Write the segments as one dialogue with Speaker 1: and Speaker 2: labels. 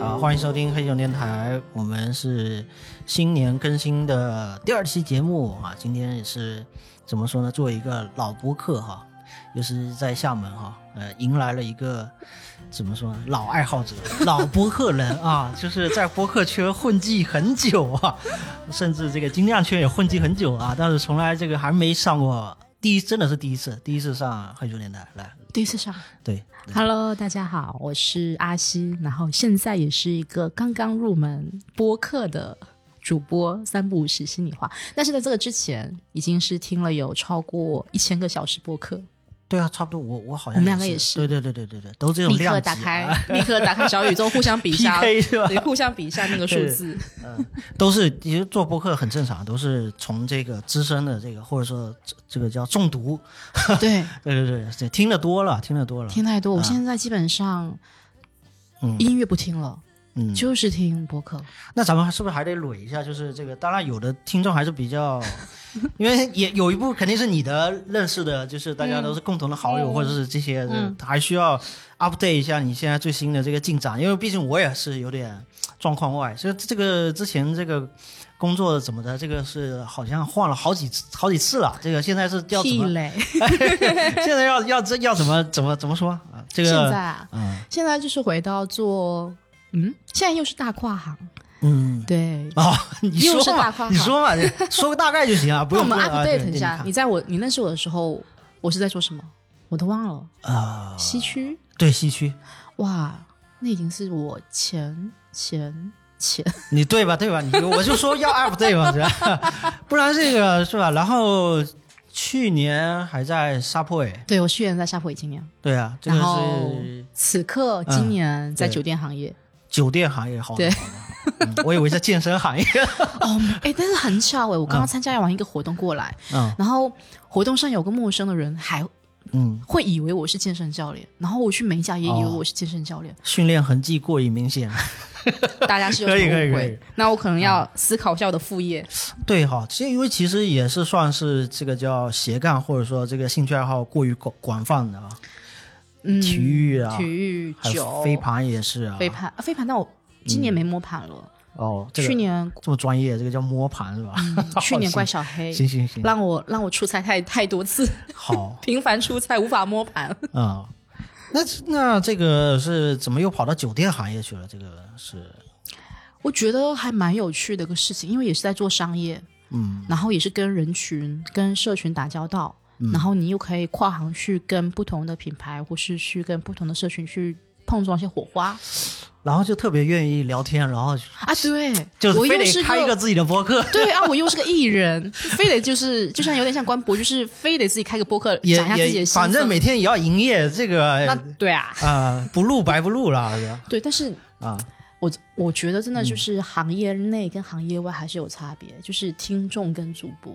Speaker 1: 啊欢迎收听黑熊电台，我们是新年更新的第二期节目啊。今天也是怎么说呢？作为一个老播客哈、又是在厦门哈、呃，迎来了一个怎么说呢？老爱好者、老播客人啊，就是在播客圈混迹很久啊，甚至这个精酿圈也混迹很久啊，但是从来这个还没上过。第一真的是第一次，第一次上黑熊电台来，
Speaker 2: 第一次上。
Speaker 1: 对，
Speaker 2: Hello，大家好，我是阿西，然后现在也是一个刚刚入门播客的主播，三不五时心里话。但是在这个之前，已经是听了有超过一千个小时播客，
Speaker 1: 对啊，差不多，我我好像
Speaker 2: 我们两个也
Speaker 1: 是，对
Speaker 2: 是
Speaker 1: 对对对对对，都这种
Speaker 2: 立
Speaker 1: 量
Speaker 2: 刻
Speaker 1: 级
Speaker 2: 打开
Speaker 1: 啊，
Speaker 2: 立刻打开小宇宙，互相比一下，
Speaker 1: PK 是吧
Speaker 2: 对，互相比一下那个数字。
Speaker 1: 都是其实做播客很正常，都是从这个资深的这个或者说这这个叫中毒，
Speaker 2: 对，
Speaker 1: 对对对，这听得多了，听得多了，
Speaker 2: 听太多，
Speaker 1: 啊
Speaker 2: 我现在基本上
Speaker 1: 嗯
Speaker 2: 音乐不听了，
Speaker 1: 嗯，
Speaker 2: 就是听播客。
Speaker 1: 那咱们是不是还得捋一下？就是这个，当然有的听众还是比 较，因为也有一部肯定是你的认识的，就是大家都
Speaker 2: 嗯
Speaker 1: 是共同的好友、或者是这些，还需要 update 一下你现在最新的这个进展，因为毕竟我也是有点状况外，所以这个之前这个工作怎么的，这个是好像换了好几次好几次了，这个现在是要怎
Speaker 2: 地
Speaker 1: 么？
Speaker 2: 雷，
Speaker 1: 现在要要这要怎么怎么怎么说啊？这
Speaker 2: 现
Speaker 1: 个
Speaker 2: 在啊，
Speaker 1: 嗯
Speaker 2: 现在就是回到做，嗯，现在又是大跨行，
Speaker 1: 嗯。
Speaker 2: 对，
Speaker 1: 哦， 你
Speaker 2: 又
Speaker 1: 说
Speaker 2: 是大
Speaker 1: 嘛，
Speaker 2: 框
Speaker 1: 你
Speaker 2: 卡
Speaker 1: 说嘛，这说个大概就行 啊，不
Speaker 2: 那我
Speaker 1: 用
Speaker 2: 们
Speaker 1: 不用啊对
Speaker 2: update 一
Speaker 1: 对
Speaker 2: 下，
Speaker 1: 看
Speaker 2: 你在我你认识我的时候，我是在做什么？我都忘了。
Speaker 1: 啊，
Speaker 2: 西区，
Speaker 1: 对西区，
Speaker 2: 哇，那已经是我前前前，
Speaker 1: 你对吧？对吧？你我就说要 update 嘛，是吧？ 不然这个是吧？然后去年还在沙坡尾，
Speaker 2: 对我去年在夏普今年，
Speaker 1: 对啊，这个
Speaker 2: 然后
Speaker 1: 是
Speaker 2: 此刻今年在
Speaker 1: 对
Speaker 2: 酒店行业。
Speaker 1: 酒店行业好
Speaker 2: 对
Speaker 1: 的，好的 嗯我以为在健身行业，
Speaker 2: 哦，哎，但是很巧哎，我刚刚参加完一个活动过来，
Speaker 1: 嗯
Speaker 2: 然后活动上有个陌生的人还
Speaker 1: 嗯，
Speaker 2: 会以为我是健身教练，然后我去美甲也以为
Speaker 1: 哦
Speaker 2: 我是健身教 练，
Speaker 1: 训练痕迹过于明显，
Speaker 2: 大家是有
Speaker 1: 可以
Speaker 2: 什么
Speaker 1: 可以
Speaker 2: 误
Speaker 1: 可以啊
Speaker 2: 会？那我可能要思考一下我的副业。
Speaker 1: 对哈，其实因为其实也是算是这个叫斜杠，或者说这个兴趣爱好过于广广泛的啊，
Speaker 2: 嗯，
Speaker 1: 体育啊
Speaker 2: 体育、
Speaker 1: 还有
Speaker 2: 酒、
Speaker 1: 飞盘也是啊，嗯
Speaker 2: 飞盘啊，飞盘，但我今年没摸盘了。
Speaker 1: 哦，这个
Speaker 2: 去年，嗯
Speaker 1: 这么专业，这个叫摸盘是吧？
Speaker 2: 去年怪
Speaker 1: 关
Speaker 2: 小黑，
Speaker 1: 行行行，
Speaker 2: 让我让我出差太太多 次，
Speaker 1: 好，
Speaker 2: 频繁出差无法摸盘。
Speaker 1: 嗯，那那这个是怎么又跑到酒店行业去了？这个是，
Speaker 2: 我觉得还蛮有趣的一个事情，因为也是在做商业，
Speaker 1: 嗯
Speaker 2: 然后也是跟人群、跟社群打交道，
Speaker 1: 嗯
Speaker 2: 然后你又可以跨行去跟不同的品牌，或是去跟不同的社群去碰撞一些火花
Speaker 1: 然后就特别愿意聊天，然后
Speaker 2: 啊！对，
Speaker 1: 就
Speaker 2: 我
Speaker 1: 非
Speaker 2: 又
Speaker 1: 得
Speaker 2: 是
Speaker 1: 开一个自己的博客，
Speaker 2: 对啊，我又是个艺人， 非得就是就像有点像官博，就是非得自己开个播客
Speaker 1: 也
Speaker 2: 讲一下自己
Speaker 1: 也
Speaker 2: 的心
Speaker 1: 反正
Speaker 2: 声
Speaker 1: 每天也要营业，这个
Speaker 2: 那
Speaker 1: 啊、
Speaker 2: 对啊，
Speaker 1: 不录白不录了是吧
Speaker 2: 对，但是
Speaker 1: 啊，
Speaker 2: 我我觉得真的就是行业内跟行业外还是有差别，就是听众跟主播。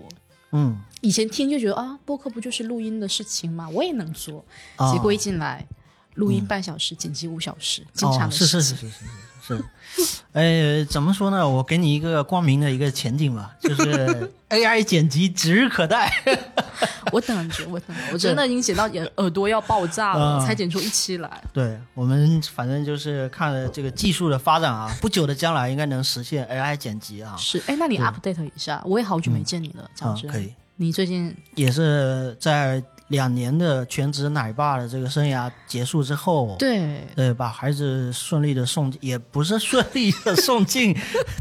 Speaker 1: 嗯，
Speaker 2: 以前听就觉得啊，播客不就是录音的事情吗？我也能做，
Speaker 1: 啊嗯
Speaker 2: 结果一进来，录音半小时，剪辑五小时，经常
Speaker 1: 哦，
Speaker 2: 的
Speaker 1: 是是
Speaker 2: 事
Speaker 1: 是
Speaker 2: 情。
Speaker 1: 是是是 是。呃，怎么说呢？我给你一个光明的一个前景吧，就是 AI 剪辑指日可待。
Speaker 2: 我等着，我等着，我真的已经剪到耳耳朵要爆炸
Speaker 1: 嗯
Speaker 2: 了，才剪出一期来。
Speaker 1: 对我们反正就是看了这个技术的发展啊，不久的将来应该能实现 AI 剪辑啊，
Speaker 2: 是，哎，那你 update 一下，我也好久没见你了，讲真
Speaker 1: 啊可以。
Speaker 2: 你最近
Speaker 1: 也是在两年的全职奶爸的这个生涯结束之后，
Speaker 2: 对
Speaker 1: 对，把孩子顺利的送，也不是顺利的送进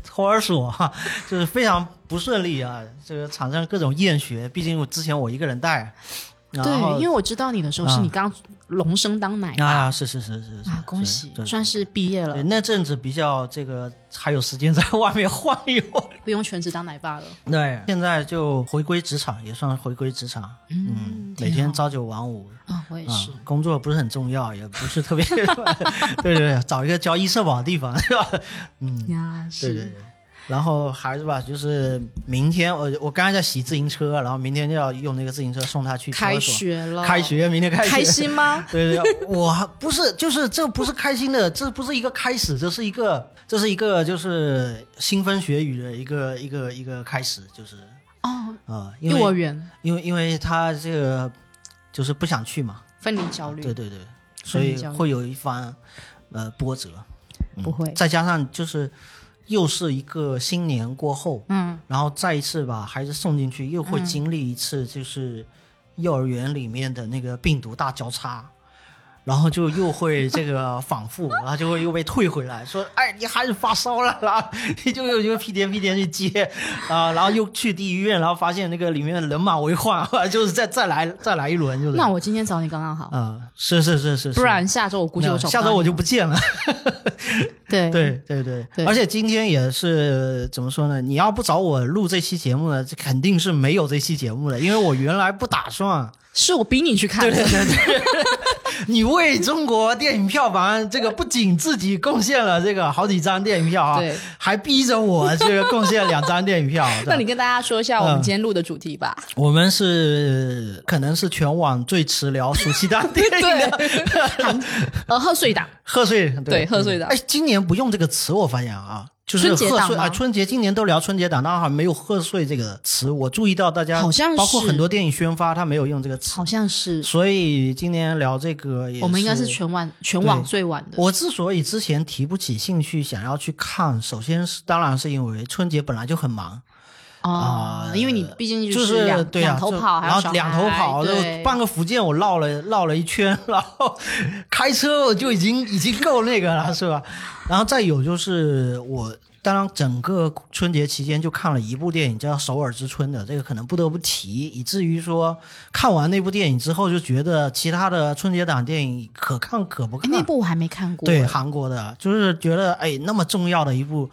Speaker 1: 托儿所哈、就是非常不顺利啊，这个产生各种厌学，毕竟我之前我一个人带，然
Speaker 2: 对，
Speaker 1: 后啊
Speaker 2: 因为我知道你的时候是你刚龙生当奶爸
Speaker 1: 啊，是是是是是
Speaker 2: 啊，恭
Speaker 1: 是
Speaker 2: 喜
Speaker 1: 对，
Speaker 2: 算是毕业了
Speaker 1: 对，那阵子比较这个还有时间在外面晃悠，
Speaker 2: 不用全职当奶爸了。
Speaker 1: 对，现在就回归职场，也算回归职场。嗯，每天朝九晚五
Speaker 2: 啊，我也
Speaker 1: 啊
Speaker 2: 是。，
Speaker 1: 工作不是很重要，也不是特别， 对对对，找一个交易社保的地方是吧？
Speaker 2: 呀，
Speaker 1: 对
Speaker 2: 是
Speaker 1: 对对。然后还是吧，就是明天我我刚才在洗自行车，然后明天就要用那个自行车送他去
Speaker 2: 开
Speaker 1: 托儿所
Speaker 2: 学了，
Speaker 1: 开学，明天开学，
Speaker 2: 开心 吗？
Speaker 1: 对对，对我还不是，就是这不是开心的，这不是一个开始，这是一个，这是一个就是腥风血雨的一个一个一个开始，就是
Speaker 2: 哦，
Speaker 1: 啊、因
Speaker 2: 幼儿
Speaker 1: 为
Speaker 2: 园
Speaker 1: 因为因为他这个就是不想去嘛，
Speaker 2: 分离焦虑
Speaker 1: 对，对对，所
Speaker 2: 分
Speaker 1: 以
Speaker 2: 离焦虑
Speaker 1: 会有一番呃波折，
Speaker 2: 不会，
Speaker 1: 再加上就是又是一个新年过后，
Speaker 2: 嗯
Speaker 1: 然后再一次把孩子送进去，又会经历一次就是幼儿园里面的那个病毒大交叉，然后就又会这个反复， 然后就会又被退回来，说哎你孩子发烧了，然后 你就又就屁颠屁颠去接啊，然后又去第一医院，然后发现那个里面人满为患， 就是再再来再来一轮，就是
Speaker 2: 那
Speaker 1: 啊、
Speaker 2: 我今天找你刚刚好，
Speaker 1: 是是是是是，
Speaker 2: 不然下周我估计我
Speaker 1: 那
Speaker 2: 找不
Speaker 1: 下
Speaker 2: 到
Speaker 1: 周我
Speaker 2: 你
Speaker 1: 就不见了。
Speaker 2: 对
Speaker 1: 对对对，
Speaker 2: 对
Speaker 1: 而且今天也是怎么说呢？你要不找我录这期节目呢，这肯定是没有这期节目了，因为我原来不打算。
Speaker 2: 是我逼你去看的，
Speaker 1: 你为中国电影票房这个不仅自己贡献了这个好几张电影票啊
Speaker 2: 对，
Speaker 1: 还逼着我这个贡献两张电影票。
Speaker 2: 那你跟大家说一下我们今天录的主题吧。
Speaker 1: 我们是可能是全网最迟聊暑期档电影的
Speaker 2: 韩
Speaker 1: 嗯
Speaker 2: 呃贺岁档，
Speaker 1: 贺岁，
Speaker 2: 对贺岁档
Speaker 1: 哎，今年不用这个词，我发现啊，就是
Speaker 2: 春节
Speaker 1: 贺
Speaker 2: 档
Speaker 1: 岁
Speaker 2: 吗
Speaker 1: 啊，春节今年都聊春节档，但好像没有贺岁这个词。我注意到大家
Speaker 2: 好像是
Speaker 1: 包括很多电影宣发，它没有用这个词
Speaker 2: 好，像是
Speaker 1: 所以今年聊这个也
Speaker 2: 我们应该是
Speaker 1: 是。
Speaker 2: 全网全网
Speaker 1: 对
Speaker 2: 最晚的。
Speaker 1: 我之所以之前提不起兴趣想要去看，首先是当然是因为春节本来就很忙，
Speaker 2: 哦，因为你毕竟
Speaker 1: 啊就是
Speaker 2: 两
Speaker 1: 对啊，
Speaker 2: 两头
Speaker 1: 就
Speaker 2: 跑，还
Speaker 1: 然后
Speaker 2: 有小
Speaker 1: 两头
Speaker 2: 孩
Speaker 1: 跑，就
Speaker 2: 对
Speaker 1: 半个福建我绕了绕了一圈， 然后开车我就已经已经够那个了，是吧？然后再有就是我。当然，整个春节期间就看了一部电影，叫《首尔之春》的，这个可能不得不提，以至于说看完那部电影之后，就觉得其他的春节档电影可看可不
Speaker 2: 哎
Speaker 1: 看。
Speaker 2: 那部我还没看过，
Speaker 1: 对韩国的，就是觉得哎，那么重要的一部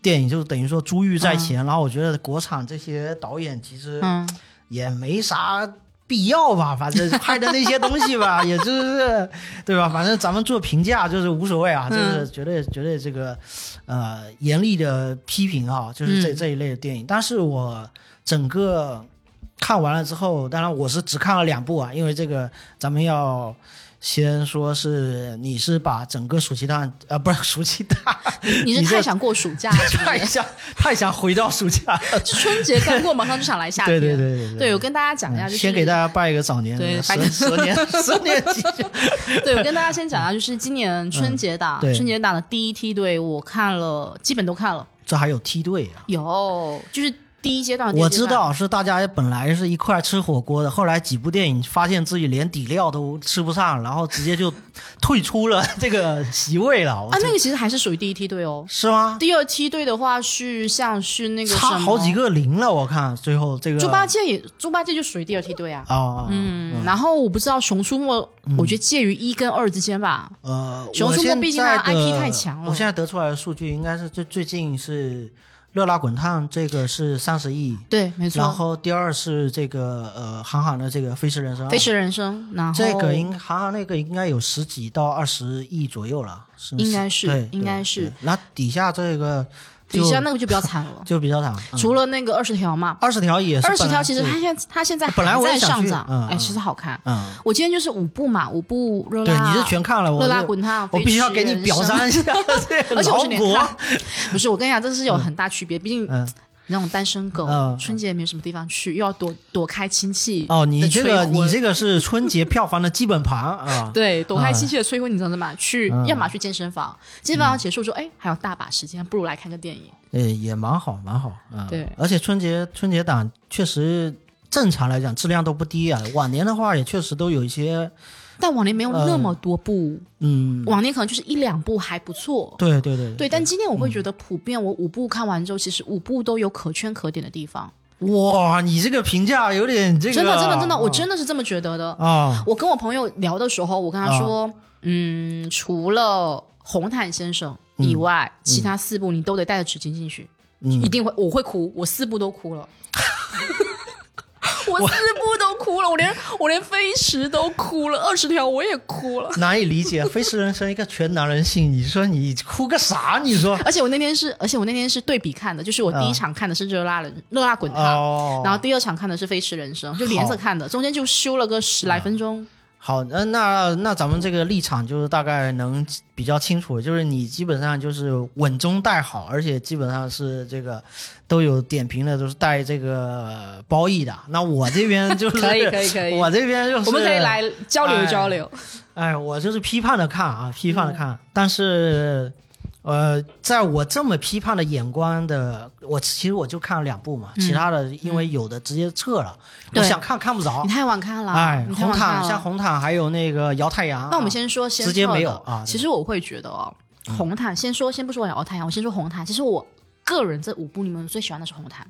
Speaker 1: 电影，就是等于说珠玉在前。然后我觉得国产这些导演其实
Speaker 2: 嗯，
Speaker 1: 也没啥必要吧， 反正拍的那些东西吧，也就是对吧？反正咱们做评价就是无所谓啊，就是绝对绝对这个呃严厉的批评啊，就是这、这一类的电影。但是我整个看完了之后，当然我是只看了两部啊，因为这个咱们要。先说是你是把整个暑期档，呃，不是暑期档，
Speaker 2: 你是
Speaker 1: 你这
Speaker 2: 太想过暑 假，是不
Speaker 1: 太
Speaker 2: 是
Speaker 1: 想太想回到暑假了。
Speaker 2: 春节刚过，马上就想来夏
Speaker 1: 对
Speaker 2: 天。
Speaker 1: 对对对
Speaker 2: 对我跟大家讲一下，就是
Speaker 1: 嗯先给大家拜个早年，
Speaker 2: 对拜
Speaker 1: 蛇
Speaker 2: 个
Speaker 1: 蛇年 蛇年吉祥。
Speaker 2: 对，我跟大家先讲一下，就是今年春节档，
Speaker 1: 嗯对
Speaker 2: 春节档的第一梯队我看了，基本都看了，
Speaker 1: 这还有梯队啊！
Speaker 2: 有就是第一阶段，第
Speaker 1: 我
Speaker 2: 二阶
Speaker 1: 知
Speaker 2: 段，
Speaker 1: 道是大家本来是一块儿吃火锅的，后来几部电影发现自己连底料都吃不上，然后直接就退出了 这个席位了。我
Speaker 2: 啊，
Speaker 1: 这
Speaker 2: 那个其实还是属于第一梯队哦。
Speaker 1: 是吗？
Speaker 2: 第二梯队的话是像是那个
Speaker 1: 差
Speaker 2: 什么
Speaker 1: 好几，个零了，我看最后这个
Speaker 2: 猪八戒也猪八戒就属于第二梯队啊。
Speaker 1: 啊，
Speaker 2: 嗯，然后我不知道《熊出没》，
Speaker 1: 嗯
Speaker 2: 我觉得介于一跟二之间吧。
Speaker 1: 呃，
Speaker 2: 熊
Speaker 1: 我
Speaker 2: 出没
Speaker 1: 现
Speaker 2: 毕竟它
Speaker 1: 在
Speaker 2: IP
Speaker 1: 的
Speaker 2: 太强了
Speaker 1: 我现在得出来的数据应该是最最近是热辣滚烫这个是三十亿，
Speaker 2: 对，没
Speaker 1: 然
Speaker 2: 错，
Speaker 1: 后第二是这个呃韩寒的这个《飞驰人生
Speaker 2: 《
Speaker 1: 二
Speaker 2: 飞》，驰人生》，然后
Speaker 1: 这个应韩寒那个应该有十几到二十亿左右了，是
Speaker 2: 应该是
Speaker 1: 对，
Speaker 2: 应该
Speaker 1: 对
Speaker 2: 是
Speaker 1: 对然后底下这个就嗯
Speaker 2: 底下那个就比较惨 了，
Speaker 1: 就比较惨，
Speaker 2: 除了那个二十条嘛，
Speaker 1: 二十条也是
Speaker 2: 二十
Speaker 1: 本来
Speaker 2: 条其实
Speaker 1: 对
Speaker 2: 它现它现在
Speaker 1: 本来
Speaker 2: 还
Speaker 1: 我也
Speaker 2: 在
Speaker 1: 想
Speaker 2: 上
Speaker 1: 去
Speaker 2: 涨
Speaker 1: 嗯，
Speaker 2: 哎，
Speaker 1: 嗯
Speaker 2: 其实好看。
Speaker 1: 嗯，
Speaker 2: 我今天就是五部嘛，五部热
Speaker 1: 对，
Speaker 2: 辣，
Speaker 1: 你是全看了，我
Speaker 2: 热辣
Speaker 1: 就
Speaker 2: 滚烫，
Speaker 1: 我
Speaker 2: 飞
Speaker 1: 必须要
Speaker 2: 驰
Speaker 1: 给你
Speaker 2: 人
Speaker 1: 表
Speaker 2: 生
Speaker 1: 彰一下，这个啊
Speaker 2: 而且我
Speaker 1: 劳
Speaker 2: 是连
Speaker 1: 勃，
Speaker 2: 看， 不是我跟你讲，这是有很大区别，毕竟
Speaker 1: 嗯
Speaker 2: 那种单身狗
Speaker 1: 嗯，
Speaker 2: 春节也没有什么地方去，又要躲躲开亲戚
Speaker 1: 哦，你
Speaker 2: 的
Speaker 1: 这
Speaker 2: 催
Speaker 1: 个
Speaker 2: 婚，
Speaker 1: 你这个是春节票房的基本盘啊
Speaker 2: 对躲开亲戚的催婚，你知道吗？去
Speaker 1: 嗯
Speaker 2: 要么去健身房，健身房结束说，哎，还有大把时间，不如来看个电影。
Speaker 1: 呃，也蛮好，蛮好，嗯，
Speaker 2: 对
Speaker 1: 而且春节春节档确实正常来讲质量都不低啊，往年的话也确实都有一些，
Speaker 2: 但往年没有那么多部，
Speaker 1: 嗯，
Speaker 2: 往年可能就是一两部还不错。
Speaker 1: 对对对嗯
Speaker 2: 对，但今天我会觉得普遍，我五部看完之后，其实五部都有可圈可点的地方。
Speaker 1: 哇，你这个评价有点这个，
Speaker 2: 真的，真的，真的，我
Speaker 1: 真
Speaker 2: 真的是这么觉得的。
Speaker 1: 啊，
Speaker 2: 我跟我朋友聊的时候，我跟他说，嗯，除了红毯先生以外，其他四部你都得带着纸巾进去，
Speaker 1: 嗯
Speaker 2: 一定会，我会哭，我四部都哭 了。我四部都哭了，我连我连飞驰都哭了，二十条我也哭了。
Speaker 1: 难以理解，《飞驰人生》一个全男人性，你说你哭个啥？你说
Speaker 2: 而且我那天是，而且我那天是对比看的，就是我第一场看的是热辣人、热辣滚烫，
Speaker 1: 嗯哦
Speaker 2: 然后第二场看的是飞驰人生，就连着看的，中间就休了个十来分
Speaker 1: 哦
Speaker 2: 钟。
Speaker 1: 好，那那那咱们这个立场就是大概能比较清楚，就是你基本上就是稳中带好，而且基本上是这个都有点评的，都是带这个褒义的。那我这边 就是
Speaker 2: 可以可以可以
Speaker 1: 我这边就是
Speaker 2: 我们可以来交流交流。嗯
Speaker 1: 哎，我就是批判的看啊，批判的看，但是呃，在我这么批判的眼光的，我其实我就看了两部嘛，其他的因为有的直接撤了，我
Speaker 2: 嗯对
Speaker 1: 想看看不着
Speaker 2: 你。太晚看了，
Speaker 1: 哎，
Speaker 2: 啊你太
Speaker 1: 红
Speaker 2: 晚看
Speaker 1: 毯
Speaker 2: 了。
Speaker 1: 像红毯，还有那个摇太阳啊。
Speaker 2: 那我们先说先
Speaker 1: 直接
Speaker 2: 撤
Speaker 1: 没
Speaker 2: 的
Speaker 1: 有啊嗯
Speaker 2: 其实我会觉得哦，红毯先说，先不说我摇太啊阳，我先说红毯。其实我个人这五部里面最喜欢的是红毯。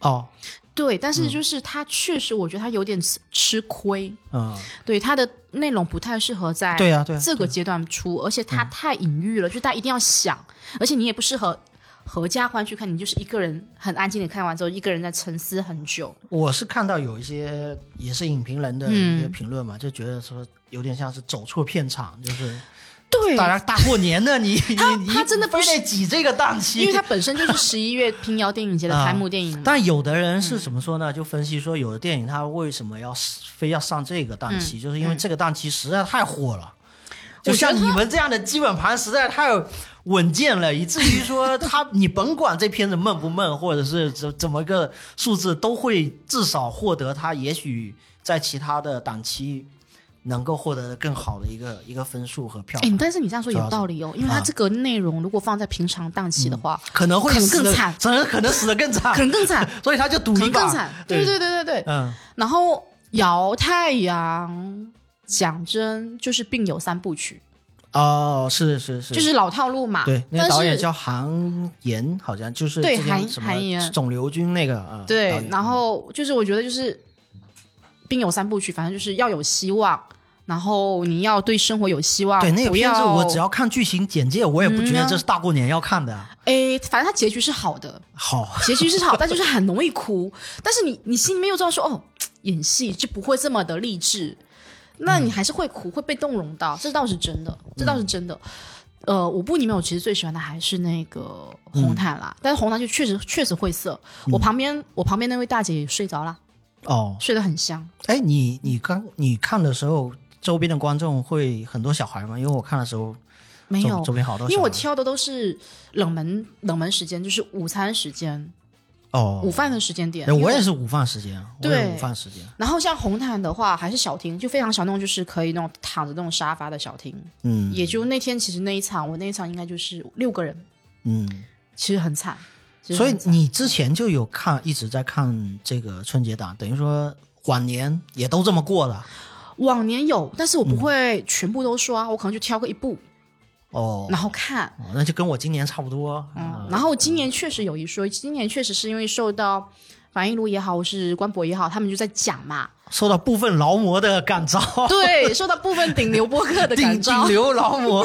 Speaker 1: 哦，
Speaker 2: 对，但是就是它确实，我觉得它有点吃吃亏。
Speaker 1: 嗯，
Speaker 2: 对，它的内容不太适合在
Speaker 1: 对呀对呀嗯
Speaker 2: 这个阶段出，而且它太隐喻了，就大家一定要想，而且你也不适合合家欢去看，你就是一个人很安静的看完之后，一个人在沉思很久。
Speaker 1: 我是看到有一些也是影评人的一
Speaker 2: 嗯
Speaker 1: 些评论嘛，就觉得说有点像是走错片场，就是
Speaker 2: 对
Speaker 1: 大家大过年的你
Speaker 2: 他
Speaker 1: 你
Speaker 2: 他真的
Speaker 1: 不
Speaker 2: 不是
Speaker 1: 得挤这个档
Speaker 2: 因为
Speaker 1: 期
Speaker 2: 它。本 身就是十一月平遥电影节
Speaker 1: 啊
Speaker 2: 的开幕电影嘛。
Speaker 1: 但有的人
Speaker 2: 嗯
Speaker 1: 是怎么说呢？就分析说，有的电影它为什么要非要上这个档
Speaker 2: 嗯
Speaker 1: 期，就是因为这个档期实在太火了。就像你们这样的基本盘实在太稳健了，以至于说他你甭管这片子闷不闷，或者是怎怎么个数字，都会至少获得他也许在其他的档期能够获得更好的一个一个分数和票
Speaker 2: 哎、
Speaker 1: 房，
Speaker 2: 但是你这样说
Speaker 1: 主要
Speaker 2: 有
Speaker 1: 是啊
Speaker 2: 道理哦，因为它这个内容如果放在平常档期的话，
Speaker 1: 可能会
Speaker 2: 可能
Speaker 1: 死
Speaker 2: 更
Speaker 1: 得
Speaker 2: 惨，
Speaker 1: 真的 可能死得更惨
Speaker 2: 可，能更 惨，
Speaker 1: 所以他就赌
Speaker 2: 可
Speaker 1: 一
Speaker 2: 能更
Speaker 1: 把
Speaker 2: 惨。。对对对对对。
Speaker 1: 嗯，
Speaker 2: 然后摇太阳，讲真就是并有三部曲，
Speaker 1: 哦，是是是，
Speaker 2: 就是老套路嘛。
Speaker 1: 对，那
Speaker 2: 但
Speaker 1: 个
Speaker 2: 是
Speaker 1: 导演叫韩延，好像就是
Speaker 2: 对
Speaker 1: 之前
Speaker 2: 韩
Speaker 1: 什么
Speaker 2: 韩延
Speaker 1: 肿瘤君那个啊，导
Speaker 2: 对
Speaker 1: 演，
Speaker 2: 然后就是我觉得就是并有三部曲，反正就是要有希望，然后你要对生活有希望。
Speaker 1: 对那个
Speaker 2: 不
Speaker 1: 片子，
Speaker 2: 要
Speaker 1: 我只要看剧情简介，我也不觉
Speaker 2: 嗯
Speaker 1: 得
Speaker 2: 啊
Speaker 1: 这是大过年要看的。
Speaker 2: 哎，反正它结局是好的，
Speaker 1: 好，
Speaker 2: 结局是好，但就是很容易哭。但是你你心里面又知道说，哦，演戏就不会这么的励志，那
Speaker 1: 嗯
Speaker 2: 你还是会哭，会被动容到，这倒是真的，这倒是真的。呃，五部里面我其实最喜欢的还是那个
Speaker 1: 嗯
Speaker 2: 红毯啦，但是红毯就确实确实晦涩。我旁边我旁边那位大姐也睡着了，
Speaker 1: 哦，
Speaker 2: 睡得很香。
Speaker 1: 哎，你你刚你看的时候，周边的观众会很多小孩吗？因为我看的时候，
Speaker 2: 没有
Speaker 1: 周周边好多小孩，
Speaker 2: 因为我挑的都是冷门冷门时间，就是午餐时间、
Speaker 1: 哦，
Speaker 2: 午饭的时间点。
Speaker 1: 哎，
Speaker 2: 因为
Speaker 1: 我也是午饭时间，我也
Speaker 2: 对
Speaker 1: 午饭时间，
Speaker 2: 然后像红毯的话，还是小厅，就非常小那种，就是可以那种躺着那种沙发的小厅。
Speaker 1: 嗯
Speaker 2: 也就那天，其实那一场，我那一场应该就是六个人，
Speaker 1: 嗯，
Speaker 2: 其实很惨。其实
Speaker 1: 所
Speaker 2: 很
Speaker 1: 以
Speaker 2: 惨
Speaker 1: 你之前就有看，一直在看这个春节档，等于说往年也都这么过的。
Speaker 2: 往年有，但是我不会全部都刷，我可能就挑个一部，
Speaker 1: 嗯哦，
Speaker 2: 然后看。
Speaker 1: 哦，那就跟我今年差不多。
Speaker 2: 嗯
Speaker 1: 啊，
Speaker 2: 然后今年确实有一说，今年确实是因为受到樊一茹也好，或是关博也好，他们就在讲嘛，
Speaker 1: 受到部分劳模的感召，
Speaker 2: 对，受到部分顶流播客的
Speaker 1: 顶
Speaker 2: 感召
Speaker 1: 顶。流劳 模，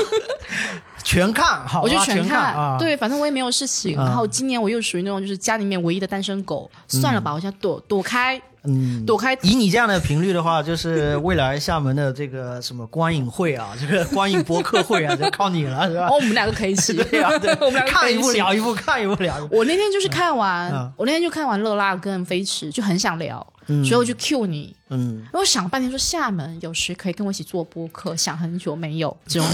Speaker 1: 全看，好吧，
Speaker 2: 我就
Speaker 1: 全
Speaker 2: 全看，
Speaker 1: 啊。，嗯
Speaker 2: 对，反正我也没有事情。然后今年我又属于那种就是家里面唯一的单身狗，算了吧，我想躲躲开，
Speaker 1: 嗯，
Speaker 2: 躲开。哦
Speaker 1: 以你这样的频率的话，就是未来厦门的这个什么观影会啊，这 个观影博客会啊，就靠你了，是吧
Speaker 2: 哦，？我们两个可以一起，
Speaker 1: 对啊，对
Speaker 2: 我们两个可
Speaker 1: 看
Speaker 2: 以
Speaker 1: 一
Speaker 2: 一
Speaker 1: 部
Speaker 2: 起。
Speaker 1: 聊一部，看一部聊一部。
Speaker 2: 我那天就是看完，
Speaker 1: 嗯
Speaker 2: 我那天就看完乐辣跟飞驰，就很想聊，所以我就 Q 你。
Speaker 1: 嗯，
Speaker 2: 我想了半天说厦门有谁可以跟我一起做播客，想很久没有，只有 你。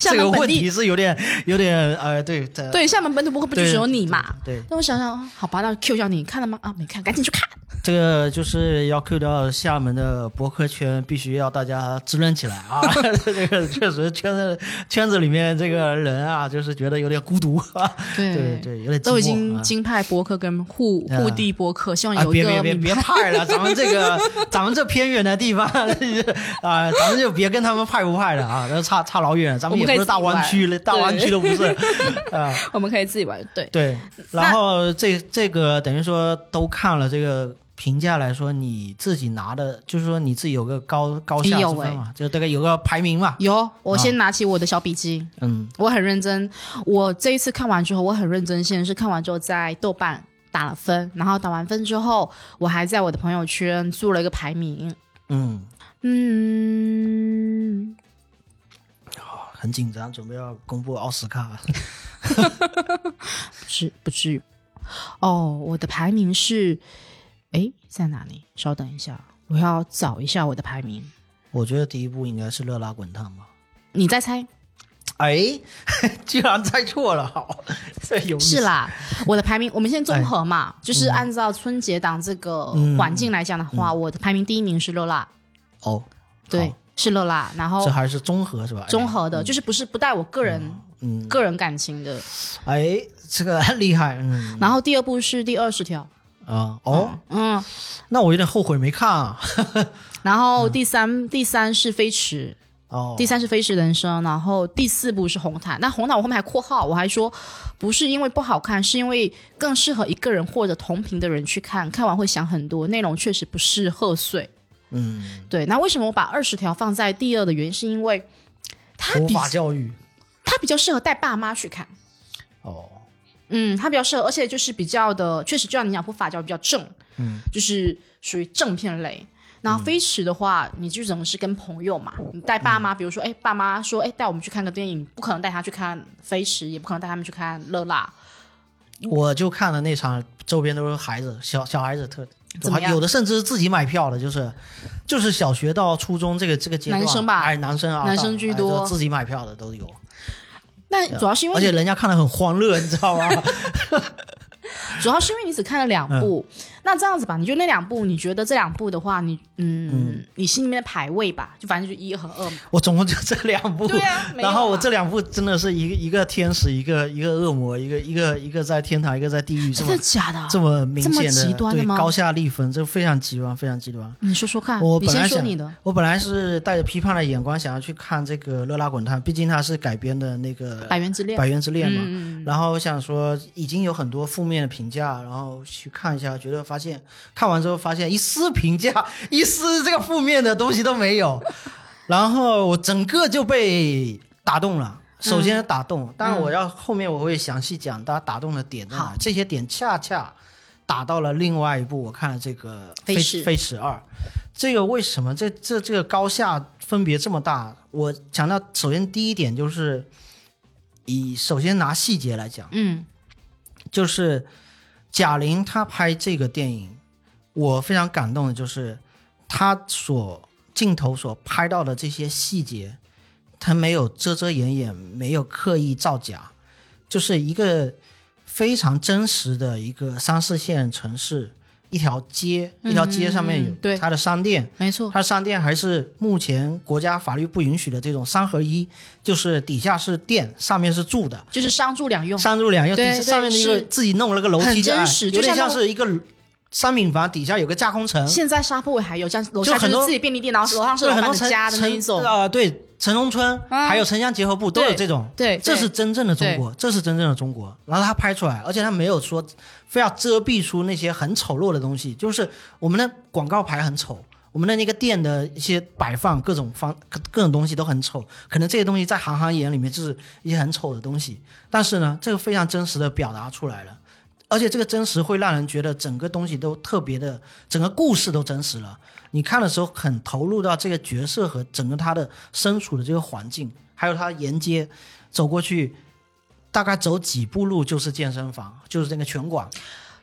Speaker 2: 厦
Speaker 1: 这个
Speaker 2: 门本
Speaker 1: 问
Speaker 2: 地
Speaker 1: 题是有点有点呃，对对
Speaker 2: 对厦门本土播客不就
Speaker 1: 对
Speaker 2: 只有你嘛？
Speaker 1: 对，
Speaker 2: 那我想想，好吧，那 Q 一下你看了吗？啊，没看，赶紧去看。
Speaker 1: 这个就是要 Q 到厦门的博客圈，必须要大家支棱起来 啊！这个确实圈子圈子里面这个人啊，就是觉得有点孤独啊，对对，有点寂寞
Speaker 2: 都已经
Speaker 1: 啊
Speaker 2: 金派播客跟互
Speaker 1: 啊
Speaker 2: 互地播客，希望
Speaker 1: 啊，
Speaker 2: 有一
Speaker 1: 别
Speaker 2: 个
Speaker 1: 别别
Speaker 2: 名
Speaker 1: 别派了，咱们这个咱们这偏远的地方 啊，咱们就别跟他们派不派了啊，那差差老远，咱们也不是大湾区了，大
Speaker 2: 我
Speaker 1: 湾
Speaker 2: 们可
Speaker 1: 区
Speaker 2: 以
Speaker 1: 都不是啊。
Speaker 2: 我们可以自己玩。对，
Speaker 1: 对，
Speaker 2: 那
Speaker 1: 然后这这个等于说都看了这个评价来说，你自己拿的，就是说你自己有个高高下
Speaker 2: 哎
Speaker 1: 之
Speaker 2: 呦
Speaker 1: 分嘛，就大概有个排名嘛。
Speaker 2: 有，我先
Speaker 1: 啊
Speaker 2: 拿起我的小笔记，
Speaker 1: 嗯，
Speaker 2: 我很认真。我这一次看完之后，我很认真，先是看完之后在豆瓣打了分，然后打完分之后，我还在我的朋友圈做了一个排名。
Speaker 1: 嗯，
Speaker 2: 嗯，
Speaker 1: 很紧张，准备要公布奥斯卡。
Speaker 2: 不至不至于。哦，我的排名是，诶，在哪里？稍等一下，我要找一下我的排名。
Speaker 1: 我觉得第一部应该是《热辣滚烫》吧。
Speaker 2: 你再猜。
Speaker 1: 哎， 居然猜错了，好，这有意思哎
Speaker 2: 是。啦，我的排名，我们现在综合嘛，就是按照春节档这个
Speaker 1: 嗯
Speaker 2: 环境来讲的话，我的排名第一名是热辣，
Speaker 1: 哦，
Speaker 2: 对
Speaker 1: 嗯好，
Speaker 2: 是乐啦，然后
Speaker 1: 这还是综合是吧？哎
Speaker 2: 综合的，就是不是不带我个人
Speaker 1: 嗯，
Speaker 2: 个人感情的。
Speaker 1: 哎，这个很厉害，嗯
Speaker 2: 然后第二部是第二十条，
Speaker 1: 啊哦，
Speaker 2: 嗯，
Speaker 1: 那我有点后悔没看啊，
Speaker 2: 然
Speaker 1: 嗯
Speaker 2: 后第三第三是飞驰，
Speaker 1: 哦，
Speaker 2: 第三是飞驰人生，然后第四部是红毯。那红毯我后面还括号，我还说不是因为不好看，是因为更适合一个人或者同频的人去看，看完会想很多，内容确实不是贺岁。
Speaker 1: 嗯，
Speaker 2: 对，那为什么我把二十条放在第二的原因，是因为它
Speaker 1: 佛
Speaker 2: 比
Speaker 1: 法教育，
Speaker 2: 它比较适合带爸妈去看。
Speaker 1: 哦，
Speaker 2: 嗯，它比较适合，而且就是比较的，确实就像你讲，不法教比较正，
Speaker 1: 嗯，
Speaker 2: 就是属于正片类。然后飞驰的话，你就只能是跟朋友嘛，你带爸
Speaker 1: 嗯
Speaker 2: 妈，比如说，哎，爸妈说，哎，带我们去看个电影，不可能带他去看飞驰，也不可能带他们去看乐辣，
Speaker 1: 我就看了那场，周边都是孩子，小小孩子特。
Speaker 2: 怎么样
Speaker 1: 有的甚至是自己买票的，就是，就是小学到初中这个这个阶段，
Speaker 2: 男生吧
Speaker 1: 哎，男生啊，
Speaker 2: 男生居
Speaker 1: 哎
Speaker 2: 多
Speaker 1: 就自己买票的都有，
Speaker 2: 那主要是
Speaker 1: 啊
Speaker 2: 因
Speaker 1: 而
Speaker 2: 为
Speaker 1: 且
Speaker 2: 你，
Speaker 1: 人家看的很欢乐，你知道吗？
Speaker 2: 主要是因为你只看了两部，
Speaker 1: 嗯
Speaker 2: 那这样子吧，你就那两部，你觉得这两部的话，你嗯，你心里面的排位吧，就反正就一和二嘛。
Speaker 1: 我总共就这两部，
Speaker 2: 对 啊没有
Speaker 1: 然后我
Speaker 2: 啊
Speaker 1: 这两部真的是一个一个天使，一个一个恶魔，一个一个一个在天堂，一个在地狱，这
Speaker 2: 真
Speaker 1: 么
Speaker 2: 的假的？
Speaker 1: 这么明显
Speaker 2: 这
Speaker 1: 的
Speaker 2: 么极端的
Speaker 1: 对
Speaker 2: 吗
Speaker 1: 高下立分，这非常极端，非常极端。
Speaker 2: 你说说看，
Speaker 1: 我
Speaker 2: 啊你
Speaker 1: 本来
Speaker 2: 先说
Speaker 1: 想
Speaker 2: 你的，
Speaker 1: 我本来是带着批判的眼光想要去看这个《热辣滚烫》，毕竟它是改编的那个
Speaker 2: 《百元之
Speaker 1: 《
Speaker 2: 恋》
Speaker 1: 百元之恋》嘛。
Speaker 2: 嗯，嗯嗯
Speaker 1: 然后我想说，已经有很多负面的评价，然后去看一下，觉得发现看完之后发现一丝评价、一丝这个负面的东西都没有，然后我整个就被打动了。首先打动，当然我要后面我会详细讲大家打动的点在哪
Speaker 2: 嗯好，
Speaker 1: 这些点恰恰打到了另外一部我看了这个《
Speaker 2: 飞
Speaker 1: 飞
Speaker 2: 驰
Speaker 1: 飞驰二》，这个为什么这这这个高下分别这么大？我强调，首先第一点就是以首先拿细节来讲，
Speaker 2: 嗯，
Speaker 1: 就是贾玲她拍这个电影，我非常感动的就是她所镜头所拍到的这些细节，她没有遮遮掩掩，没有刻意造假，就是一个非常真实的一个三四线城市。一条街，一条街上面
Speaker 2: 嗯对
Speaker 1: 有它的商店，
Speaker 2: 没错，
Speaker 1: 它商店还是目前国家法律不允许的这种三合一，就是底下是店，上面是住的，
Speaker 2: 就是商住两用。
Speaker 1: 三住两用，底
Speaker 2: 对
Speaker 1: 下
Speaker 2: 对
Speaker 1: 上面那个
Speaker 2: 是
Speaker 1: 自己弄了个楼梯
Speaker 2: 很
Speaker 1: 间，
Speaker 2: 真实
Speaker 1: 有
Speaker 2: 就
Speaker 1: 点
Speaker 2: 像
Speaker 1: 像
Speaker 2: 那
Speaker 1: 是一个商品房，底下有个架空层，
Speaker 2: 现在沙坡尾还有，这样楼下
Speaker 1: 嗯就很
Speaker 2: 就
Speaker 1: 多
Speaker 2: 是自己便利店，然后楼上是
Speaker 1: 对
Speaker 2: 老
Speaker 1: 很
Speaker 2: 板
Speaker 1: 多
Speaker 2: 的
Speaker 1: 城
Speaker 2: 家的那一
Speaker 1: 城
Speaker 2: 种。
Speaker 1: 啊、对，城中村、
Speaker 2: 嗯
Speaker 1: 还有城乡结合部都有
Speaker 2: 对
Speaker 1: 这种。
Speaker 2: 对，
Speaker 1: 这
Speaker 2: 对
Speaker 1: 是真正的中国，这是真正的中国。然后他拍出来，而且他没有说非要遮蔽出那些很丑陋的东西，就是我们的广告牌很丑，我们的那个店的一些摆放各种方各各种东西都很丑，可能这些东西在行行眼里面就是一些很丑的东西，但是呢，这个非常真实的表达出来了。而且这个真实会让人觉得整个东西都特别的，整个故事都真实了。你看的时候很投入到这个角色和整个他的身处的这个环境，还有他沿街走过去，大概走几步路就是健身房，就是这个拳馆。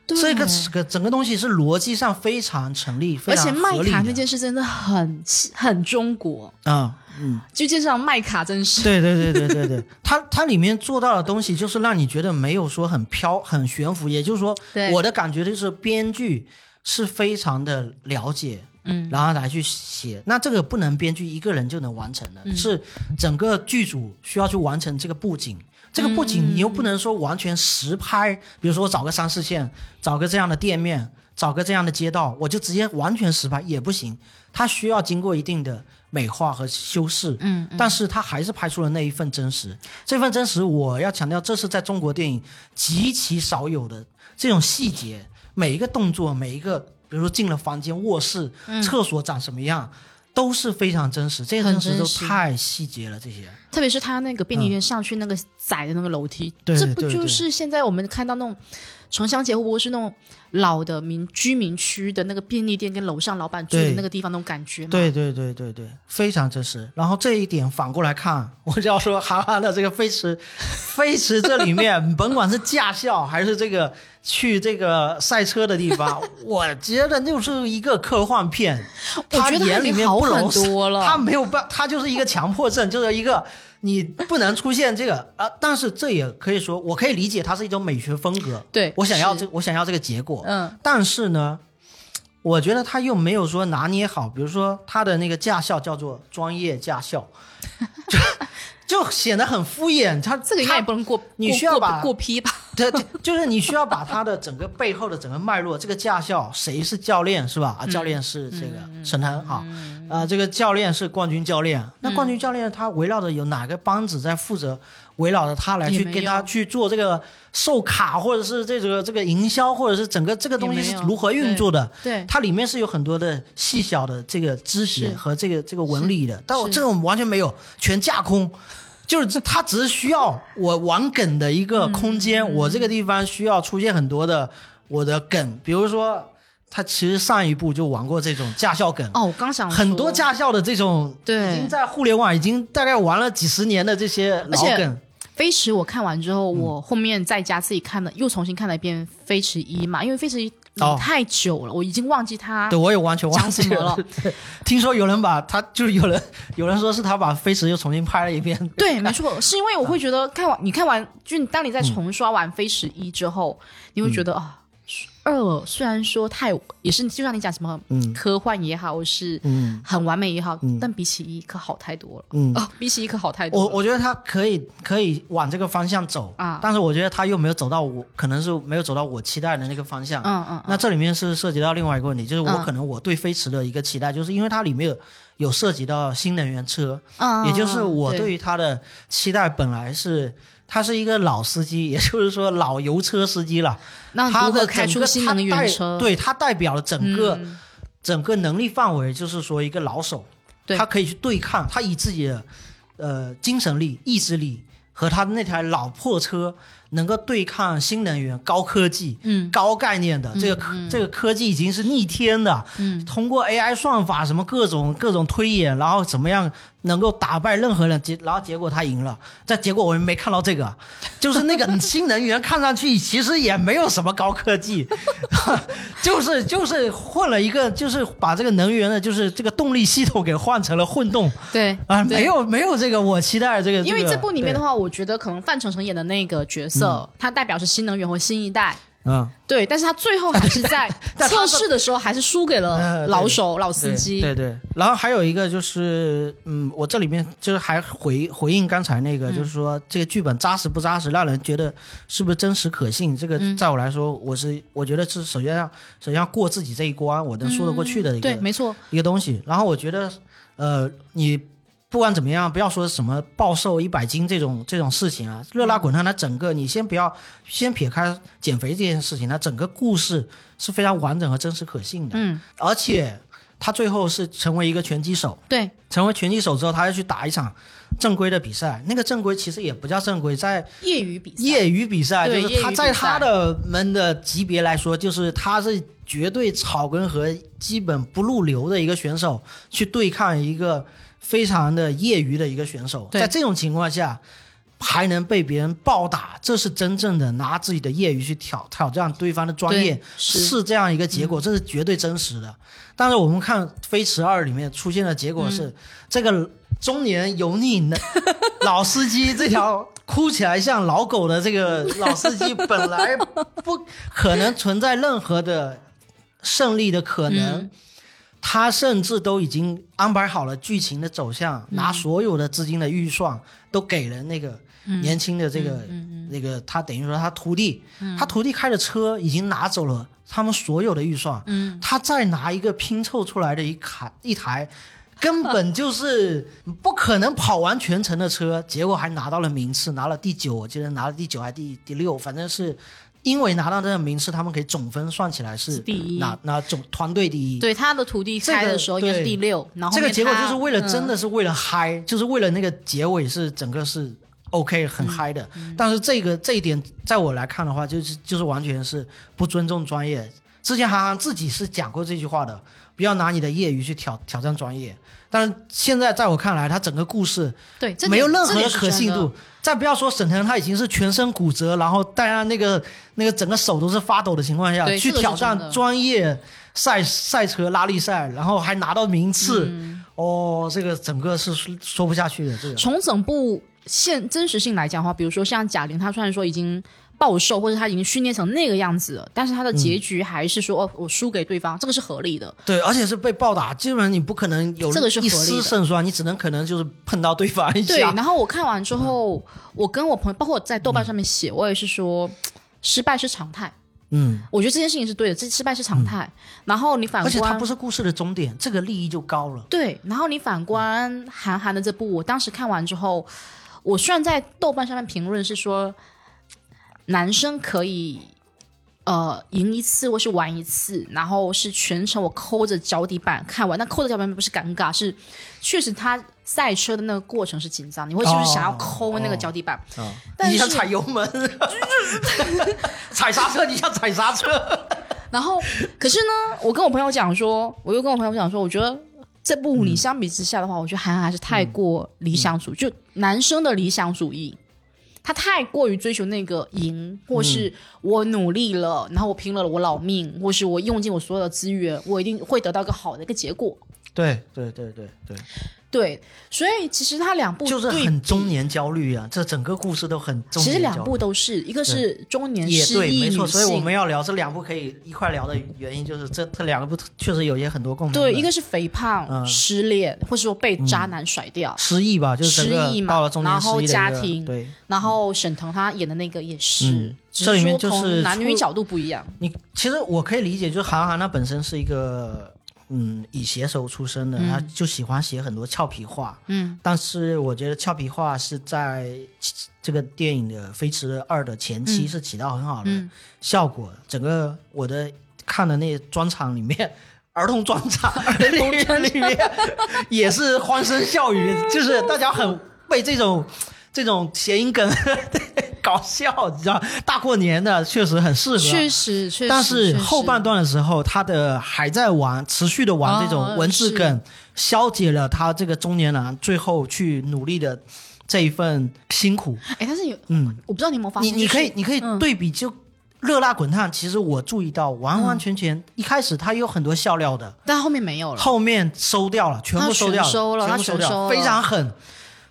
Speaker 2: 对
Speaker 1: 这个整个整个东西是逻辑上非常成立，非
Speaker 2: 而
Speaker 1: 常
Speaker 2: 且麦
Speaker 1: 合理
Speaker 2: 卡
Speaker 1: 的
Speaker 2: 那件事真的很很中国，
Speaker 1: 啊、嗯，
Speaker 2: 就介绍麦卡真是
Speaker 1: 对对对对对对，它它里面做到的东西就是让你觉得没有说很飘很悬浮，也就是说
Speaker 2: 对，
Speaker 1: 我的感觉就是编剧是非常的了解，嗯，然后来去写。那这个不能编剧一个人就能完成的，是整个剧组需要去完成这个布景。这个布景你又不能说完全实拍，比如说我找个三四线，找个这样的店面，找个这样的街道，我就直接完全实拍也不行，它需要经过一定的美化和修饰。嗯，但是它还是拍出了那一份真实。这份真实，我要强调，这是在中国电影极其少有的这种细节，每一个动作，每一个，比如说进了房间、卧室、厕所长什么样，都是非常真实。这些
Speaker 2: 嗯很
Speaker 1: 真实
Speaker 2: 真
Speaker 1: 都
Speaker 2: 实
Speaker 1: 太细节了，这些。
Speaker 2: 特别是他那个便利店上去那个窄的那个楼梯，
Speaker 1: 对
Speaker 2: 这不
Speaker 1: 对
Speaker 2: 就
Speaker 1: 对
Speaker 2: 是现在我们看到那种城乡结合部是那种老的民居民区的那个便利店跟楼上老板住的
Speaker 1: 对
Speaker 2: 那个地方那种感觉嘛？
Speaker 1: 对对对对对，非常真实。然后这一点反过来看，我就要说韩寒的这个飞驰，飞驰这里面 甭管是驾校还是这个去这个赛车的地方，我觉得就是一个科幻片。
Speaker 2: 我
Speaker 1: 他
Speaker 2: 觉得
Speaker 1: 眼
Speaker 2: 已
Speaker 1: 里
Speaker 2: 经
Speaker 1: 面
Speaker 2: 好
Speaker 1: 不
Speaker 2: 很
Speaker 1: 容
Speaker 2: 多了。
Speaker 1: 他没有办，他就是一个强迫症，就是一个你不能出现这个啊。但是这也可以说，我可以理解它是一种美学风格。
Speaker 2: 对
Speaker 1: 我想要
Speaker 2: 是
Speaker 1: 这，我想要这个结果。
Speaker 2: 嗯，
Speaker 1: 但是呢，我觉得他又没有说拿捏好，比如说他的那个驾校叫做专业驾 校，就就显得很敷衍。他
Speaker 2: 这个应该也
Speaker 1: 他
Speaker 2: 不能过，
Speaker 1: 你
Speaker 2: 过
Speaker 1: 需要
Speaker 2: 过
Speaker 1: 把
Speaker 2: 过批吧？
Speaker 1: 对，对，就是你需要把他的整个背后的整个脉络，这个驾校谁是教练是
Speaker 2: 嗯
Speaker 1: 吧？啊，教练是这个沈腾哈，啊、这个教练是冠军教
Speaker 2: 嗯
Speaker 1: 练，那冠军教练他围绕着有哪个班子在负责，围绕着他来
Speaker 2: 也
Speaker 1: 去
Speaker 2: 没
Speaker 1: 给他
Speaker 2: 有
Speaker 1: 去做这个售卡，或者是这个这个营销，或者是整个这个东西
Speaker 2: 也没
Speaker 1: 是
Speaker 2: 有
Speaker 1: 如何运作的。
Speaker 2: 对，
Speaker 1: 它里面是有很多的细小的这个知识
Speaker 2: 是
Speaker 1: 和这个这个文理的，但我
Speaker 2: 是
Speaker 1: 这个我们完全没有，全架空，就是这它只是需要我玩梗的一个空间，
Speaker 2: 嗯
Speaker 1: 我这个地方需要出现很多的我的梗，比如说他其实上一部就玩过这种驾校梗，
Speaker 2: 哦，我刚想说
Speaker 1: 很多驾校的这种
Speaker 2: 对
Speaker 1: 已经在互联网已经大概玩了几十年的这些老
Speaker 2: 而且
Speaker 1: 梗，
Speaker 2: 飞驰我看完之后，
Speaker 1: 嗯
Speaker 2: 我后面在家自己看了，又重新看了一遍《飞驰一》嘛，因为《飞驰一》
Speaker 1: 哦
Speaker 2: 你太久了，我已经忘记它
Speaker 1: 对，我也完全忘
Speaker 2: 啊讲什
Speaker 1: 记
Speaker 2: 么了。
Speaker 1: 听说有人把他就是有人有人说是他把飞驰又重新拍了一遍，
Speaker 2: 对，没错，是因为我会觉
Speaker 1: 嗯
Speaker 2: 得看完你看完，就你当你在重刷完《飞驰一》之后，你会觉
Speaker 1: 嗯
Speaker 2: 得啊，二虽然说太也是，就像你讲什么
Speaker 1: 嗯
Speaker 2: 科幻也好，是
Speaker 1: 嗯
Speaker 2: 很完美也好
Speaker 1: 嗯，
Speaker 2: 但比起一可好太多了。
Speaker 1: 嗯。
Speaker 2: 哦，比起一可好太
Speaker 1: 我
Speaker 2: 多了。
Speaker 1: 我觉得他可以可以往这个方向走
Speaker 2: 啊
Speaker 1: 但是我觉得他又没有走到我可能是没有走到我期待的那个方向。
Speaker 2: 嗯嗯，
Speaker 1: 那这里面是涉及到另外一个问题，就是我
Speaker 2: 嗯
Speaker 1: 可能我对飞驰的一个期待，就是因为它里面有有涉及到新能源车，
Speaker 2: 嗯
Speaker 1: 也就是我
Speaker 2: 对
Speaker 1: 对于它的期待本来是它是一个老司机，也就是说老油车司机了。
Speaker 2: 那
Speaker 1: 它
Speaker 2: 如何
Speaker 1: 的
Speaker 2: 开
Speaker 1: 整
Speaker 2: 出
Speaker 1: 个
Speaker 2: 新
Speaker 1: 它
Speaker 2: 能
Speaker 1: 代
Speaker 2: 源车？
Speaker 1: 对它代表了整个、
Speaker 2: 嗯
Speaker 1: 整个能力范围，就是说一个老手，
Speaker 2: 对
Speaker 1: 他可以去对抗，他以自己的呃精神力、意志力和他那台老破车，能够对抗新能源、高科技、
Speaker 2: 嗯
Speaker 1: 高概念的这个科、这个科技已经是逆天的，
Speaker 2: 嗯
Speaker 1: 通过 AI 算法什么各种各种推演，然后怎么样能够打败任何人，结然后结果他赢了，但结果我们没看到这个，就是那个新能源看上去其实也没有什么高科技， 就是就是混了一个，就是把这个能源的，就是这个动力系统给换成了混动
Speaker 2: 对
Speaker 1: 啊，
Speaker 2: 对
Speaker 1: 没有没有这个我期待的这个，
Speaker 2: 因为
Speaker 1: 这
Speaker 2: 这
Speaker 1: 个嗯
Speaker 2: 部里面的，话，我觉得可能范丞丞演的那个角色，他代表是新能源和新一代。
Speaker 1: 对嗯，
Speaker 2: 对，但是他最后还是在
Speaker 1: 但他
Speaker 2: 测
Speaker 1: 是
Speaker 2: 试的时候还是输给
Speaker 1: 呃
Speaker 2: 了
Speaker 1: 对
Speaker 2: 老手老司
Speaker 1: 对
Speaker 2: 机。
Speaker 1: 对对。然后还有一个就是，嗯，我这里面就是还回回应刚才那个，
Speaker 2: 嗯
Speaker 1: 就是说这个剧本扎实不扎实，让人觉得是不是真实可信？这个
Speaker 2: 嗯
Speaker 1: 在我来说，我是我觉得是首先要首先要过自己这一关，我能说得过去的一个、
Speaker 2: 嗯对，没错，
Speaker 1: 一个东西。然后我觉得，呃，你不管怎么样，不要说什么暴瘦一百斤这种这种事情啊，热辣滚烫它整个，你先不要先撇开减肥这件事情，它整个故事是非常完整和真实可信的。
Speaker 2: 嗯，
Speaker 1: 而且他最后是成为一个拳击手，
Speaker 2: 对，
Speaker 1: 成为拳击手之后，他要去打一场正规的比赛。那个正规其实也不叫正规，在
Speaker 2: 业余比赛，
Speaker 1: 业余比赛，
Speaker 2: 对
Speaker 1: 就是他
Speaker 2: 业余比赛
Speaker 1: 在他的们的级别来说，就是他是绝对草根和基本不入流的一个选手，去对抗一个非常的业余的一个选手。
Speaker 2: 对
Speaker 1: 在这种情况下。还能被别人暴打，这是真正的拿自己的业余去挑挑战对方的专业
Speaker 2: 对，
Speaker 1: 是
Speaker 2: 是
Speaker 1: 这样一个结果，这是绝对真实的。但是我们看《飞驰二》里面出现的结果是，这个中年油腻男老司机这条哭起来像老狗的这个老司机，本来不可能存在任何的胜利的可能。他甚至都已经安排好了剧情的走向，拿所有的资金的预算都给了那个
Speaker 2: 嗯
Speaker 1: 年轻的这个、那个他等于说他徒弟，
Speaker 2: 嗯
Speaker 1: 他徒弟开的车已经拿走了他们所有的预算，
Speaker 2: 嗯
Speaker 1: 他再拿一个拼凑出来的一卡一台。根本就是不可能跑完全程的车，结果还拿到了名次，拿了第九，我记得拿了第九还是第第六，反正是因为拿到这个名次，他们可以总分算起来是
Speaker 2: 是第一
Speaker 1: 拿拿总团队第一。
Speaker 2: 对他的徒弟
Speaker 1: 这个
Speaker 2: 开的时候应该是
Speaker 1: 对
Speaker 2: 第六，然后
Speaker 1: 这个
Speaker 2: 后面
Speaker 1: 结果
Speaker 2: 他
Speaker 1: 就是为了
Speaker 2: 嗯
Speaker 1: 真的是为了嗨、就是为了那个结尾是整个是 OK 很嗨的。
Speaker 2: 嗯
Speaker 1: 但是这个这一点在我来看的话，就是就是完全是不尊重专业。之前韩寒自己是讲过这句话的，不要拿你的业余去挑挑战专业。但是现在在我看来，他整个故事
Speaker 2: 对，这点
Speaker 1: 没有任何
Speaker 2: 这
Speaker 1: 的
Speaker 2: 点是
Speaker 1: 可信
Speaker 2: 真的
Speaker 1: 度。再不要说沈腾，他已经是全身骨折，然后戴上那个那个整个手都是发抖的情况下，
Speaker 2: 对
Speaker 1: 去
Speaker 2: 这个是
Speaker 1: 挑
Speaker 2: 真
Speaker 1: 战
Speaker 2: 的
Speaker 1: 专业赛赛车拉力赛，然后还拿到名次，
Speaker 2: 嗯
Speaker 1: 哦，这个整个是说说不下去的。这个
Speaker 2: 从整部现真实性来讲的话，比如说像贾玲，她虽然说已经暴瘦，或者他已经训练成那个样子了，但是他的
Speaker 1: 嗯
Speaker 2: 结局还是说、哦，我输给对方，这个是合理的。
Speaker 1: 对，而且是被暴打，基本上你不可能有
Speaker 2: 这个是合
Speaker 1: 一
Speaker 2: 理的
Speaker 1: 丝胜算，你只能可能就是碰到对方一
Speaker 2: 对，
Speaker 1: 下嗯
Speaker 2: 然。后我看完之后，我跟我朋友，包括我在豆瓣上面写，我也是说，失败是常态。
Speaker 1: 嗯，
Speaker 2: 我觉得这件事情是对的，这失败是常态。然后你反
Speaker 1: 而且它
Speaker 2: 观
Speaker 1: 不，是故事的终点，这个利益就高了。
Speaker 2: 对，然后你反观韩寒的这部，我当时看完之后，我虽然在豆瓣上面评论是说，男生可以。呃，赢一次或是玩一次，然后是全程我抠着脚底板看完。那抠着脚底板不是尴尬，是确实他赛车的那个过程是紧张，你会就是想要
Speaker 1: 哦
Speaker 2: 抠那个
Speaker 1: 哦
Speaker 2: 脚底板。
Speaker 1: 啊、
Speaker 2: 但
Speaker 1: 你想
Speaker 2: 是
Speaker 1: 踩油 门， 踩刹车，你想踩刹车。
Speaker 2: 然后，可是呢，我跟我朋友讲说，我又跟我朋友讲说，我觉得这部
Speaker 1: 嗯
Speaker 2: 你相比之下的话，我觉得韩寒还是太过理想主义，就男生的理想主义，他太过于追求那个赢，或是
Speaker 1: 嗯
Speaker 2: 我努力了，然后我拼了我老命，或是我用尽我所有的资源，我一定会得到一个好的一个结果。
Speaker 1: 对对对对对，
Speaker 2: 对，所以其实他两部
Speaker 1: 就是
Speaker 2: 对
Speaker 1: 很中年焦虑啊，这整个故事都很中
Speaker 2: 其
Speaker 1: 年焦虑。
Speaker 2: 实两部都是，一个是中年
Speaker 1: 也
Speaker 2: 失
Speaker 1: 对，
Speaker 2: 忆
Speaker 1: 没
Speaker 2: 女性，
Speaker 1: 错，所以我们要聊这两部可以一块聊的原因，就是这这两部确实有些很多共同
Speaker 2: 对
Speaker 1: 点。
Speaker 2: 一个是肥胖、
Speaker 1: 嗯
Speaker 2: 失恋，或是说被渣男甩掉，
Speaker 1: 失忆吧，就是整个
Speaker 2: 失忆嘛
Speaker 1: 到了中年
Speaker 2: 然
Speaker 1: 失
Speaker 2: 后
Speaker 1: 忆的一个
Speaker 2: 家庭
Speaker 1: 对，
Speaker 2: 然后沈腾他演的那个也是，
Speaker 1: 嗯
Speaker 2: 只
Speaker 1: 这里面
Speaker 2: 说
Speaker 1: 就是
Speaker 2: 从男女
Speaker 1: 出
Speaker 2: 角度不一样。
Speaker 1: 你其实我可以理解，就是韩寒他本身是一个嗯以写手出身的，他就喜欢写很多俏皮话。
Speaker 2: 嗯，
Speaker 1: 但是我觉得俏皮话是在起这个电影的《飞驰二》的前期是起到很好的效果。整个我的看的那专场里面，儿童专场儿童圈里面也是欢声笑语，就是大家很被这种这种谐音梗 搞笑，你知道？大过年的确实很适合。
Speaker 2: 确实确
Speaker 1: 啊
Speaker 2: 实，
Speaker 1: 但是
Speaker 2: 确实
Speaker 1: 后半段的时候，他的还在玩，持续的玩这种
Speaker 2: 哦
Speaker 1: 文字
Speaker 2: 是
Speaker 1: 梗，消解了他这个中年男最后去努力的这一份辛苦。
Speaker 2: 哎，但是有
Speaker 1: 嗯，
Speaker 2: 我不知道你有没有发
Speaker 1: 你
Speaker 2: 现，
Speaker 1: 你
Speaker 2: 就是
Speaker 1: 可以你可以
Speaker 2: 嗯
Speaker 1: 对比就。热辣滚烫，其实我注意到，完完全全、一开始他有很多笑料的，
Speaker 2: 但后面没有了。
Speaker 1: 后面收掉了，全部
Speaker 2: 嗯他
Speaker 1: 收
Speaker 2: 全
Speaker 1: 掉了，
Speaker 2: 收了
Speaker 1: 全
Speaker 2: 他
Speaker 1: 部
Speaker 2: 全
Speaker 1: 收掉
Speaker 2: 收了
Speaker 1: 非常狠。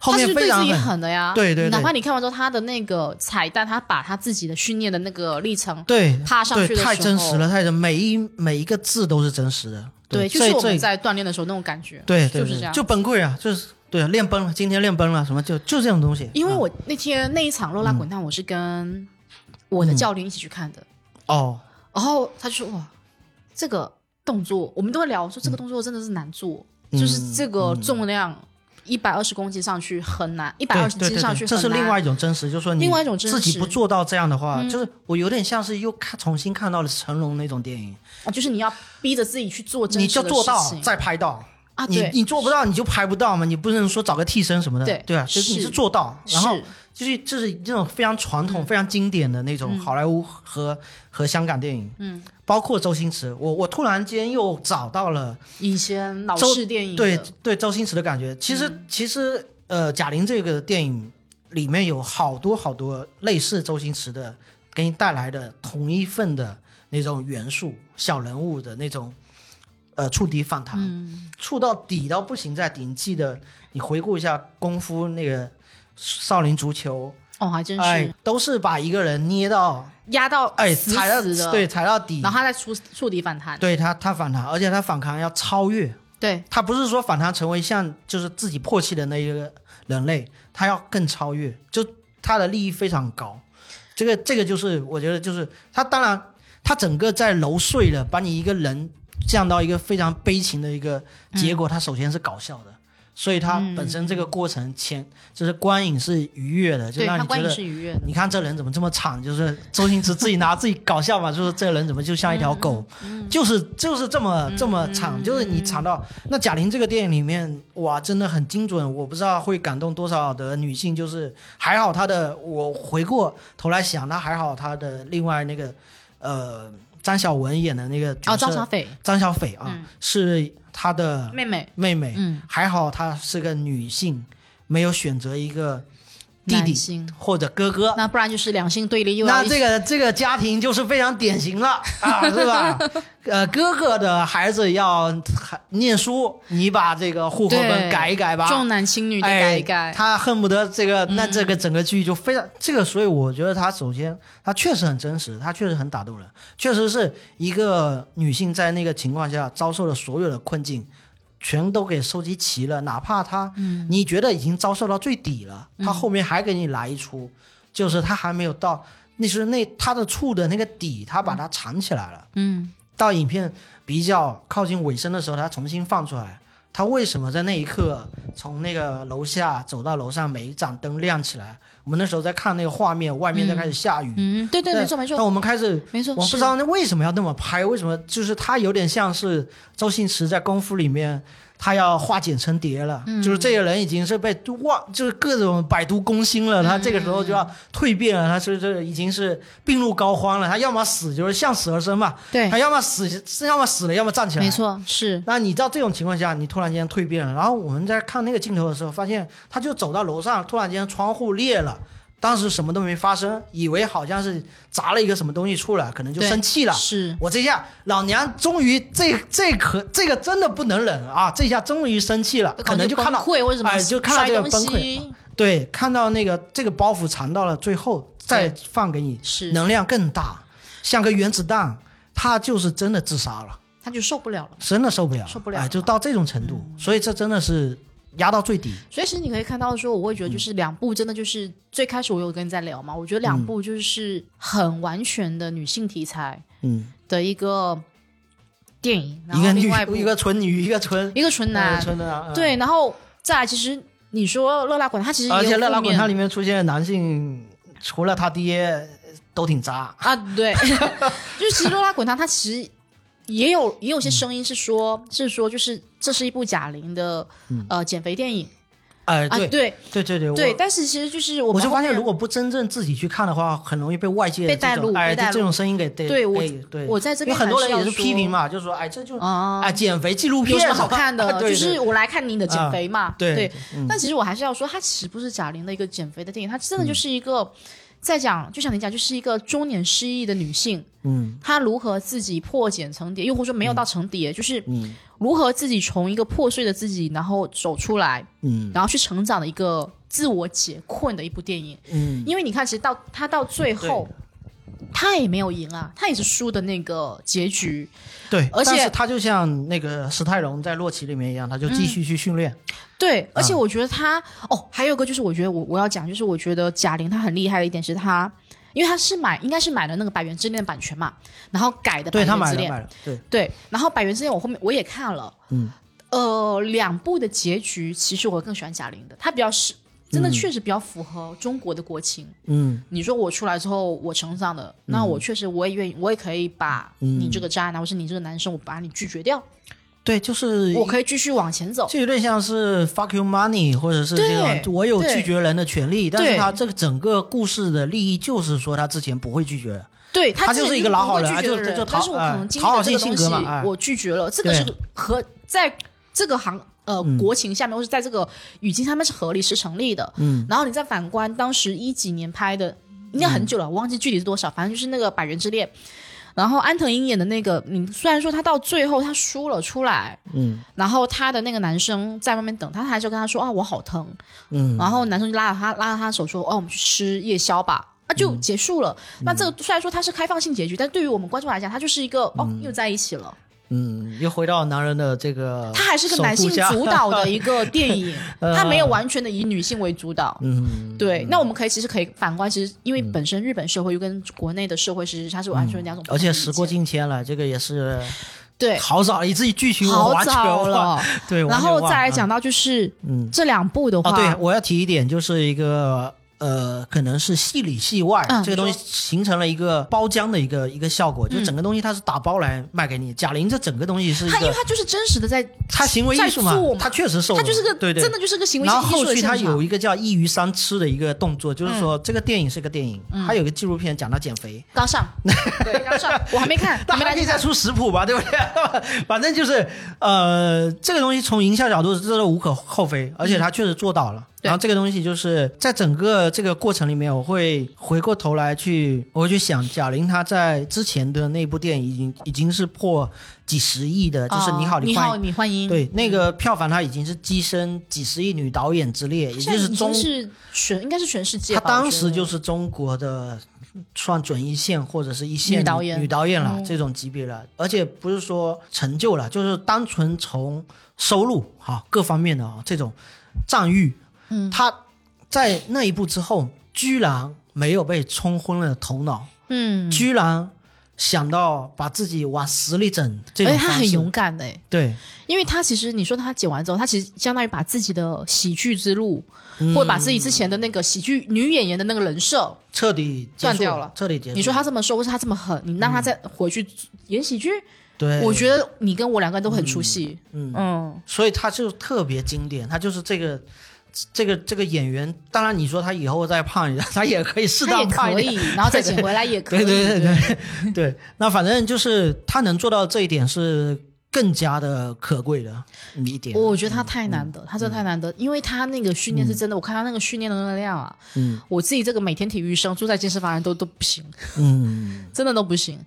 Speaker 1: 后
Speaker 2: 他
Speaker 1: 面
Speaker 2: 是
Speaker 1: 非
Speaker 2: 对自
Speaker 1: 常
Speaker 2: 己
Speaker 1: 狠，
Speaker 2: 狠的呀，
Speaker 1: 对对对
Speaker 2: 哪怕你看完之后，他的那个彩蛋，他把他自己的训练的那个历程，
Speaker 1: 对，
Speaker 2: 踏上
Speaker 1: 对
Speaker 2: 去的
Speaker 1: 太
Speaker 2: 时
Speaker 1: 真实
Speaker 2: 候
Speaker 1: 了，太真，每一每一个字都是真实的。
Speaker 2: 对，就
Speaker 1: 这
Speaker 2: 是我
Speaker 1: 这
Speaker 2: 们在锻炼的时候那种感觉，
Speaker 1: 对，对
Speaker 2: 就是
Speaker 1: 对
Speaker 2: 这样。
Speaker 1: 就崩溃啊，就是对啊，练崩了，今天练崩了，什么就就这种东西。
Speaker 2: 因为
Speaker 1: 嗯
Speaker 2: 我那天那一场《热辣滚烫》，我是跟我的
Speaker 1: 嗯
Speaker 2: 教练一起去看的，
Speaker 1: 哦，
Speaker 2: 然后他就说：“哇，这个动作，我们都会聊说这个动作真的是难做，
Speaker 1: 嗯
Speaker 2: 就是这个重量一百二十公斤上去很难，一百二
Speaker 1: 对
Speaker 2: 十
Speaker 1: 对
Speaker 2: 斤
Speaker 1: 对
Speaker 2: 上
Speaker 1: 对，
Speaker 2: 去
Speaker 1: 这
Speaker 2: 很难。
Speaker 1: 是另外一种真实，就是说你
Speaker 2: 另外一种真
Speaker 1: 自己
Speaker 2: 实嗯
Speaker 1: 不做到这样的话，就是我有点像是又看重新看到了成龙那种电影，
Speaker 2: 啊就是你要逼着自己去做真
Speaker 1: 你
Speaker 2: 实
Speaker 1: 就
Speaker 2: 的
Speaker 1: 做到
Speaker 2: 事情
Speaker 1: 再拍到。
Speaker 2: 啊，
Speaker 1: 你
Speaker 2: 对，
Speaker 1: 你做不到，你就拍不到嘛，你不能说找个替身什么的，
Speaker 2: 对
Speaker 1: 啊，就是你
Speaker 2: 是
Speaker 1: 是做到，然后
Speaker 2: 是嗯
Speaker 1: 就是就是这种非常传统、非常经典的那种好莱坞和和香港电影，嗯，包括周星驰，我我突然间又找到了
Speaker 2: 以前老
Speaker 1: 周
Speaker 2: 式电影
Speaker 1: 对
Speaker 2: 的
Speaker 1: 对周星驰的感觉。其实、
Speaker 2: 嗯
Speaker 1: 其实呃，贾玲这个电影里面有好多好多类似周星驰的，给你带来的同一份的那种元素，小人物的那种呃触底反弹，
Speaker 2: 嗯
Speaker 1: 触到底到不行再底。你记得你回顾一下功夫那个少林足球，
Speaker 2: 哦，还真
Speaker 1: 哎
Speaker 2: 是，
Speaker 1: 都是把一个人捏到
Speaker 2: 压到
Speaker 1: 哎
Speaker 2: 死
Speaker 1: 踩到
Speaker 2: 死的，
Speaker 1: 对，踩到底
Speaker 2: 然，后他再触触底反弹，
Speaker 1: 对他他反弹，而且他反弹要超越。
Speaker 2: 对
Speaker 1: 他不是说反弹成为像就是自己唾弃的那一个人类，他要更超越，就他的利益非常高。这个这个就是我觉得就是他当然他整个在揉碎了，把你一个人降到一个非常悲情的一个结果，他首先是搞笑的。所以他本身这个过程前，就是观影是愉悦的，就
Speaker 2: 对，
Speaker 1: 让
Speaker 2: 他
Speaker 1: 你觉
Speaker 2: 观影
Speaker 1: 得
Speaker 2: 是愉悦的，
Speaker 1: 你看这人怎么这么惨？就是周星驰自己拿自己搞笑嘛，就是这人怎么就像一
Speaker 2: 嗯
Speaker 1: 条狗，就是就是这么这么惨，就是
Speaker 2: 嗯
Speaker 1: 你惨到那贾玲这个电影里面，哇，真的很精准，我不知道会感动多少的女性。就是还好她的，我回过头来想，她还好她的另外那个呃张小文演的那个角
Speaker 2: 哦，
Speaker 1: 色，
Speaker 2: 张小斐
Speaker 1: 张小斐啊，是她的
Speaker 2: 妹妹，
Speaker 1: 妹妹，
Speaker 2: 嗯
Speaker 1: 还好她是个女性，没有选择一个弟
Speaker 2: 男
Speaker 1: 弟
Speaker 2: 性
Speaker 1: 或者哥哥，
Speaker 2: 那不然就是两性对立，又要
Speaker 1: 那
Speaker 2: 一
Speaker 1: 这个这个家庭就是非常典型 了啊，是吧？呃，哥哥的孩子要念书，你把这个户口本
Speaker 2: 对
Speaker 1: 改一改吧，
Speaker 2: 重男轻女的
Speaker 1: 哎，
Speaker 2: 改一改，
Speaker 1: 他恨不得这个，那这个整个剧就非常、这个，所以我觉得他首先他确实很真实，他确实很打动人，确实是一个女性在那个情况下遭受了所有的困境，全都给收集齐了，哪怕她、
Speaker 2: 嗯
Speaker 1: 你觉得已经遭受到最底了，她后面还给你来一出，就是她还没有到，那是那她的触的那个底，她把它藏起来了。
Speaker 2: 嗯，
Speaker 1: 到影片比较靠近尾声的时候，他重新放出来。他为什么在那一刻从那个楼下走到楼上，每一盏灯亮起来？我们那时候在看那个画面，外面在开始下雨。
Speaker 2: 嗯，对对，没错没错
Speaker 1: 那我们开始，
Speaker 2: 没错，
Speaker 1: 我不知
Speaker 2: 是
Speaker 1: 道那为什么要那么拍，为什么就是他有点像是周星驰在《功夫》里面，他要化茧成蝶了，
Speaker 2: 嗯
Speaker 1: 就是这个人已经是被忘，就是各种百毒攻心了，他这个时候就
Speaker 2: 嗯
Speaker 1: 要蜕变了，他是这已经是病入膏肓了，他要么死就是向死而生嘛，
Speaker 2: 对
Speaker 1: 他，要么死，是要么死了，要么站起来。
Speaker 2: 没。错是，
Speaker 1: 那你到这种情况下，你突然间蜕变了，然后我们在看那个镜头的时候，发现他就走到楼上，突然间窗户裂了，当时什么都没发生，以为好像是砸了一个什么东西出来，可能就
Speaker 2: 对
Speaker 1: 生气了。
Speaker 2: 是，
Speaker 1: 我这下老娘终于这这可这个真的不能忍啊！这下终于生气了，可能就看到
Speaker 2: 崩溃为什么
Speaker 1: 哎就看到
Speaker 2: 摔
Speaker 1: 这个
Speaker 2: 东
Speaker 1: 崩
Speaker 2: 西
Speaker 1: 对，看到那个这个包袱藏到了最后，再放给你，
Speaker 2: 是
Speaker 1: 能量更大，像个原子弹，他就是真的自杀了。
Speaker 2: 他就受不了了。
Speaker 1: 真的受不了，
Speaker 2: 受不了嗯
Speaker 1: 哎，就到这种程度，所以这真的是压到最底。
Speaker 2: 所以其实你可以看到，说我会觉得
Speaker 1: 嗯
Speaker 2: 就是两部真的就是最开始我有跟你在聊嘛，我觉得两部就是很完全的女性题材
Speaker 1: 嗯，
Speaker 2: 的一个电影，然
Speaker 1: 一
Speaker 2: 后
Speaker 1: 个
Speaker 2: 另外部
Speaker 1: 女，一个纯女，一个纯
Speaker 2: 一个纯
Speaker 1: 一
Speaker 2: 男
Speaker 1: 个，纯的啊。嗯，
Speaker 2: 对，然后再来其实你说勒拉管他其实也有
Speaker 1: 而且《
Speaker 2: 负
Speaker 1: 勒拉滚
Speaker 2: 面
Speaker 1: 烫》里面出现的男性，除了他爹，都挺渣。
Speaker 2: 啊，对， 就是其实《洛拉滚烫》它其实也有也有些声音是说，
Speaker 1: 嗯
Speaker 2: 是说就是这是一部贾玲的、呃减肥电影
Speaker 1: 哎，
Speaker 2: 啊，
Speaker 1: 对
Speaker 2: 对
Speaker 1: 对对对，
Speaker 2: 对，
Speaker 1: 我
Speaker 2: 但是其实就是我
Speaker 1: 我
Speaker 2: 们
Speaker 1: 就
Speaker 2: 后
Speaker 1: 发现，
Speaker 2: 面
Speaker 1: 如果不真正自己去看的话，很容易被外界的
Speaker 2: 被
Speaker 1: 这
Speaker 2: 带
Speaker 1: 种
Speaker 2: 入
Speaker 1: 哎，
Speaker 2: 被带
Speaker 1: 这
Speaker 2: 入
Speaker 1: 这种声音给对
Speaker 2: 对我
Speaker 1: 对，
Speaker 2: 我在这
Speaker 1: 因为
Speaker 2: 边
Speaker 1: 很多人
Speaker 2: 还
Speaker 1: 也
Speaker 2: 是
Speaker 1: 是
Speaker 2: 要
Speaker 1: 批
Speaker 2: 说
Speaker 1: 评嘛，就说哎，这就
Speaker 2: 啊。
Speaker 1: 哎减肥纪录片
Speaker 2: 有什么好
Speaker 1: 吧
Speaker 2: 看的？
Speaker 1: 对
Speaker 2: 就是
Speaker 1: 对啊
Speaker 2: 我来看你的减肥嘛，
Speaker 1: 对
Speaker 2: 对
Speaker 1: 对。嗯
Speaker 2: 但其实我还是要说，它其实不是贾玲的一个减肥的电影，它真的
Speaker 1: 嗯
Speaker 2: 就是一个在讲，就像你讲，就是一个中年失意的女性，
Speaker 1: 嗯
Speaker 2: 她如何自己破茧成蝶，又或者说没有到成蝶，就是
Speaker 1: 嗯
Speaker 2: 如何自己从一个破碎的自己，然后走出来，
Speaker 1: 嗯
Speaker 2: 然后去成长的一个自我解困的一部电影。
Speaker 1: 嗯，
Speaker 2: 因为你看，其实到他到最后，他也没有赢啊，他也是输的那个结局。
Speaker 1: 对，
Speaker 2: 而
Speaker 1: 但
Speaker 2: 且
Speaker 1: 是他就像那个史泰龙在《洛奇》里面一样，他就
Speaker 2: 嗯
Speaker 1: 继续去训练。啊
Speaker 2: 对，而且我觉得他、哦，还有一个就是，我觉得我我要讲，就是我觉得贾玲她很厉害的一点是她，因为她是买应该是买了那个《百元之恋》的版权嘛，然后改的《百
Speaker 1: 对他
Speaker 2: 元
Speaker 1: 买
Speaker 2: 之
Speaker 1: 了
Speaker 2: 恋》
Speaker 1: 买了，对，
Speaker 2: 对，然后《百元之恋》我后面我也看了，
Speaker 1: 嗯，
Speaker 2: 呃，两部的结局其实我更喜欢贾玲的，她比较是真的确实比较符合中国的国情。
Speaker 1: 嗯
Speaker 2: 你说我出来之后我成长了，那我确实我也愿意，我也可以把你这个渣男、或是你这个男生，我把你拒绝掉，
Speaker 1: 对，就是
Speaker 2: 我可以继续往前走。
Speaker 1: 就有点像是 fuck you money，或者是这
Speaker 2: 对
Speaker 1: 种我有
Speaker 2: 对
Speaker 1: 拒绝人的权利，但是
Speaker 2: 对
Speaker 1: 他这个整个故事的利益就是说他之前不会拒绝人，
Speaker 2: 对他
Speaker 1: 他
Speaker 2: 之
Speaker 1: 就
Speaker 2: 前
Speaker 1: 是一
Speaker 2: 不
Speaker 1: 个老
Speaker 2: 会
Speaker 1: 好人
Speaker 2: 拒
Speaker 1: 啊
Speaker 2: 绝
Speaker 1: 就
Speaker 2: 的
Speaker 1: 就
Speaker 2: 人
Speaker 1: 讨
Speaker 2: 但是我可
Speaker 1: 哎
Speaker 2: 能经历
Speaker 1: 讨好
Speaker 2: 了这个
Speaker 1: 性
Speaker 2: 东
Speaker 1: 性格嘛哎
Speaker 2: 西，我拒绝了，这个是
Speaker 1: 对
Speaker 2: 和在这个行呃国情下面，或是在这个语境下面是合理是成立的。
Speaker 1: 嗯，
Speaker 2: 然后你再反观当时一几年拍的，应该很久
Speaker 1: 嗯
Speaker 2: 了，我忘记具体是多少，反正就是那个《百元之恋》。然后安藤樱演的那个，你虽然说他到最后他输了出来，
Speaker 1: 嗯
Speaker 2: 然后他的那个男生在外面等他，他还是跟他说啊我好疼，
Speaker 1: 嗯，
Speaker 2: 然后男生就拉着他拉着他的手说哦我们去吃夜宵吧，啊
Speaker 1: 嗯
Speaker 2: 就结束了。那这个虽然说它是开放性结局，但对于我们观众来讲，它就是一个哦又在一起了，
Speaker 1: 嗯，又回到男人的这个，
Speaker 2: 它还是个男性主， 导的一个电影，它没有完全的以女性为主导。
Speaker 1: 呃嗯，
Speaker 2: 对，那我们可以其实可以反观，其实因为本身日本社会又跟国内的社会其实它是完全两种不
Speaker 1: 嗯
Speaker 2: 同
Speaker 1: 而
Speaker 2: 的意见，
Speaker 1: 且时过境迁了，这个也是
Speaker 2: 对
Speaker 1: 好早以至于剧情我
Speaker 2: 好
Speaker 1: 完全
Speaker 2: 早
Speaker 1: 忘，
Speaker 2: 了，
Speaker 1: 对，
Speaker 2: 然
Speaker 1: 完全
Speaker 2: 后
Speaker 1: 忘
Speaker 2: 再来
Speaker 1: 了
Speaker 2: 讲到就是
Speaker 1: 嗯
Speaker 2: 这两部的
Speaker 1: 哦，
Speaker 2: 话，
Speaker 1: 对，我要提一点，就是一个呃，可能是戏里戏外、
Speaker 2: 嗯
Speaker 1: 这个东西形成了一个包浆的一个一个效果，
Speaker 2: 嗯
Speaker 1: 就整个东西它是打包来卖给你。贾玲这整个东西是一
Speaker 2: 他因为
Speaker 1: 个
Speaker 2: 他就是真实的在，
Speaker 1: 她行为艺术
Speaker 2: 在做嘛
Speaker 1: 她确实受
Speaker 2: 他就是个
Speaker 1: 对对
Speaker 2: 真的就是个行为
Speaker 1: 然后
Speaker 2: 艺术
Speaker 1: 后
Speaker 2: 的
Speaker 1: 续
Speaker 2: 现
Speaker 1: 他
Speaker 2: 场。嗯
Speaker 1: 有一个叫“一鱼三吃”的一个动作，就是说这个电影是个电影，它有个纪录片讲到减肥，
Speaker 2: 刚上，对，刚上，我还没看，
Speaker 1: 那
Speaker 2: 还没
Speaker 1: 还
Speaker 2: 来
Speaker 1: 可以
Speaker 2: 得及
Speaker 1: 再出食谱吧，对不对？ 反正就是，呃，这个东西从营销角度，这都无可厚非，而且他确实做到了。
Speaker 2: 嗯对
Speaker 1: 然后这个东西就是在整个这个过程里面，我会回过头来去，我会去想贾玲她在之前的那部电影已经已经是破几十亿的，就是
Speaker 2: 哦
Speaker 1: 《你好，
Speaker 2: 你
Speaker 1: 坏
Speaker 2: 好，》。你嗯欢迎，
Speaker 1: 对，那个票房它已经是跻身几十亿女导演之列，也
Speaker 2: 现
Speaker 1: 就
Speaker 2: 在
Speaker 1: 是
Speaker 2: 已
Speaker 1: 中
Speaker 2: 经是全应该是全世界
Speaker 1: 她
Speaker 2: 吧。
Speaker 1: 当时就是是中国的算准一线或者是一线
Speaker 2: 女导演嗯
Speaker 1: 女导演了、这种级别了，而且不是说成就了，就是单纯从收入哈、各方面的啊、这种赞誉，嗯，她在那一步之后居然没有被冲昏了头脑，
Speaker 2: 嗯，
Speaker 1: 居然想到把自己往死里整这
Speaker 2: 而
Speaker 1: 种
Speaker 2: 哎且他
Speaker 1: 方
Speaker 2: 很
Speaker 1: 式，
Speaker 2: 勇敢哎、
Speaker 1: 对，
Speaker 2: 因为他其实你说他剪完之后，他其实相当于把自己的喜剧之路，
Speaker 1: 嗯
Speaker 2: 或者把自己之前的那个喜剧女演员的那个人设，
Speaker 1: 彻底结束
Speaker 2: 断掉了
Speaker 1: 彻底结束。
Speaker 2: 你说他这么瘦，或是他这么狠，你让
Speaker 1: 嗯
Speaker 2: 他再回去演喜剧，
Speaker 1: 对，
Speaker 2: 我觉得你跟我两个人都很出戏。
Speaker 1: 嗯
Speaker 2: 嗯，
Speaker 1: 所以他就特别经典，他就是这个这个这个演员。当然，你说他以后再胖 一点，他也可以适
Speaker 2: 他也
Speaker 1: 当胖一
Speaker 2: 可
Speaker 1: 点。
Speaker 2: 以，然后再请回来也可以。
Speaker 1: 对嗯对对对对对， 那反正就是他能做到这一点是更加的可贵的一点。
Speaker 2: 我觉得他太难
Speaker 1: 嗯
Speaker 2: 得，他真的太难得，因为他那个训练是真的，我看他那个训练的能量啊，
Speaker 1: 嗯
Speaker 2: 我自己这个每天体育生住在健身房的人都都不行，
Speaker 1: 嗯，
Speaker 2: 真的都不行。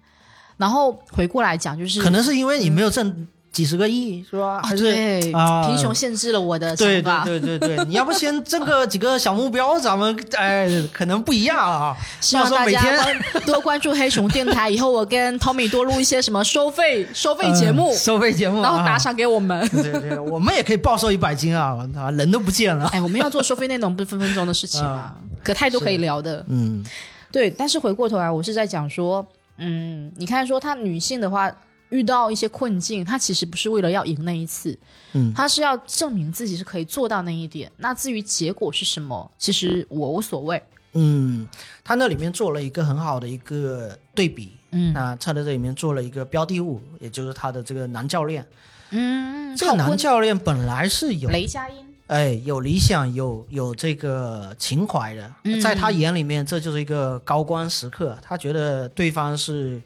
Speaker 2: 然后回过来讲，就是
Speaker 1: 可能是因为你没有挣几十个亿，是吧？
Speaker 2: 啊，
Speaker 1: 还是
Speaker 2: 对，
Speaker 1: 啊
Speaker 2: 贫穷限制了我的
Speaker 1: 对对
Speaker 2: 想法。
Speaker 1: 对对对，你要不先挣个几个小目标，咱们哎可能不一样啊。
Speaker 2: 希望
Speaker 1: 到时候
Speaker 2: 大
Speaker 1: 每
Speaker 2: 家
Speaker 1: 天
Speaker 2: 关多关注黑熊电台，以后我跟 Tommy 多录一些什么收费收费节目
Speaker 1: 嗯，收费节目，
Speaker 2: 然后
Speaker 1: 啊
Speaker 2: 打赏给我们。
Speaker 1: 对对，我们也可以暴瘦一百斤啊！我操，人都不见了。
Speaker 2: 哎，我们要做收费内容，不是分分钟的事情啊，可太多可以聊的。
Speaker 1: 嗯
Speaker 2: 对，但是回过头来，我是在讲说，嗯，你看说她女性的话，遇到一些困境，她其实不是为了要赢那一次，
Speaker 1: 嗯
Speaker 2: 她是要证明自己是可以做到那一点。那至于结果是什么，其实我无所谓。
Speaker 1: 嗯，他那里面做了一个很好的一个对比。
Speaker 2: 嗯
Speaker 1: 那他在这里面做了一个标的物，也就是他的这个男教练。
Speaker 2: 嗯，
Speaker 1: 这个
Speaker 2: 好
Speaker 1: 男
Speaker 2: 温
Speaker 1: 教练本来是有
Speaker 2: 雷佳音，
Speaker 1: 哎有理想、有有这个情怀的，
Speaker 2: 嗯
Speaker 1: 在他眼里面这就是一个高光时刻。他觉得对方是。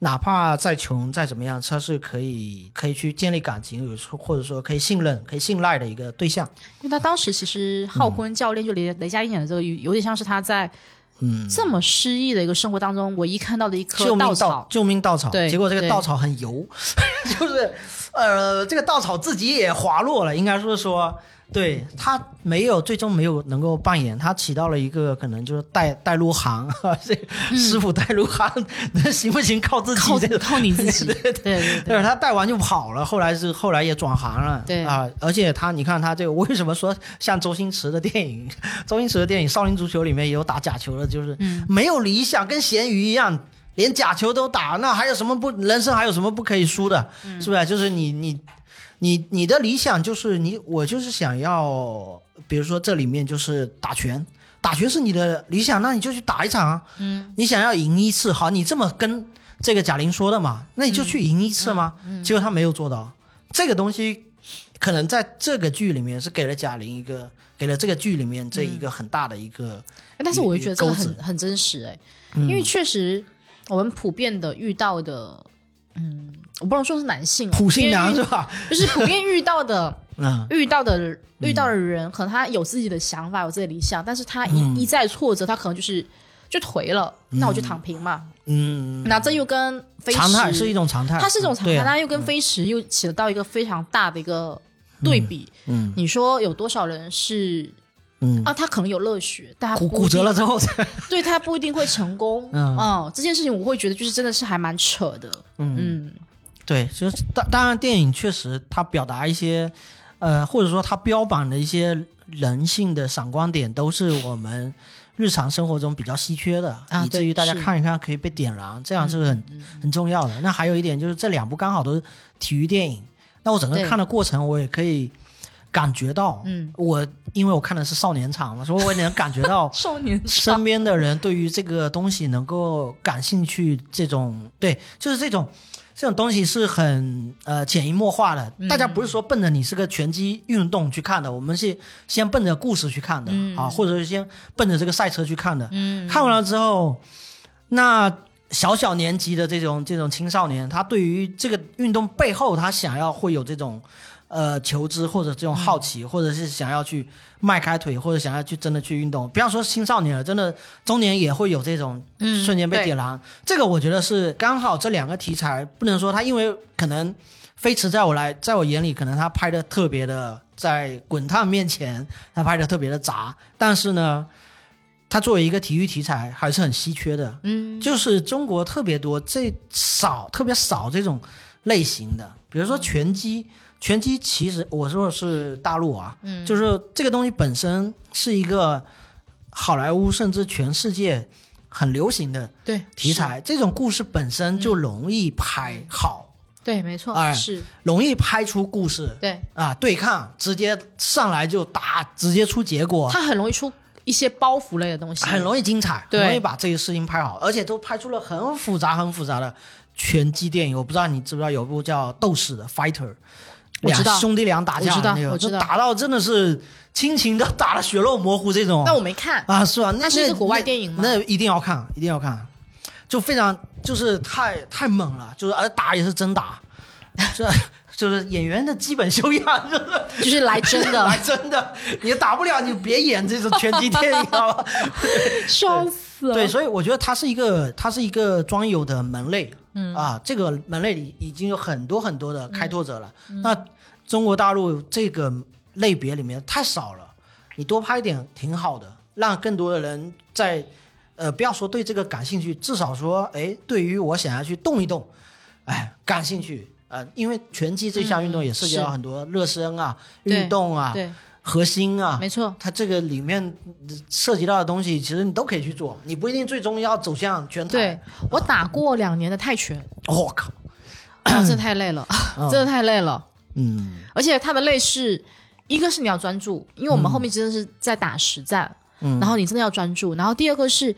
Speaker 1: 哪怕再穷再怎么样，他是可以可以去建立感情，有时候或者说可以信任、可以信赖的一个对象。
Speaker 2: 因为他当时其实浩坤教练就雷雷佳音演的这个，有有点像是他在
Speaker 1: 嗯，
Speaker 2: 这么失意的一个生活当中唯一看到的一
Speaker 1: 救
Speaker 2: 颗
Speaker 1: 命
Speaker 2: 稻
Speaker 1: 稻
Speaker 2: 草。
Speaker 1: 救命稻草，
Speaker 2: 对
Speaker 1: 结果这个
Speaker 2: 对
Speaker 1: 稻草很油， 就是呃，这个稻草自己也滑落了，应该是说，对他没有最终没有能够扮演，他起到了一个可能就是带带路行， 这个师傅带路行，那行不行靠自己？
Speaker 2: 靠
Speaker 1: 这个
Speaker 2: 靠你自己，对对对，
Speaker 1: 对，他带完就跑了，后来是后来也转行了，
Speaker 2: 对
Speaker 1: 啊，而且他你看他这个为什么说像周星驰的电影，周星驰的电影《少林足球》里面也有打假球的，就是没有理想，跟咸鱼一样。连假球都打，那还有什么不人生还有什么不可以输的，是不是？就是你你你你的理想就是你，我就是想要，比如说这里面就是打拳，打拳是你的理想，那你就去打一场啊。嗯，你想要赢一次，好，你这么跟这个贾玲说的嘛，那你就去赢一次嘛。结果她没有做到，这个东西可能在这个剧里面是给了贾玲一个，给了这个剧里面这一个很大的一个，
Speaker 2: 但是我就觉得这个
Speaker 1: 钩嗯
Speaker 2: 很很真实哎、因为确实我们普遍的遇到的，嗯，我不能说是男性、哦，
Speaker 1: 普信
Speaker 2: 因
Speaker 1: 男
Speaker 2: 为
Speaker 1: 是吧？
Speaker 2: 就是普遍遇 到的
Speaker 1: 嗯
Speaker 2: 遇到的遇到的人，可能他有自己的想法，有自己的理想，但是他一、
Speaker 1: 嗯
Speaker 2: 一再挫折，他可能就是就颓了，那我就躺平嘛。
Speaker 1: 嗯，
Speaker 2: 那这又跟飞
Speaker 1: 常态是一
Speaker 2: 驰，
Speaker 1: 种常态，
Speaker 2: 它是一种常
Speaker 1: 对
Speaker 2: 态，
Speaker 1: 啊
Speaker 2: 那又跟飞驰又起得到一个非常大的一个对比。
Speaker 1: 嗯
Speaker 2: 你说有多少人是
Speaker 1: 嗯，
Speaker 2: 啊？他可能有乐学，但他
Speaker 1: 骨
Speaker 2: 不
Speaker 1: 骨
Speaker 2: 一
Speaker 1: 折
Speaker 2: 定
Speaker 1: 了之后，
Speaker 2: 对他不一定会成功。
Speaker 1: 嗯
Speaker 2: 嗯，这件事情我会觉得就是真的是还蛮扯的。嗯
Speaker 1: 对，就是当当然，电影确实它表达一些，呃，或者说它标榜的一些人性的闪光点，都是我们日常生活中比较稀缺的，
Speaker 2: 啊
Speaker 1: 以至
Speaker 2: 对
Speaker 1: 于大家
Speaker 2: 是嗯
Speaker 1: 看一看可以被点燃，这样是很、很重要的。那还有一点就是这两部刚好都是体育电影，那我整个
Speaker 2: 对
Speaker 1: 看的过程我也可以感觉到，
Speaker 2: 嗯，
Speaker 1: 我因为我看的是少年场嘛，所以我也能感觉到
Speaker 2: 少年
Speaker 1: 身边的人对于这个东西能够感兴趣，这种对，就是这种这种东西是很呃潜移默化的。
Speaker 2: 嗯
Speaker 1: 大家不是说奔着你是个拳击运动去看的，我们是先奔着故事去看的、
Speaker 2: 嗯
Speaker 1: 啊，或者是先奔着这个赛车去看的。嗯，看完了之后，那小小年纪的这种这种青少年，他对于这个运动背后，他想要会有这种呃求知或者这种好
Speaker 2: 嗯
Speaker 1: 奇，或者是想要去迈开腿，或者想要去真的去运动。不要说青少年了，真的中年也会有这种
Speaker 2: 嗯
Speaker 1: 瞬间被
Speaker 2: 对
Speaker 1: 点燃。这个我觉得是刚好这两个题材，不能说他因为可能飞驰在我来在我眼里，可能他拍的特别的在滚烫面前，他拍的特别的杂，但是呢。他作为一个体育题材还是很稀缺的，
Speaker 2: 嗯，
Speaker 1: 就是中国特别多这少特别少这种类型的，比如说拳击，拳击其实我说的是大陆啊，
Speaker 2: 嗯
Speaker 1: 就是这个东西本身是一个好莱坞甚至全世界很流行的
Speaker 2: 对
Speaker 1: 题，材，这种故事本身就容易拍好，
Speaker 2: 是对，没错，
Speaker 1: 哎
Speaker 2: 是
Speaker 1: 容易拍出故事
Speaker 2: 嗯对，
Speaker 1: 啊，对抗直接上来就打，直接出结果，
Speaker 2: 它很容易出一些包袱类的东西，
Speaker 1: 很容易精彩，很
Speaker 2: 对
Speaker 1: 容易把这个事情拍好，而且都拍出了很复杂、很复杂的拳击电影。我不知道你知不知道有部叫《斗士》的 Fighter，
Speaker 2: 我
Speaker 1: 俩
Speaker 2: 知道
Speaker 1: 兄弟俩打架
Speaker 2: 我知道
Speaker 1: 的那个，
Speaker 2: 我
Speaker 1: 就
Speaker 2: 知道
Speaker 1: 打到真的是亲情都打得血肉模糊这种。
Speaker 2: 但我没看，
Speaker 1: 啊，是吧？那
Speaker 2: 那是一
Speaker 1: 那
Speaker 2: 个国外电影吗
Speaker 1: 那一定要看，一定要看，就非常就是太太猛了，就是而打也是真打，这就是演员的基本修养，就是
Speaker 2: 就是来真
Speaker 1: 来
Speaker 2: 的，
Speaker 1: 真的，你打不了你别演这种拳击电影，好吧？
Speaker 2: 笑死了。
Speaker 1: 对，所以我觉得它是一个，它是一个专有的门类，嗯啊，这个门类里已经有很多很多的开拓者了。
Speaker 2: 嗯
Speaker 1: 那中国大陆这个类别里面太少了，你多拍一点挺好的，让更多的人在，呃，不要说对这个感兴趣，至少说，哎，对于我想要去动一动，哎，感兴趣。呃，因为拳击这项运动也涉及到
Speaker 2: 嗯是
Speaker 1: 很多热身啊、
Speaker 2: 对
Speaker 1: 运动啊、
Speaker 2: 对，
Speaker 1: 核心啊，
Speaker 2: 没错，
Speaker 1: 它这个里面涉及到的东西，其实你都可以去做，你不一定最终要走向拳台。
Speaker 2: 对，我打过两年的泰拳，
Speaker 1: 我、靠，
Speaker 2: 啊真的太累了，真的太累了。
Speaker 1: 嗯
Speaker 2: 而且它的累是，一个是你要专注，因为我们后面真的是在打实战，
Speaker 1: 嗯
Speaker 2: 然后你真的要专注。然后第二个是，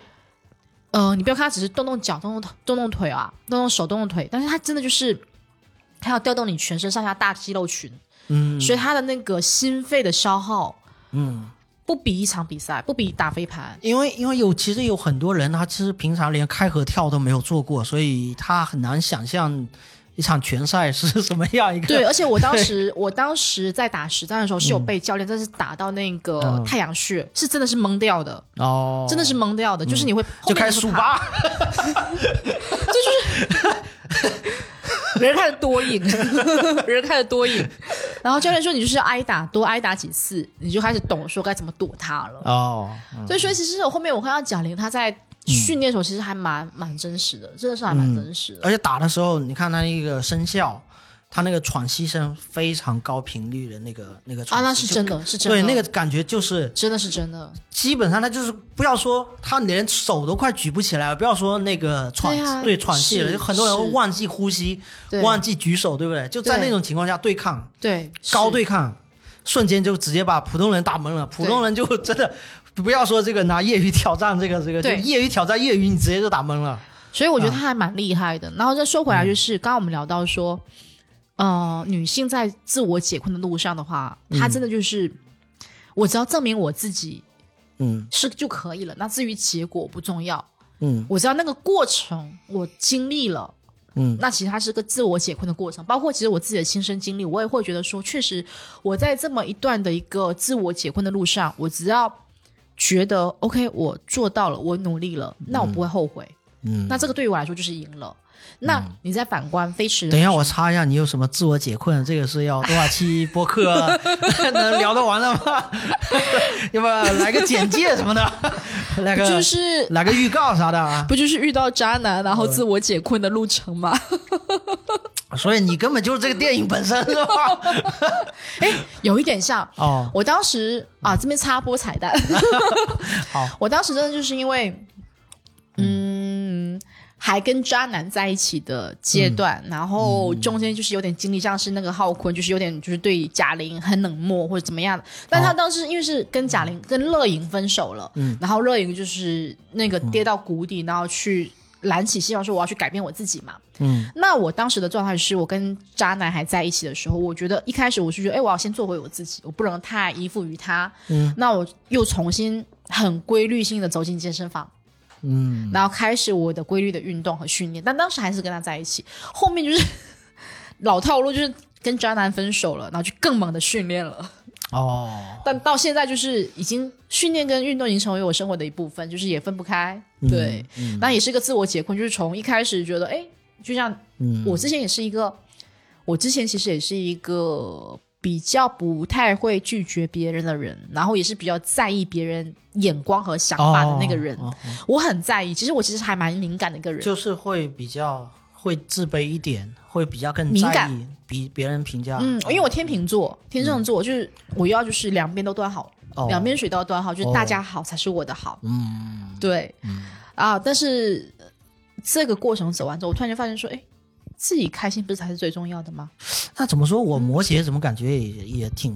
Speaker 2: 呃，你不要看他只是动动脚、动动头动动腿啊，动动手、动动腿，但是他真的就是，他要调动你全身上下大肌肉群，
Speaker 1: 嗯
Speaker 2: 所以他的那个心肺的消耗
Speaker 1: 嗯，
Speaker 2: 不比一场比赛，不比打飞盘，
Speaker 1: 因为因为有其实有很多人他其实平常连开合跳都没有做过，所以他很难想象一场拳赛是什么样一个。
Speaker 2: 对，，而且我当时，我当时在打实战的时候
Speaker 1: 嗯
Speaker 2: 是有被教练，真是打到那个太阳穴，是真的是懵掉的，
Speaker 1: 哦，嗯
Speaker 2: 真的是懵掉的，就是你会后
Speaker 1: 就
Speaker 2: 面
Speaker 1: 开
Speaker 2: 你
Speaker 1: 始
Speaker 2: 会
Speaker 1: 数
Speaker 2: 怕，
Speaker 1: 吧。
Speaker 2: 人太多瘾， 人太多 瘾。然后教练说你就是要挨打，多挨打几次，你就开始懂说该怎么躲他了。
Speaker 1: 哦，嗯
Speaker 2: 所以说，其实我后面我看到贾玲她在训练的时候，其实还蛮蛮真实的，真的是还
Speaker 1: 嗯
Speaker 2: 蛮真实的。
Speaker 1: 而且打的时候，你看他那个声效，他那个喘息声非常高频率的那个那个喘
Speaker 2: 啊，
Speaker 1: 息，
Speaker 2: 那是
Speaker 1: 就
Speaker 2: 真的，是真的，
Speaker 1: 对那个感觉就是
Speaker 2: 真的是真的。
Speaker 1: 基本上他就是不要说他连手都快举不起来了，不要说那个喘、
Speaker 2: 对啊
Speaker 1: 喘气了，
Speaker 2: 是
Speaker 1: 有很多人会
Speaker 2: 是
Speaker 1: 忘记呼吸，
Speaker 2: 对
Speaker 1: 忘记举手，对不对？就在
Speaker 2: 对
Speaker 1: 那种情况下对抗
Speaker 2: 对，
Speaker 1: 高
Speaker 2: 是
Speaker 1: 对抗，瞬间就直接把普通人打懵了。普通人就真的不要说这个拿业余挑战这个这个，就
Speaker 2: 对
Speaker 1: 业余挑战业余，你直接就打懵了。
Speaker 2: 所以我觉得他还蛮厉害的。然后再说回来，就是、刚刚我们聊到说，呃，女性在自我解困的路上的话，她真的就是、我只要证明我自己
Speaker 1: 嗯
Speaker 2: 是就可以了。那至于结果不重要，
Speaker 1: 嗯
Speaker 2: 我知道那个过程我经历了。
Speaker 1: 嗯
Speaker 2: 那其实它是个自我解困的过程，包括其实我自己的亲身经历，我也会觉得说，确实我在这么一段的一个自我解困的路上，我只要觉得 OK，我做到了，我努力了，那我不会后悔。
Speaker 1: 嗯。
Speaker 2: 那这个对于我来说就是赢了。那你再反观飞驰，
Speaker 1: 等一下，我查一下你有什么自我解困，这个是要多少期播 客啊能聊得完的吗？ 要不来个简介什么的， 来个
Speaker 2: 就是
Speaker 1: 来个预告啥的啊。
Speaker 2: 不就是遇到渣男，然后自我解困的路程吗？
Speaker 1: 所以你根本就是这个电影本身是吧？
Speaker 2: 有一点像。
Speaker 1: 哦，
Speaker 2: 我当时啊，这边插播彩 蛋。
Speaker 1: 好，
Speaker 2: 我当时真的就是因为，嗯，还跟渣男在一起的阶段，
Speaker 1: 嗯
Speaker 2: 然后中间就是有点经历，像是那个浩坤，就是有点就是对贾玲很冷漠或者怎么样的。但他当时因为是跟贾
Speaker 1: 嗯
Speaker 2: 玲、跟乐莹分手了，然后乐莹就是
Speaker 1: 嗯
Speaker 2: 那个跌到谷底，然后去燃起希望说我要去改变我自己嘛，
Speaker 1: 嗯
Speaker 2: 那我当时的状态是我跟渣男还在一起的时候，我觉得一开始我是觉得，哎，我要先做回我自己，我不能太依附于他。
Speaker 1: 嗯，
Speaker 2: 那我又重新很规律性的走进健身房，
Speaker 1: 嗯，
Speaker 2: 然后开始我的规律的运动和训练，但当时还是跟他在一起。后面就是 老套路，就是跟渣男分手了，然后就更猛的训练了。
Speaker 1: 哦，
Speaker 2: 但到现在就是已经训练跟运动已经成为我生活的一部分，就是也分不开。对，
Speaker 1: 嗯，
Speaker 2: 那、也是个自我解困，就是从一开始觉得，哎，就像
Speaker 1: 嗯，
Speaker 2: 我之前也是一个，我之前其实也是一个比较不太会拒绝别人的人，然后也是比较在意别人眼光和想法的那个人。
Speaker 1: 哦哦哦
Speaker 2: 我很在意，其实我其实还蛮敏感的一个人，
Speaker 1: 就是会比较会自卑一点，会比较更
Speaker 2: 敏
Speaker 1: 在
Speaker 2: 感
Speaker 1: 意比别人评价。
Speaker 2: 嗯，因为我天秤座，天秤座就是我要就是两边都端好，
Speaker 1: 嗯哦
Speaker 2: 两边水都要端好，就
Speaker 1: 哦
Speaker 2: 是大家好才是我的好，
Speaker 1: 嗯
Speaker 2: 对，啊，但是呃这个过程走完之后，我突然就发现说，哎，自己开心不是才是最重要的吗？
Speaker 1: 那怎么说？我摩羯怎么感觉也也挺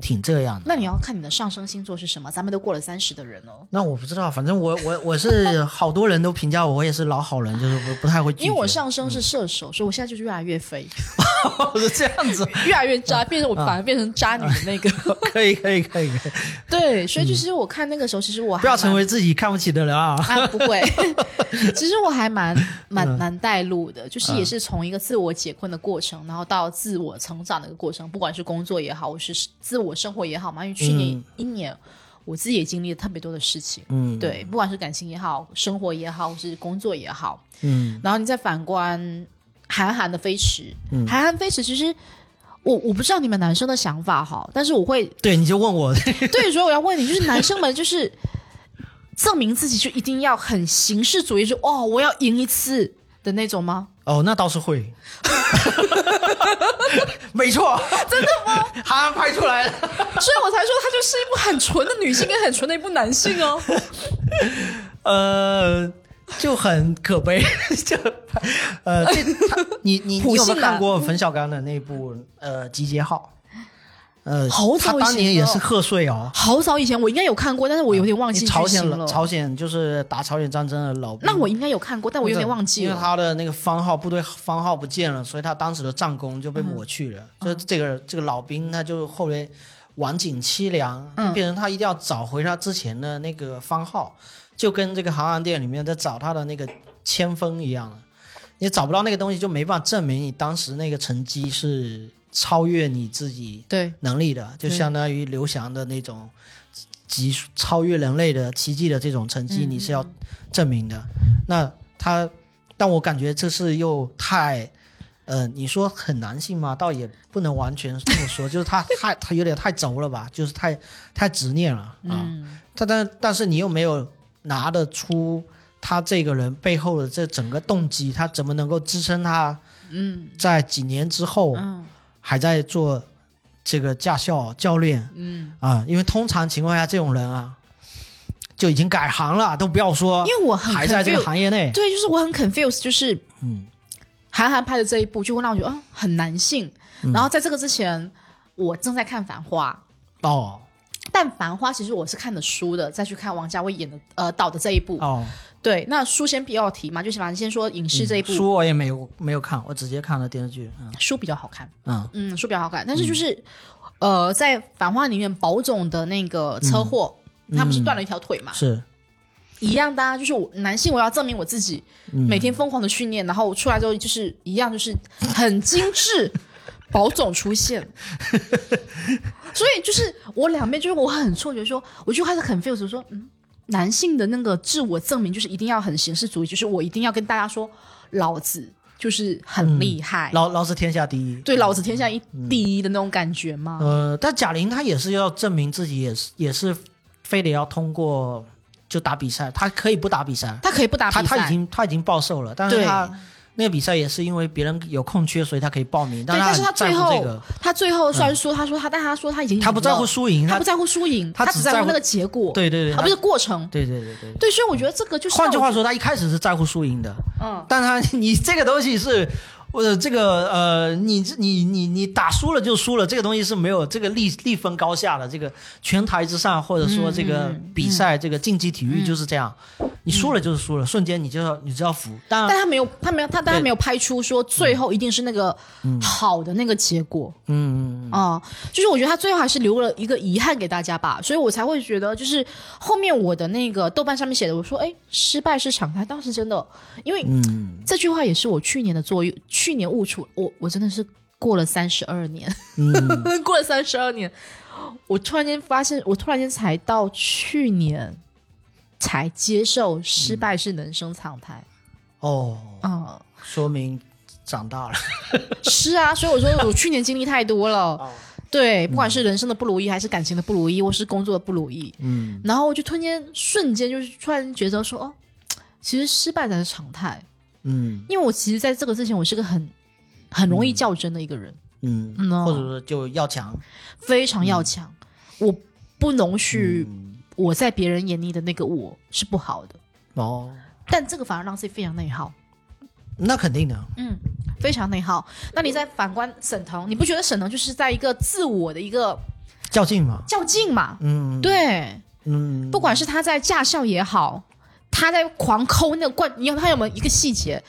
Speaker 1: 挺这样的？
Speaker 2: 那你要看你的上升星座是什么，咱们都过了三十的人哦，
Speaker 1: 那我不知道，反正我我我是好多人都评价我，我也是老好人，就是不不太会拒绝。嗯
Speaker 2: 因为 我上升是射手，所以我现在就是越来越肥，
Speaker 1: 是这样 子，
Speaker 2: 越来越
Speaker 1: 啊
Speaker 2: 渣，变成我反而变成渣女的那个。
Speaker 1: 可以可以可以，可以
Speaker 2: 对，所以就是我看那个时候，其实我还
Speaker 1: 嗯不要成
Speaker 2: 蛮
Speaker 1: 为自己看不起的人啊！
Speaker 2: 啊，不会。其实我还蛮
Speaker 1: 嗯
Speaker 2: 蛮蛮带路的，就是也是从一个自我解困的过程，然后到自我成长的一个过程，不管是工作也好，我是自我生活也好嘛。因为去年
Speaker 1: 嗯
Speaker 2: 一年，我自己也经历了特别多的事情，
Speaker 1: 嗯，，
Speaker 2: 对，不管是感情也好，生活也好，或是工作也好，
Speaker 1: 嗯
Speaker 2: 然后你再反观韩寒的《飞驰》，韩寒《飞驰》其实。我我不知道你们男生的想法哈，但是我会
Speaker 1: 对，你就问我，
Speaker 2: 对，所以我要问你，就是男生们就是证明自己就一定要很形式主义，就哦，我要赢一次的那种吗？
Speaker 1: 哦，那倒是 会，没错，真的 吗？韩寒拍出来了。
Speaker 2: 所以我才说他 就是一部很纯的女性跟很纯的一部男性哦。
Speaker 1: 呃，就很可悲， 就呃，这他你你你
Speaker 2: 普
Speaker 1: 有没
Speaker 2: 信
Speaker 1: 有看
Speaker 2: 男
Speaker 1: 过冯小刚的那部呃《集结号》？呃，
Speaker 2: 好
Speaker 1: 他
Speaker 2: 早以
Speaker 1: 当年
Speaker 2: 前
Speaker 1: 也
Speaker 2: 了
Speaker 1: 是贺岁哦，
Speaker 2: 好早以前我应该有看过，但是我有点忘记
Speaker 1: 朝
Speaker 2: 剧
Speaker 1: 鲜
Speaker 2: 情
Speaker 1: 了，
Speaker 2: 了。
Speaker 1: 朝鲜就是打朝鲜战争的老兵。
Speaker 2: 那我应该有看过，但我有点忘记
Speaker 1: 因为
Speaker 2: 了。
Speaker 1: 他的那个番号部队番号不见了，所以他当时的战功就被抹去了。
Speaker 2: 嗯
Speaker 1: 就这个这个老兵，他就后来晚景凄凉，
Speaker 2: 嗯
Speaker 1: 变成他一定要找回他之前的那个番号，就跟这个航航店里面在找他的那个千锋一样的，你找不到那个东西，就没办法证明你当时那个成绩是超越你自己
Speaker 2: 对，
Speaker 1: 能力的，就
Speaker 2: 对
Speaker 1: 相当于刘翔的那种极超越人类的奇迹的这种成绩，
Speaker 2: 嗯
Speaker 1: 你是要证明的。那他，但我感觉这是又太，呃，你说很男性吗？倒也不能完全这么说， 就是他太他有点太轴了吧，就是太太执念了啊。
Speaker 2: 嗯，
Speaker 1: 但但但是你又没有拿得出他这个人背后的这整个动机，他怎么能够支撑他？
Speaker 2: 嗯，
Speaker 1: 在几年之后，
Speaker 2: 嗯
Speaker 1: 还在做这个驾校教练，
Speaker 2: 嗯，
Speaker 1: 啊，因为通常情况下这种人啊，就已经改行了，都不要说
Speaker 2: 因为我很
Speaker 1: 还在这个
Speaker 2: confused
Speaker 1: 行业内，
Speaker 2: 对，就是我很 confused，就是
Speaker 1: 嗯
Speaker 2: 韩寒拍的这一部就会让我觉得啊很男性。
Speaker 1: 嗯
Speaker 2: 然后在这个之前，我正在看《繁花》，
Speaker 1: 哦
Speaker 2: 但《繁花》其实我是看的书的，再去看王家卫演的呃导的这一部。
Speaker 1: 哦，
Speaker 2: 对，那书先不要提嘛，就是反正先说影视这一部、
Speaker 1: 嗯书我也没有没有看，我直接看了电视剧，嗯
Speaker 2: 书比较好看，
Speaker 1: 嗯
Speaker 2: 嗯，书比较好看，但是就是、呃，在《繁花》里面，宝总的那个车祸。
Speaker 1: 嗯
Speaker 2: 他不是断了一条腿嘛？
Speaker 1: 是，
Speaker 2: 一样的、啊，就是我男性，我要证明我自己，每天疯狂的训练，然后我出来之后就是一样，就是很精致。宝总出现，所以就是我两边就是我很错觉说，我就开始很 feel 说，嗯，男性的那个自我证明就是一定要很形式主义，就是我一定要跟大家说，老子就是很厉害，
Speaker 1: 老老子天下第一，
Speaker 2: 对，老子天下一第一的那种感觉嘛。
Speaker 1: 呃，但贾玲她也是要证明自己，也是也是非得要通过就打比赛，她可以不打比赛，
Speaker 2: 他可以不打比
Speaker 1: 她
Speaker 2: 赛，
Speaker 1: 她已经她已经暴瘦了，但是
Speaker 2: 对
Speaker 1: 她那个比赛也是因为别人有空缺，所以她可以报名，
Speaker 2: 对，但是他
Speaker 1: 她
Speaker 2: 最
Speaker 1: 很在乎
Speaker 2: 后、
Speaker 1: 这个。
Speaker 2: 他最后虽然说他说他，但他说他已经
Speaker 1: 他不在乎
Speaker 2: 赢了
Speaker 1: 输赢，
Speaker 2: 他不在乎输赢，
Speaker 1: 他
Speaker 2: 他
Speaker 1: 只
Speaker 2: 只在
Speaker 1: 在
Speaker 2: 乎
Speaker 1: 乎
Speaker 2: 那个结果，
Speaker 1: 对对对，
Speaker 2: 而
Speaker 1: 他
Speaker 2: 不是过程。
Speaker 1: 对对对对。对
Speaker 2: 对，所以我觉得这个就是
Speaker 1: 换句话说，他一开始是在乎输赢的，
Speaker 2: 嗯，
Speaker 1: 但他你这个东西是，或者这个呃，你你你你打输了就输了，这个东西是没有这个立立分
Speaker 2: 嗯
Speaker 1: 高下的。这个拳台之上，或者说这个比赛、这个竞技体育就是这样，你输了就是输了，瞬间你就要你就要服。当然，
Speaker 2: 嗯但他没有，他没有，他当然没有拍出说最后一定是那个好的那个结果
Speaker 1: 嗯，嗯嗯
Speaker 2: 啊、就是我觉得他最后还是留了一个遗憾给大家吧，所以我才会觉得，就是后面我的那个豆瓣上面写的，我说，哎，失败是常态。当时真的，因为
Speaker 1: 嗯
Speaker 2: 这句话也是我去年的作用，去年悟出，我我真的是过了三十二年，
Speaker 1: 嗯
Speaker 2: 过了三十二年，我突然间发现，我突然间才到去年才接受失败是人生常态。
Speaker 1: 哦，
Speaker 2: 嗯
Speaker 1: 说明长大了。
Speaker 2: 是啊，所以我说我去年经历太多了，
Speaker 1: 哦，
Speaker 2: 对，不管是人生的不如意，还是感情的不如意，或是工作的不如意，
Speaker 1: 嗯
Speaker 2: 然后我就突然间瞬间就是突然觉得说，哦，其实失败才是常态，
Speaker 1: 嗯
Speaker 2: 因为我其实在这个之前，我是个很很容易较真的一个人，
Speaker 1: 嗯，
Speaker 2: 嗯哦
Speaker 1: 或者说就要强。
Speaker 2: 非常要强，我不容许
Speaker 1: 嗯
Speaker 2: 我在别人眼里的那个我是不好的，
Speaker 1: 哦，
Speaker 2: 但这个反而让自己非常内耗。
Speaker 1: 那肯定的。
Speaker 2: 嗯，非常内耗。那你再反观沈腾，你不觉得沈腾就是在一个自我的一个
Speaker 1: 较劲嘛。
Speaker 2: 较劲嘛？
Speaker 1: 嗯，，
Speaker 2: 对，
Speaker 1: 嗯，
Speaker 2: 不管是他在驾校也好，他在狂抠那个冠，你看他有没有一个细节，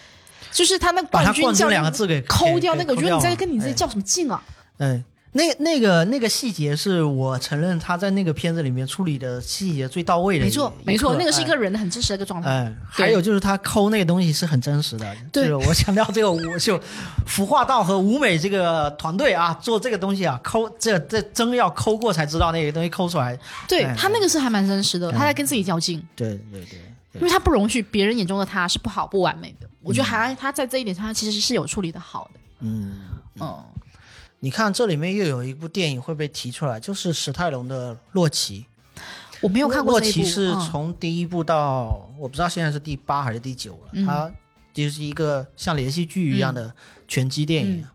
Speaker 2: 就是他那
Speaker 1: 把
Speaker 2: 冠
Speaker 1: 他
Speaker 2: 军
Speaker 1: 冠
Speaker 2: 教
Speaker 1: 军
Speaker 2: 练
Speaker 1: 两个字给
Speaker 2: 抠掉那个，我觉得你在跟你自
Speaker 1: 在
Speaker 2: 己较什么劲啊？
Speaker 1: 哎，那那个那个细节是我承认他在那个片子里面处理的细节最到位的一，
Speaker 2: 没错，
Speaker 1: 一
Speaker 2: 没错，
Speaker 1: 刻
Speaker 2: 那个是一个。人的很真实的一个状态。
Speaker 1: 哎哎，哎
Speaker 2: 对
Speaker 1: 还有就是他抠那个东西是很真实的，
Speaker 2: 对
Speaker 1: 就是我强调这个，我就服化道和舞美这个团队啊，做这个东西啊，抠这这真要抠过才知道那个东西抠出来，
Speaker 2: 对
Speaker 1: 哎
Speaker 2: 他那个是还蛮真实的，他在跟自己较劲，
Speaker 1: 对对对
Speaker 2: 因为他不容许别人眼中的他是不好不完美的。我觉得还他在这一点上，他其实是有处理的好的。
Speaker 1: 嗯，
Speaker 2: 嗯，
Speaker 1: 你看这里面又有一部电影会被提出来，就是史泰龙的《洛奇》，
Speaker 2: 我没有看过
Speaker 1: 洛
Speaker 2: 这一
Speaker 1: 奇
Speaker 2: 部。
Speaker 1: 是
Speaker 2: 嗯
Speaker 1: 从第一部到、我不知道现在是第八还是第九了，
Speaker 2: 嗯
Speaker 1: 它就是一个像连续剧一样的拳击电
Speaker 2: 嗯
Speaker 1: 影，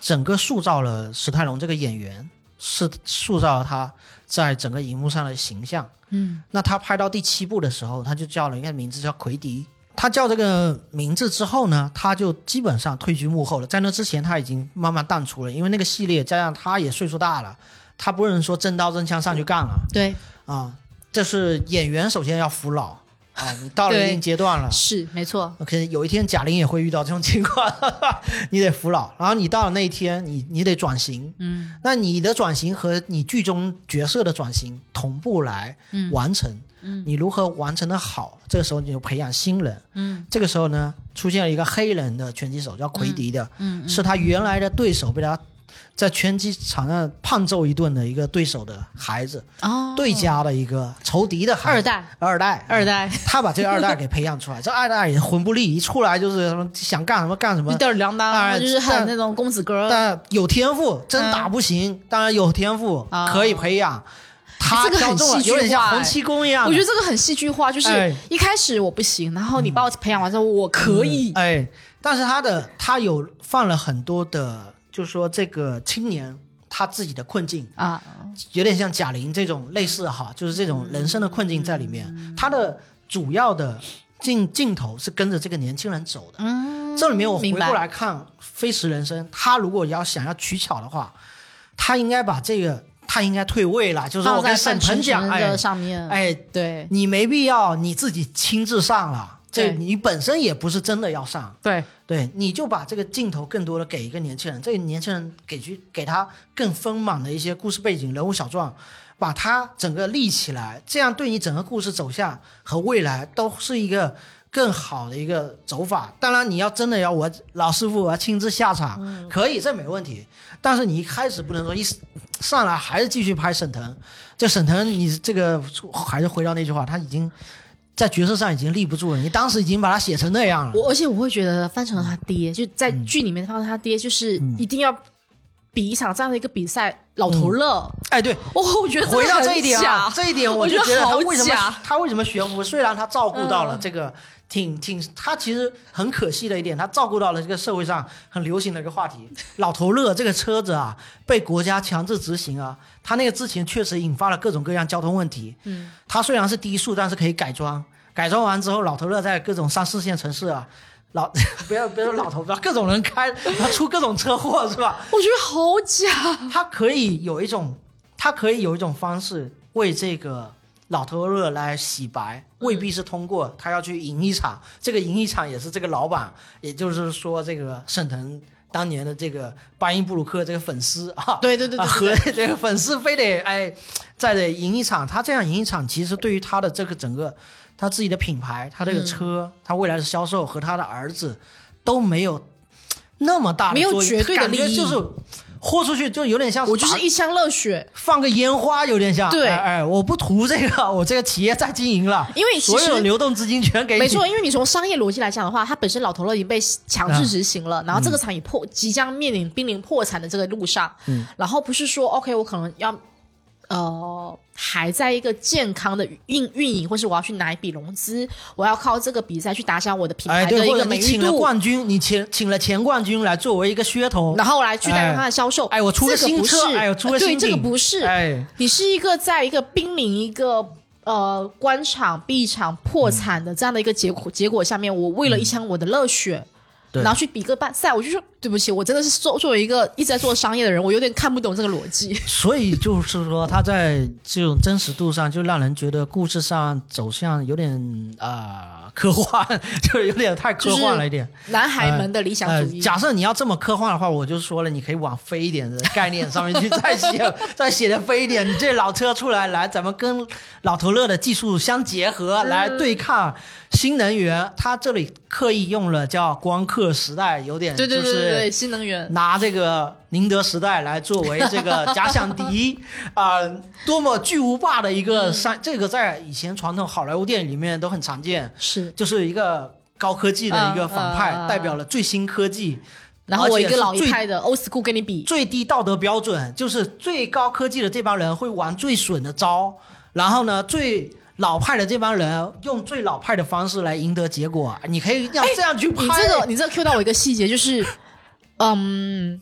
Speaker 1: 整个塑造了史泰龙这个演员，是塑造了他在整个荧幕上的形象。
Speaker 2: 嗯
Speaker 1: 那他拍到第七部的时候，他就叫了一个名字叫奎迪。他叫这个名字之后呢，他就基本上退居幕后了。在那之前，他已经慢慢淡出了，因为那个系列加上他也岁数大了，他不能说真刀真枪上去干了。
Speaker 2: 对
Speaker 1: 啊，这是演员首先要服老啊， 你到了一定
Speaker 2: 对
Speaker 1: 阶段了。
Speaker 2: 是没错，
Speaker 1: OK，有一天贾玲也会遇到这种情况， 你得服老。然后你到了那一天，你你得转型。
Speaker 2: 嗯，
Speaker 1: 那你的转型和你剧中角色的转型同步来完成。嗯，你如何完成的好？这个时候你就培养新人。
Speaker 2: 嗯，
Speaker 1: 这个时候呢，出现了一个黑人的拳击手叫奎迪的，
Speaker 2: 嗯
Speaker 1: 是他原来的对手被他在拳击场上胖揍一顿的一个对手的孩子。
Speaker 2: 哦，
Speaker 1: 对家的一个仇敌的孩子
Speaker 2: 二代，
Speaker 1: 二代，
Speaker 2: 二代，
Speaker 1: 他把这个二代给培养 出来，这二代也混不吝，一出来就是什么想干什么干什么
Speaker 2: 就，吊儿郎当
Speaker 1: 哎
Speaker 2: 啊，就是很
Speaker 1: 但
Speaker 2: 那种公子哥。
Speaker 1: 但有天赋，真打不行，当然有天赋
Speaker 2: 嗯啊
Speaker 1: 可以培养，他
Speaker 2: 这个
Speaker 1: 挑
Speaker 2: 很
Speaker 1: 中了，
Speaker 2: 戏剧
Speaker 1: 有点像
Speaker 2: 化
Speaker 1: 洪七公一样的，
Speaker 2: 我觉得这个很戏剧化，就是
Speaker 1: 哎
Speaker 2: 一开始我不行，然后你把我培养完之后，我可以。
Speaker 1: 哎，但是他的他有犯了很多的，就是说这个青年他自己的困境，
Speaker 2: 啊，
Speaker 1: 有点像贾玲这种类似哈，就是这
Speaker 2: 嗯
Speaker 1: 种人生的困境在里面。他的主要的镜镜头是跟着这个年轻人走的。
Speaker 2: 嗯，
Speaker 1: 这里面我回
Speaker 2: 明
Speaker 1: 过
Speaker 2: 白
Speaker 1: 来看《飞驰人生》，他如果要想要取巧的话，他应该把这个他应该退位了，就是
Speaker 2: 放
Speaker 1: 我
Speaker 2: 在
Speaker 1: 跟沈
Speaker 2: 范
Speaker 1: 腾
Speaker 2: 丞
Speaker 1: 讲，
Speaker 2: 丞
Speaker 1: 哎
Speaker 2: 的上面，
Speaker 1: 哎，
Speaker 2: 对
Speaker 1: 你没必要你自己亲自上了，这
Speaker 2: 对
Speaker 1: 你本身也不是真的要上。
Speaker 2: 对，
Speaker 1: 对，你就把这个镜头更多的给一个年轻人，这个年轻人给去给他更丰满的一些故事背景、人物小传，把他整个立起来，这样对你整个故事走向和未来都是一个更好的一个走法。当然，你要真的要我老师傅我要亲自下场，
Speaker 2: 嗯
Speaker 1: 可以，这没问题。但是你一开始不能说一上来还是继续拍沈腾，这沈腾你这个还是回到那句话，他已经。在角色上已经立不住了，你当时已经把他写成那样了。
Speaker 2: 我而且我会觉得范丞丞他爹就在
Speaker 1: 嗯
Speaker 2: 剧里面，范丞丞他爹就是一定要比一场这样的一个比赛，老头乐。
Speaker 1: 哎，对，
Speaker 2: 哦，我觉得
Speaker 1: 回到
Speaker 2: 真的
Speaker 1: 这
Speaker 2: 很
Speaker 1: 一点啊
Speaker 2: 假，
Speaker 1: 这一点
Speaker 2: 我
Speaker 1: 就
Speaker 2: 觉得
Speaker 1: 觉得他
Speaker 2: 好
Speaker 1: 为什么
Speaker 2: 假嗯
Speaker 1: 他为什么悬浮？虽然他照顾到了这个，挺挺，他其实很可惜的一点，他照顾到了这个社会上很流行的一个话题——老头乐。这个车子啊，被国家强制执行啊，他那个之前确实引发了各种各样交通问题。嗯，他虽然是低速，但是可以改装，改装完之后，老头乐在各种三四线城市啊。老 不要不要说老头，不要各种人开，然后出各种车祸是吧？
Speaker 2: 我觉得好假。
Speaker 1: 他可以有一种，他可以有一种方式为这个老头乐来洗白，未必是通过，他要去赢一场。这个赢一场也是这个老板，也就是说这个沈腾当年的这个巴音布鲁克这个粉丝啊，
Speaker 3: 对对对对
Speaker 1: 啊和这个粉丝非得哎，再得赢一场。他这样赢一场，其实对于他的这个整个他自己的品牌，他这
Speaker 2: 嗯
Speaker 1: 个车，他未来的销售和他的儿子都没有那么大的
Speaker 2: 没有
Speaker 1: 作用
Speaker 2: 绝对的
Speaker 1: 感觉
Speaker 2: 利益
Speaker 1: 就是豁出去就有点像
Speaker 2: 我就
Speaker 1: 把
Speaker 2: 是一腔热血，
Speaker 1: 放个烟花有点像。
Speaker 2: 对
Speaker 1: 哎，哎我不图这个，我这个企业再经营了，
Speaker 2: 因为其
Speaker 1: 所
Speaker 2: 实
Speaker 1: 有流动资金全给你。
Speaker 2: 没错，因为你从商业逻辑来讲的话，它本身老头乐已经被强制执行
Speaker 1: 嗯
Speaker 2: 了，然后这个厂也破即将面临濒临破产的这个路上，
Speaker 1: 嗯
Speaker 2: 然后不是说 OK，我可能要呃还在一个健康的运运营，或是我要去拿一笔融资，我要靠这个比赛去打响我的品
Speaker 1: 哎，
Speaker 2: 牌的
Speaker 1: 对，
Speaker 2: 一
Speaker 1: 或者
Speaker 2: 个
Speaker 1: 你
Speaker 2: 美誉
Speaker 1: 请了
Speaker 2: 度，
Speaker 1: 冠军，你请请了前冠军来作为一个噱头，
Speaker 2: 然后来去带动它的销售。
Speaker 1: 哎哎我出个
Speaker 2: 这个
Speaker 1: 新
Speaker 2: 不
Speaker 1: 车
Speaker 2: 是呃
Speaker 1: 哎我出个
Speaker 2: 对
Speaker 1: 新
Speaker 2: 这个
Speaker 1: 品
Speaker 2: 不是，
Speaker 1: 哎，
Speaker 2: 你是一个在一个濒临一个呃官场闭场
Speaker 1: 嗯
Speaker 2: 破产的这样的一个结果、结果下面，我为了一腔我的热血。
Speaker 1: 对
Speaker 2: 然后去比个半赛，我就说对不起，我真的是作作为一个一直在做商业的人，我有点看不懂这个逻辑。
Speaker 1: 所以就是说，它在这种真实度上，就让人觉得故事上走向有点啊、呃科幻， 就是有点太科幻了一点。
Speaker 2: 男孩们的理想
Speaker 1: 呃
Speaker 2: 主义，
Speaker 1: 假设你要这么科幻的话，我就说了，你可以往飞一点的概念上面去再写， 再写的飞一点。你这老车出来，来咱们跟老头乐的技术相结合，来对抗新能源。他这里刻意用了叫光刻时代，有点
Speaker 2: 对对
Speaker 1: 就
Speaker 2: 对对对，
Speaker 1: 是
Speaker 2: 新能 源，
Speaker 1: 拿这个宁德时代来作为这个假想 敌啊、多么巨无霸的一个三，这个在以前传统好莱坞电影里面都很常见，
Speaker 2: 是。
Speaker 1: 就是一个。高科技的一个反派，
Speaker 2: 嗯嗯嗯嗯
Speaker 1: 代表了最新科技，
Speaker 2: 然后我一个老
Speaker 1: 而且
Speaker 2: 一
Speaker 1: 是最
Speaker 2: 派的 old school 跟你比，
Speaker 1: 最低道德标准，就是最高科技的这帮人会玩最损的招，然后呢，最老派的这帮人用最老派的方式来赢得结果。你可以要这样去拍，
Speaker 2: 哎你这个你这个 Q 到我一个细节，就是，嗯，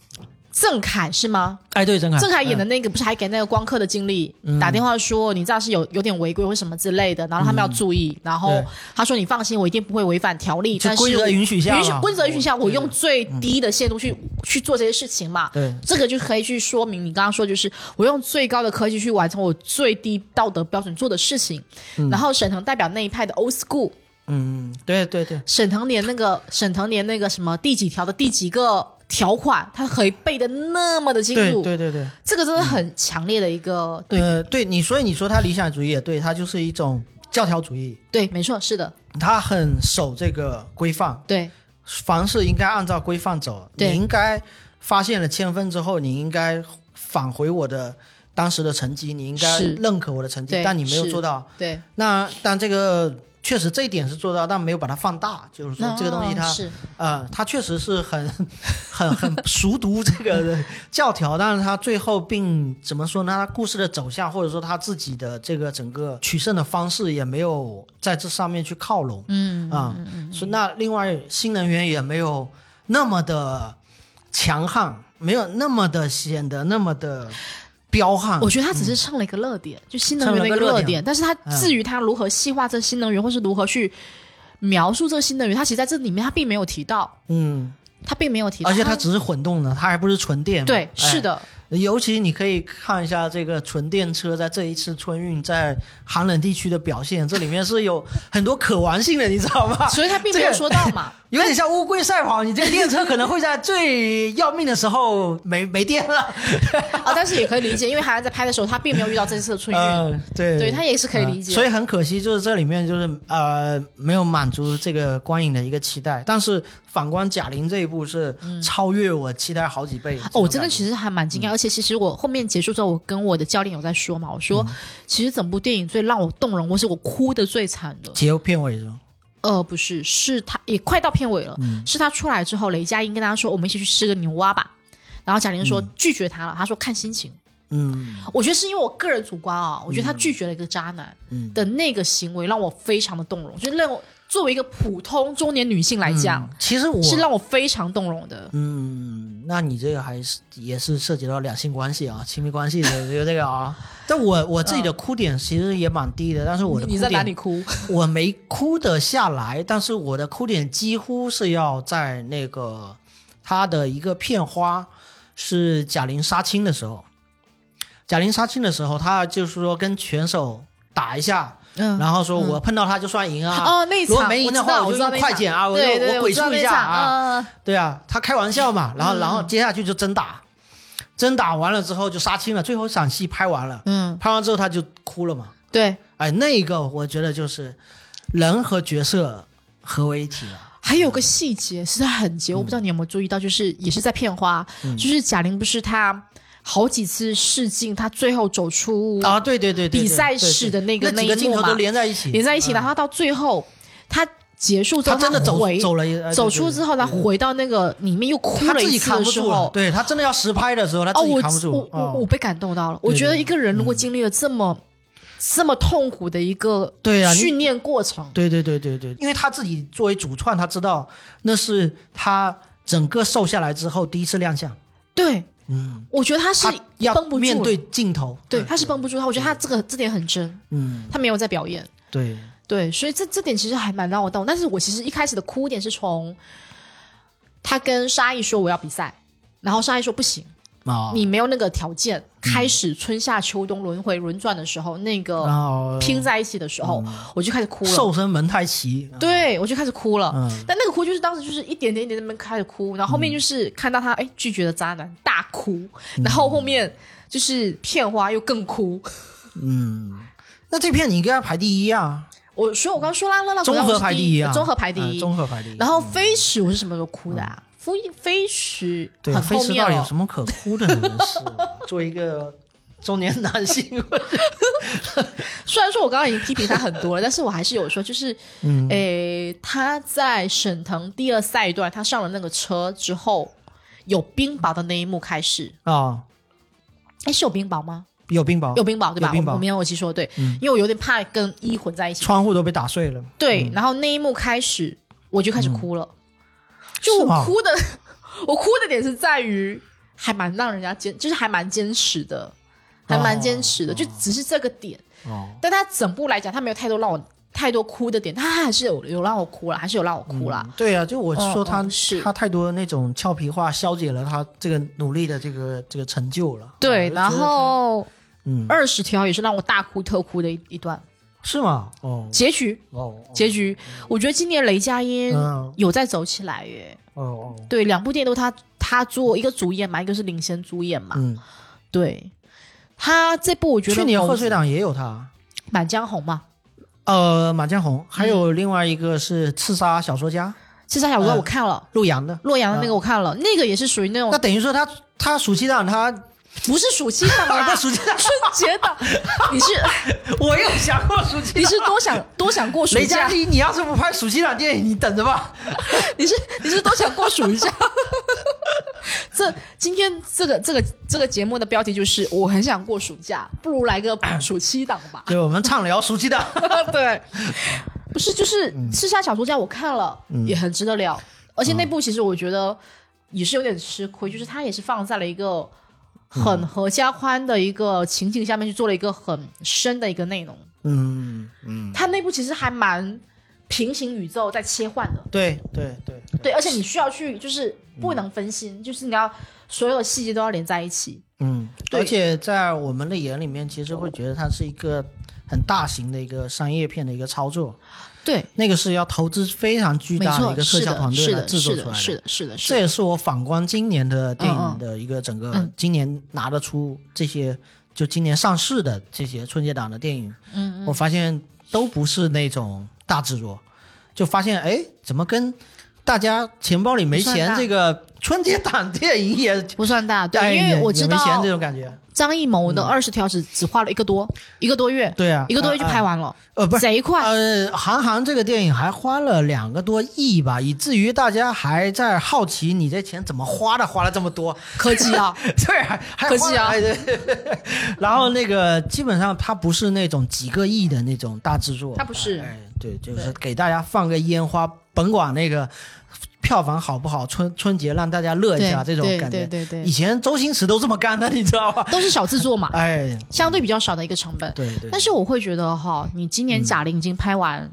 Speaker 2: 郑恺是吗？
Speaker 1: 哎，对，郑恺，
Speaker 2: 郑恺演的那个不是还给那个光刻的经理
Speaker 1: 嗯
Speaker 2: 打电话说，你这样是有有点违规或什么之类的，然后他们要注意。然后
Speaker 1: 嗯对
Speaker 2: 他说你放心，我一定不会违反条例，
Speaker 1: 就
Speaker 2: 但是
Speaker 1: 规则允许下哦
Speaker 2: 允许
Speaker 1: 了
Speaker 2: 规则允许下，
Speaker 1: 我
Speaker 2: 我用最低的限度去去做这些事情嘛。
Speaker 1: 对
Speaker 2: 这个就可以去说明你刚刚说，就是我用最高的科技去完成我最低道德标准做的事情。然后沈腾代表那一派的 old school，
Speaker 1: 嗯，对对对，
Speaker 2: 沈腾连那个沈腾连那个什么第几条的第几个条款，他可以背的那么的清
Speaker 1: 对
Speaker 2: 楚。
Speaker 1: 对对对，
Speaker 2: 这个真的很强烈的一个
Speaker 1: 呃，对你，所以你说他理想主义也对，他就是一种教条主义，
Speaker 2: 对，没错，是的，
Speaker 1: 他很守这个规范，
Speaker 2: 对，
Speaker 1: 凡事应该按照规范走。你
Speaker 2: 对
Speaker 1: 应该发现了千分之后，你应该返回我的当时的成绩，你应该
Speaker 2: 是
Speaker 1: 认可我的成绩，
Speaker 2: 对
Speaker 1: 但你没有
Speaker 2: 是
Speaker 1: 做到。
Speaker 2: 对。
Speaker 1: 那但这个确实这一点是做到，但没有把它放大，就是说这个东西它
Speaker 2: 嗯。是
Speaker 1: 呃，他确实是很、 很、很熟读这个教条，但是他最后并怎么说呢？他故事的走向，或者说他自己的这个整个取胜的方式，也没有在这上面去靠拢。嗯啊，所以那另外新能源也没有那么的强悍，没有那么的显得那么的彪悍。
Speaker 2: 我觉得他只是蹭了一个热点，就新能源的一
Speaker 1: 嗯蹭了个热
Speaker 2: 热
Speaker 1: 点
Speaker 2: 点，但是他至于他如何细化这新能源，或是如何去描述这新能源，他其实在这里面他并没有提到，
Speaker 1: 嗯，
Speaker 2: 他并没有提到，
Speaker 1: 而且它只是混动的，它还不是纯电嘛。
Speaker 2: 对，
Speaker 1: 哎
Speaker 2: 是的，
Speaker 1: 尤其你可以看一下这个纯电车在这一次春运在寒冷地区的表现，这里面是有很多可玩性的，你知道吗？
Speaker 2: 所以他并没有说到 嘛。
Speaker 1: 有点像乌龟赛跑，你这个电车可能会在最要命的时候没没电 了。
Speaker 2: 啊，但是也可以理解，因为韩寒在拍的时候，他并没有遇到这次的春运，
Speaker 1: 嗯，对，
Speaker 2: 对他也是可以理解
Speaker 1: 嗯所以很可惜，就是这里面就是呃没有满足这个观影的一个期待。但是反观贾玲这一部是超越我期待好几倍。
Speaker 2: 嗯哦，我真的
Speaker 1: 去
Speaker 2: 其实还蛮
Speaker 1: 嗯
Speaker 2: 惊讶，而且其实我后面结束之后，我跟我的教练有在说嘛，我说、
Speaker 1: 嗯
Speaker 2: 其实整部电影最让我动容，或是我哭的最惨的，
Speaker 1: 结片尾中，
Speaker 2: 呃，不是，是他也快到片尾了，
Speaker 1: 嗯
Speaker 2: 是他出来之后，雷佳音跟大家说，我们一起去吃个牛蛙吧。然后贾玲说、拒绝他了，他说看心情。
Speaker 1: 嗯
Speaker 2: 我觉得是因为我个人主观啊，我觉得他拒绝了一个渣男
Speaker 1: 嗯
Speaker 2: 的那个行为让我非常的动容，就让我作为一个普通中年女性来讲，
Speaker 1: 其嗯实我
Speaker 2: 是让我非常动容的。
Speaker 1: 嗯，那你这个还是也是涉及到两性关系啊，亲密关系的这个这个 啊。但我我自己的哭点其实也蛮低的，但是我的
Speaker 2: 你
Speaker 1: 哭
Speaker 2: 在哪里
Speaker 1: 点
Speaker 2: 哭？
Speaker 1: 我没哭得下来，但是我的哭点几乎是要在那个他的一个片花是贾玲杀青的时候，贾玲杀青的时候，她就是说跟拳手打一下，
Speaker 2: 嗯
Speaker 1: 然后说我碰到他就算赢啊。
Speaker 2: 哦那一
Speaker 1: 如果
Speaker 2: 场
Speaker 1: 没赢的
Speaker 2: 我知道
Speaker 1: 话，我
Speaker 2: 我
Speaker 1: 就
Speaker 2: 知道
Speaker 1: 用
Speaker 2: 那一
Speaker 1: 快
Speaker 2: 场
Speaker 1: 剪啊，我就
Speaker 2: 对对对
Speaker 1: 我鬼
Speaker 2: 知道
Speaker 1: 畜一
Speaker 2: 那
Speaker 1: 下
Speaker 2: 场
Speaker 1: 啊。
Speaker 2: 嗯
Speaker 1: 对啊，他开玩笑嘛，然后然后接下去就真打，真打完了之后就杀青了，最后一场戏拍完了，
Speaker 2: 嗯，
Speaker 1: 拍完之后他就哭了嘛。
Speaker 2: 对，
Speaker 1: 哎，那个我觉得就是人和角色合为一体了。
Speaker 2: 还有个细节是在很
Speaker 1: 嗯
Speaker 2: 节，我不知道你有没有注意到，就是也是在片花，就是贾玲不是她好几次试镜，她最后走出
Speaker 1: 啊，对对对对，对
Speaker 2: 嗯比赛
Speaker 1: 对对
Speaker 2: 式的那个
Speaker 1: 那几个
Speaker 2: 那一幕
Speaker 1: 镜头
Speaker 2: 嘛
Speaker 1: 都连在一起，
Speaker 2: 连在一起，
Speaker 1: 嗯
Speaker 2: 然后她到最后她结束之
Speaker 1: 他
Speaker 2: 后，
Speaker 1: 真的走
Speaker 2: 回
Speaker 1: 走了一哎对
Speaker 2: 走
Speaker 1: 对
Speaker 2: 出
Speaker 1: 对
Speaker 2: 之后，她回到那个里面又哭
Speaker 1: 他
Speaker 2: 了
Speaker 1: 自
Speaker 2: 一
Speaker 1: 己
Speaker 2: 次
Speaker 1: 扛
Speaker 2: 的
Speaker 1: 不
Speaker 2: 时
Speaker 1: 住了
Speaker 2: 候，，
Speaker 1: 对他真的要实拍的时候，他
Speaker 2: 哦，
Speaker 1: 自己
Speaker 2: 我
Speaker 1: 扛不住。
Speaker 2: 我我
Speaker 1: 哦
Speaker 2: 我被感动到了。我
Speaker 1: 对
Speaker 2: 觉得
Speaker 1: 对
Speaker 2: 一个人如果经历了这么、这么痛苦的一个
Speaker 1: 对啊你
Speaker 2: 训练过程，
Speaker 1: 对对对对对，因为他自己作为主创，他知道那是他整个瘦下来之后第一次亮相，
Speaker 2: 对
Speaker 1: 嗯，
Speaker 2: 我觉得他是
Speaker 1: 他要
Speaker 2: 绷不住
Speaker 1: 面对
Speaker 2: 了，
Speaker 1: 镜头，
Speaker 2: 对，他是绷不住他。我觉得他这个这点很真，
Speaker 1: 嗯，
Speaker 2: 他没有在表演。
Speaker 1: 对，
Speaker 2: 对，所以这这点其实还蛮让我动。但是我其实一开始的哭点是从他跟沙溢说我要比赛，然后沙溢说不行，
Speaker 1: 啊，
Speaker 2: 你没有那个条件。
Speaker 1: 嗯
Speaker 2: 开始春夏秋冬轮回轮转的时候，那
Speaker 1: 然
Speaker 2: 个
Speaker 1: 后
Speaker 2: 拼在一起的时候，
Speaker 1: 嗯
Speaker 2: 我就开始哭了。
Speaker 1: 瘦身蒙太奇，
Speaker 2: 对，我就开始哭了。
Speaker 1: 嗯
Speaker 2: 但那个哭就是当时就是一点点一点点那边开始哭，然后后面就是看到他哎拒绝的渣男大哭，然后后面就是片花又更哭。
Speaker 1: 嗯，那这片你应该排第一啊，
Speaker 2: 我所以我刚说啦，啦啦，
Speaker 1: 综合排
Speaker 2: 第
Speaker 1: 一啊，
Speaker 2: 综合排第
Speaker 1: 嗯
Speaker 2: 一。
Speaker 1: 综合排第一。嗯
Speaker 2: 然后飞驰我是什么时候哭的啊？飞飞驰
Speaker 1: 对啊
Speaker 2: 很
Speaker 1: 飞
Speaker 2: 后
Speaker 1: 驰
Speaker 2: 面哦
Speaker 1: 到底有
Speaker 2: 了
Speaker 1: 什。么可哭的呢？真 是作为一个中年男性，
Speaker 2: 虽然说我刚刚已经批评他很多了，但是我还是有说，就是，
Speaker 1: 嗯
Speaker 2: 诶、他在沈腾第二赛段他上了那个车之后，有冰雹的那一幕开始，
Speaker 1: 啊、
Speaker 2: 哎，是有冰雹吗？
Speaker 1: 有冰雹，
Speaker 2: 哦有冰雹对吧？
Speaker 1: 有冰雹嗯
Speaker 2: 我我没有记错对，因为我有点怕跟一混在一起。
Speaker 1: 窗户都被打碎了。
Speaker 2: 对，然后那一幕开始我就开始哭了，就是
Speaker 1: 嗯吗
Speaker 2: 我哭的， 我哭的点是在于还蛮让人家坚，就是还蛮坚持的，还蛮坚持的，就只是这个点。
Speaker 1: 哦，
Speaker 2: 但他整部来讲，他没有太多让我太多哭的点，他还是有有让我哭了，还是有让我哭了。
Speaker 1: 对啊，就我说他、
Speaker 2: 嗯嗯是
Speaker 1: 他太多那种俏皮话消解了他这个努力的这个这个成就了。
Speaker 2: 对，
Speaker 1: 我哦就觉得
Speaker 2: 然后
Speaker 1: 嗯
Speaker 2: 二十条也是让我大哭特哭的一一段
Speaker 1: 是吗？哦
Speaker 2: 结局。
Speaker 1: 哦
Speaker 2: 结局，我觉得今年雷佳音
Speaker 1: 嗯
Speaker 2: 有在走起来耶。
Speaker 1: 哦哦，
Speaker 2: 对，两部电影都他他做，一个主演嘛，一个是领衔主演嘛。
Speaker 1: 嗯，
Speaker 2: 对，他这部我觉得
Speaker 1: 去年
Speaker 2: 某
Speaker 1: 贺岁档也有他。
Speaker 2: 《满江红》嘛，
Speaker 1: 呃，《满江红》，还有另外一个是《刺杀小说家》，
Speaker 2: 《刺杀小说》
Speaker 1: 嗯
Speaker 2: 我看了，
Speaker 1: 陆阳的。
Speaker 2: 洛阳的那个我看了，那个也是属于嗯那种
Speaker 1: 那等于说他他暑期档他
Speaker 2: 不是暑期档
Speaker 1: 啊，
Speaker 2: 啊
Speaker 1: 不，暑期档，
Speaker 2: 春节档。你是
Speaker 1: 我又想过暑期档。
Speaker 2: 你是多想多想过 暑
Speaker 1: 雷佳
Speaker 2: 假？
Speaker 1: 音，你要是不拍暑期档电影，你等着吧。
Speaker 2: 你是你是多想过暑假？ 这今天这个这个这个节目的标题就是我很想过暑假，不如来 个暑期档吧。哎
Speaker 1: 对，我们畅聊暑期档。
Speaker 2: 对，不是就是《刺杀小说家》，我看了、也很值得聊，而且那部其实我觉得也是有点吃亏，就是它也是放在了一个很合家欢的一个情景下面去做了一个很深的一个内容。
Speaker 1: 嗯嗯，
Speaker 2: 它内部其实还蛮平行宇宙在切换的，
Speaker 1: 对对对对，
Speaker 2: 对，而且你需要去就是不能分心，就是你要所有的细节都要连在一起。
Speaker 1: 嗯，
Speaker 2: 对
Speaker 1: 而且在我们的眼里面，其实会觉得它是一个很大型的一个商业片的一个操作，
Speaker 2: 对，
Speaker 1: 那个是要投资非常巨
Speaker 2: 没
Speaker 1: 大的
Speaker 2: 错
Speaker 1: 一，个特
Speaker 2: 是
Speaker 1: 效
Speaker 2: 的，
Speaker 1: 团队
Speaker 2: 是
Speaker 1: 来
Speaker 2: 的，
Speaker 1: 制
Speaker 2: 是
Speaker 1: 作出来
Speaker 2: 的，是的，是的，
Speaker 1: 这
Speaker 2: 是的。
Speaker 1: 也是我反观今年的电
Speaker 2: 嗯嗯
Speaker 1: 影的一个整个，今年拿得出这些，就今年上市的这些春节档的电影，嗯，我发现都不是那种大制作，就发现哎，怎么跟大家钱包里没
Speaker 2: 不算
Speaker 1: 钱
Speaker 2: 大
Speaker 1: 这个春节档电影也，
Speaker 2: 不算大，
Speaker 1: 哎
Speaker 2: 对，因为
Speaker 1: 也
Speaker 2: 我知道
Speaker 1: 也没钱这种感觉，
Speaker 2: 张艺谋的二十条只只花了一个多一个多月，
Speaker 1: 对啊，
Speaker 2: 一个多月就拍
Speaker 1: 完，
Speaker 2: 完了，
Speaker 1: 呃，不是。
Speaker 2: 贼快。
Speaker 1: 呃，韩寒这个电影还花了两个多亿吧，以至于大家还在好奇你这钱怎么花的，花了这么多。
Speaker 2: 科技 啊，
Speaker 1: 对，还还
Speaker 2: 科技啊
Speaker 1: 花了哎对 然后那个基本上它不是那种几个亿的那种大制作，
Speaker 2: 它不是
Speaker 1: 哎，对，就是
Speaker 2: 对
Speaker 1: 给大家放个烟花，甭管那个票房好不好，春春节让大家乐一下这种
Speaker 2: 对
Speaker 1: 感觉。
Speaker 2: 对对对
Speaker 1: 以
Speaker 2: 对，
Speaker 1: 前周星驰都这么干的，你知道 吧？
Speaker 2: 都是小制作嘛，
Speaker 1: 哎，
Speaker 2: 相对比较少的一个成本。
Speaker 1: 对对。
Speaker 2: 但是我会觉得哈，你今年贾玲已经拍完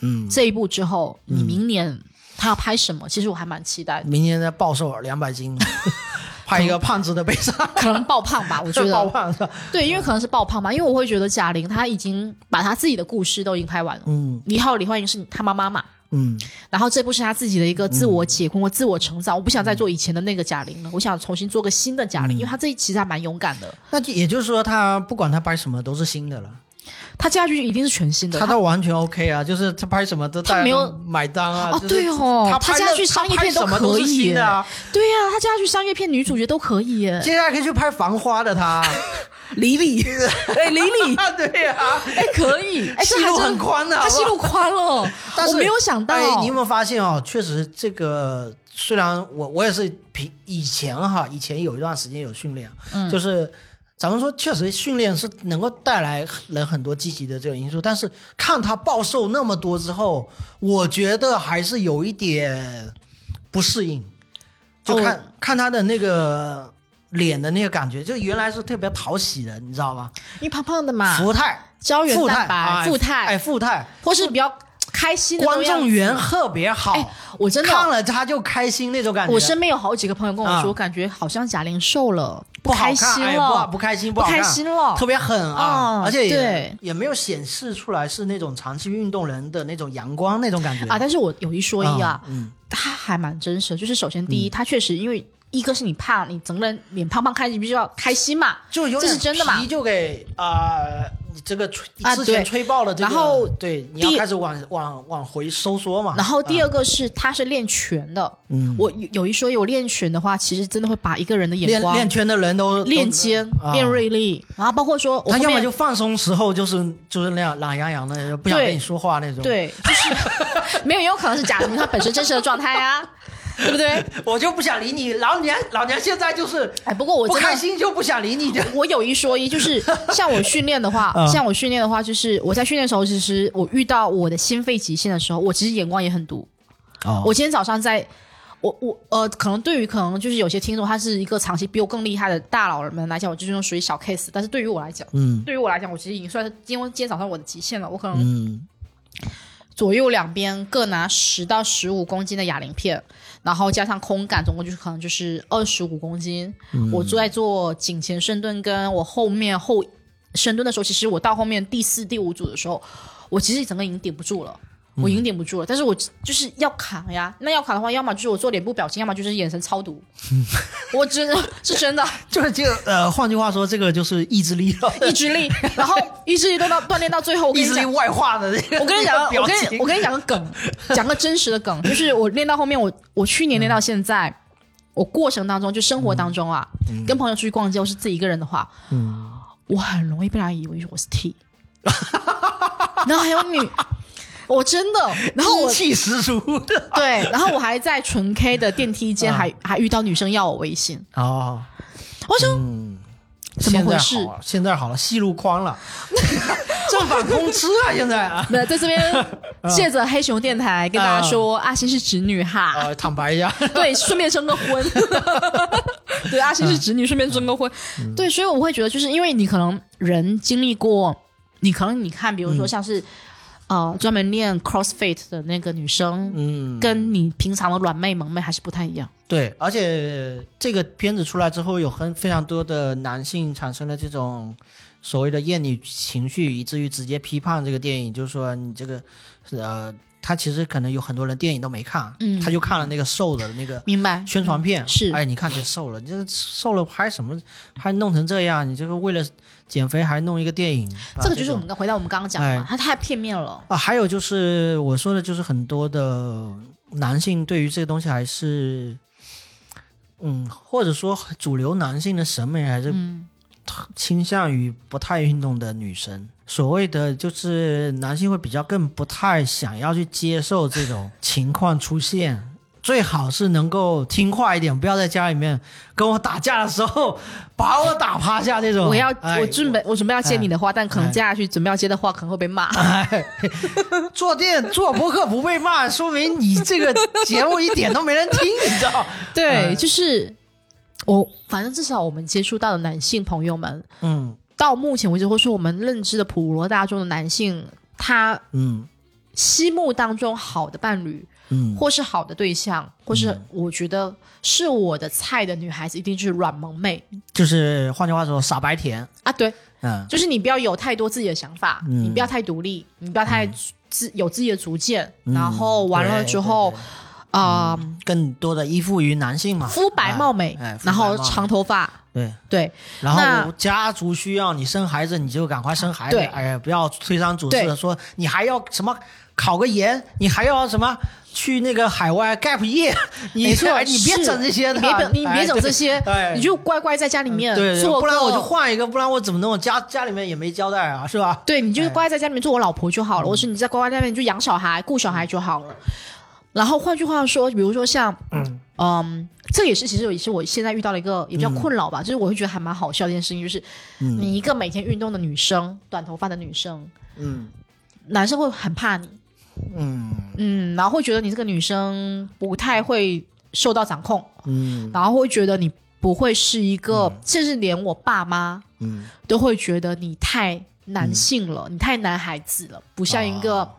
Speaker 1: 嗯，
Speaker 2: 这一部之后， 你明年她要拍什么？其实我还蛮期待的。
Speaker 1: 明年再暴瘦两百斤， 拍一个胖子的悲伤，
Speaker 2: 可能爆胖吧，我觉
Speaker 1: 爆
Speaker 2: 得
Speaker 1: 胖的，
Speaker 2: 对，因为可能是爆胖吧，因为我会觉得贾玲她已经把她自己的故事都已经拍完了。
Speaker 1: 嗯
Speaker 2: 李浩、李焕英是她妈妈嘛，
Speaker 1: 嗯，
Speaker 2: 然后这部是她自己的一个自我解困和自我成长。我不想再做以前的那个贾玲了，我想重新做个新的贾
Speaker 1: 嗯
Speaker 2: 玲，因为她这一其实还蛮勇敢的，
Speaker 1: 那就也就是说，他不管他拍什么都是新的了，
Speaker 2: 她接下去一定是全新的。
Speaker 1: 他
Speaker 2: 她
Speaker 1: 倒完全 OK 啊，就是他拍什么都大家
Speaker 2: 他没有
Speaker 1: 能买单啊，
Speaker 2: 哦
Speaker 1: 就是
Speaker 2: 对哦
Speaker 1: 他
Speaker 2: 他
Speaker 1: 拍
Speaker 2: 家
Speaker 1: 的
Speaker 2: 去
Speaker 1: 他
Speaker 2: 商业
Speaker 1: 拍
Speaker 2: 片都
Speaker 1: 什么都
Speaker 2: 可
Speaker 1: 是
Speaker 2: 以
Speaker 1: 新的啊，
Speaker 2: 对呀、她接下去商业片女主角都可以耶，
Speaker 1: 接下来可以去拍《繁花》的 他，
Speaker 2: 李李，哎，李 李，
Speaker 1: 啊，对呀、啊，
Speaker 2: 哎，可以，哎，这
Speaker 1: 戏路
Speaker 2: 还真
Speaker 1: 很宽的，
Speaker 2: 她戏路宽了，
Speaker 1: 但是
Speaker 2: 我没有想到，
Speaker 1: 哎，你有没有发现哦？确实，这个虽然我我也是平以前哈，以前有一段时间有训练，嗯、就是咱们说确实训练是能够带来人很多积极的这个因素，但是看他暴瘦那么多之后，我觉得还是有一点不适应，就
Speaker 2: 哦
Speaker 1: 看、看他的那个。脸的那个感觉，就原来是特别讨喜的，你知道吗？
Speaker 2: 因为胖胖的嘛，
Speaker 1: 福态、
Speaker 2: 啊胶原
Speaker 1: 富态
Speaker 2: 蛋白、
Speaker 1: 富
Speaker 2: 富
Speaker 1: 态，哎，
Speaker 2: 态，
Speaker 1: 富态，
Speaker 2: 或是比较开心的
Speaker 1: 观
Speaker 2: 那种
Speaker 1: 众
Speaker 2: 样子
Speaker 1: 缘特别好。
Speaker 2: 哎，我真
Speaker 1: 哦看
Speaker 2: 的，
Speaker 1: 了他就开心那种感觉。
Speaker 2: 我身边有好几个朋友跟我
Speaker 1: 啊
Speaker 2: 说，感觉好像贾玲瘦了，
Speaker 1: 不好
Speaker 2: 开
Speaker 1: 看
Speaker 2: 心
Speaker 1: 哎
Speaker 2: 了，
Speaker 1: 不不开心，
Speaker 2: 不
Speaker 1: 好看
Speaker 2: 开心了
Speaker 1: 特别狠啊，
Speaker 2: 嗯
Speaker 1: 而且也
Speaker 2: 对
Speaker 1: 也没有显示出来是那种长期运动人的那种阳光那种感觉
Speaker 2: 啊！但是我有一说一啊，
Speaker 1: 嗯，
Speaker 2: 他还蛮真实的。就是首先第一，他确实因为一哥是你胖，你整个人脸胖胖，看起来比较开心嘛，
Speaker 1: 就有
Speaker 2: 这
Speaker 1: 点
Speaker 2: 是真的嘛
Speaker 1: 皮就给啊、你这个吹
Speaker 2: 啊
Speaker 1: 之前
Speaker 2: 对
Speaker 1: 吹爆了这个，
Speaker 2: 然后
Speaker 1: 对你要
Speaker 2: 第
Speaker 1: 开始往往往回收缩嘛。
Speaker 2: 然后第
Speaker 1: 二，
Speaker 2: 二个是他是练拳的，
Speaker 1: 啊嗯
Speaker 2: 我有有一说一，我练拳的话，其实真的会把一个人的眼
Speaker 1: 练
Speaker 2: 光
Speaker 1: 练圈的人都
Speaker 2: 练肩、
Speaker 1: 啊
Speaker 2: 练锐利，然后包括说我
Speaker 1: 他
Speaker 2: 后
Speaker 1: 要么
Speaker 2: 面
Speaker 1: 就放松时候就是就是那样懒洋洋的，不想
Speaker 2: 对
Speaker 1: 跟你说话那种。，
Speaker 2: 对，就是没有，也有可能是 贾玲她本身真实的状态啊， 对不对？
Speaker 1: 我就不想理你。老娘老娘现在就是
Speaker 2: 哎，不过我
Speaker 1: 不
Speaker 2: 真
Speaker 1: 开
Speaker 2: 的。
Speaker 1: 心就不想理你的。，
Speaker 2: 我有一说一，就是像我训练的话
Speaker 1: 嗯
Speaker 2: 像我训练的话，就是我在训练的时候，其实我遇到我的心肺极限的时候，我其实眼光也很毒。
Speaker 1: 哦
Speaker 2: 我今天早上在，我我呃，可能对于可能就是有些听众他是一个长期比我更厉害的大佬们来讲，我就是那种属于小 case，但是对于我来讲，
Speaker 1: 嗯
Speaker 2: 对于我来讲，我其实已经算是今天今天早上我的极限了。我可能
Speaker 1: 嗯
Speaker 2: 左右两边各拿十到十五公斤的哑铃片，然后加上空杆，总共就是可能就是二十五公斤。
Speaker 1: 嗯
Speaker 2: 我在做颈前深蹲，跟我后面后深蹲的时候，其实我到后面第四、第五组的时候，我其实整个已经顶不住了。我
Speaker 1: 嗯
Speaker 2: 已经顶不住了，但是我就是要扛呀。那要扛的话，要么就是我做脸部表情，要么就是眼神超毒。
Speaker 1: 嗯
Speaker 2: 我真的是 真的，
Speaker 1: 就是这个呃，换句话说，这个就是意志力了，
Speaker 2: 意志力，然后意志力都到锻炼到最后，我跟
Speaker 1: 意
Speaker 2: 你
Speaker 1: 志力
Speaker 2: 讲，
Speaker 1: 外化的这个。
Speaker 2: 我跟你讲，啊
Speaker 1: 这个 表
Speaker 2: 我跟
Speaker 1: 情
Speaker 2: 你我跟你讲个 梗，讲个真实的梗，就是我练到后面，我我去年
Speaker 1: 嗯
Speaker 2: 练到现在，我过程当中就生活当中啊，
Speaker 1: 嗯
Speaker 2: 跟朋友出去逛街，或是自己一个人的话，我很容易被人家以为我是 T，然后还有女，我 真的，然后我
Speaker 1: 阴气十足。
Speaker 2: 对，然后我还在纯 K 的电梯 间
Speaker 1: 啊
Speaker 2: 还、还遇到女生要我微信，
Speaker 1: 哦，
Speaker 2: 我想、怎么
Speaker 1: 嗯现在
Speaker 2: 回
Speaker 1: 好啊
Speaker 2: 事？
Speaker 1: 了？现在好了，戏路宽 了，正反通吃啊！现在啊，
Speaker 2: 那在 这边
Speaker 1: 嗯
Speaker 2: 借着黑熊电台跟大家说，阿星是直女哈。
Speaker 1: 呃，坦白一下，
Speaker 2: 对，顺便征个 婚。对，阿星是侄女，顺便征个婚。
Speaker 1: 嗯
Speaker 2: 对，所以我会觉得，就是因为你可能人经历过，你可能你看，比如
Speaker 1: 嗯
Speaker 2: 说像是、呃专门练 CrossFit 的那个女生，
Speaker 1: 嗯，
Speaker 2: 跟你平常的软妹萌妹还是不太一样。
Speaker 1: 对，而且这个片子出来之后，有很非常多的男性产生了这种所谓的厌女情绪，以至于直接批判这个电影，就是说你这个，呃，他其实可能有很多人电影都没看，
Speaker 2: 嗯
Speaker 1: 他就看了那个瘦的那个
Speaker 2: 明白？
Speaker 1: 宣传片，
Speaker 2: 是
Speaker 1: 哎，你看这瘦了，你这个瘦了拍什么，还弄成这样，你这个为了减肥还弄一个电影，把
Speaker 2: 这个就是
Speaker 1: 种
Speaker 2: 我们刚回到我们刚刚讲的嘛，
Speaker 1: 哎
Speaker 2: 它太片面了。
Speaker 1: 啊，还有就是我说的，就是很多的男性对于这个东西还是，嗯，或者说主流男性的审美还是
Speaker 2: 嗯，
Speaker 1: 倾向于不太运动的女生。所谓的就是男性会比较更不太想要去接受这种情况出现。最好是能够听话一点，不要在家里面跟我打架的时候 把我打趴下这种。
Speaker 2: 我要
Speaker 1: 哎
Speaker 2: 我准备我准备要接你的话，但可能
Speaker 1: 哎
Speaker 2: 接下去准备要接的话，可能会被骂。
Speaker 1: 做电做播客不被骂，说明你这个节目一点都没人听，你知道？ 嗯
Speaker 2: 对，就是我，反正至少我们接触到的男性朋友们，
Speaker 1: 嗯
Speaker 2: 到目前为止，或是我们认知的普罗大众的男性，他
Speaker 1: 嗯
Speaker 2: 心目当中好的伴侣，
Speaker 1: 嗯
Speaker 2: 或是好的对象，或是我觉得是我的菜的女孩子，一定是软萌妹
Speaker 1: 嗯就是换句话说，傻白甜，
Speaker 2: 啊。对，
Speaker 1: 嗯
Speaker 2: 就是你不要有太多自己的想法，
Speaker 1: 嗯
Speaker 2: 你不要太独立，你不要太自、有自己的主见，
Speaker 1: 嗯
Speaker 2: 然后完了之后
Speaker 1: 对对
Speaker 2: 啊、
Speaker 1: 对更多的依附于男性嘛，
Speaker 2: 肤白貌美，
Speaker 1: 哎哎肤白
Speaker 2: 然后
Speaker 1: 貌美
Speaker 2: 长头发，
Speaker 1: 对，
Speaker 2: 对
Speaker 1: 然
Speaker 2: 那
Speaker 1: 后家族需要你生孩子，你就赶快生孩子，
Speaker 2: 对
Speaker 1: 哎呀，不要推三阻
Speaker 2: 对
Speaker 1: 四，说你还要什么考个研，你还要什么去那个海外 gap 业，你
Speaker 2: 没错
Speaker 1: 哎你别
Speaker 2: 是
Speaker 1: 整这些的，
Speaker 2: 你别你别
Speaker 1: 哎
Speaker 2: 整这些，
Speaker 1: 对
Speaker 2: 你就乖乖在家里面
Speaker 1: 对对，
Speaker 2: 做
Speaker 1: 不然我
Speaker 2: 个
Speaker 1: 就换一个，不然我怎么弄？家家里面也没交代啊，是吧？
Speaker 2: 对你就是乖乖在家里面做我老婆就好
Speaker 1: 嗯
Speaker 2: 了，或是你在乖乖在家里面就养小孩、顾小孩就好了。然后换句话说，比如说像，嗯这也是其实也是我现在遇到了一个也
Speaker 1: 嗯
Speaker 2: 比较困扰吧，就是我会觉得还蛮好笑的一件事情，就是、你一个每天运动的女生，短头发的女生，
Speaker 1: 嗯
Speaker 2: 男生会很怕你，
Speaker 1: 嗯
Speaker 2: 嗯，然后会觉得你这个女生不太会受到掌控，
Speaker 1: 嗯
Speaker 2: 然后会觉得你不会是一个，甚至连我爸妈
Speaker 1: 嗯，
Speaker 2: 都会觉得你太男性了，你太男孩子了，不像一个
Speaker 1: 哦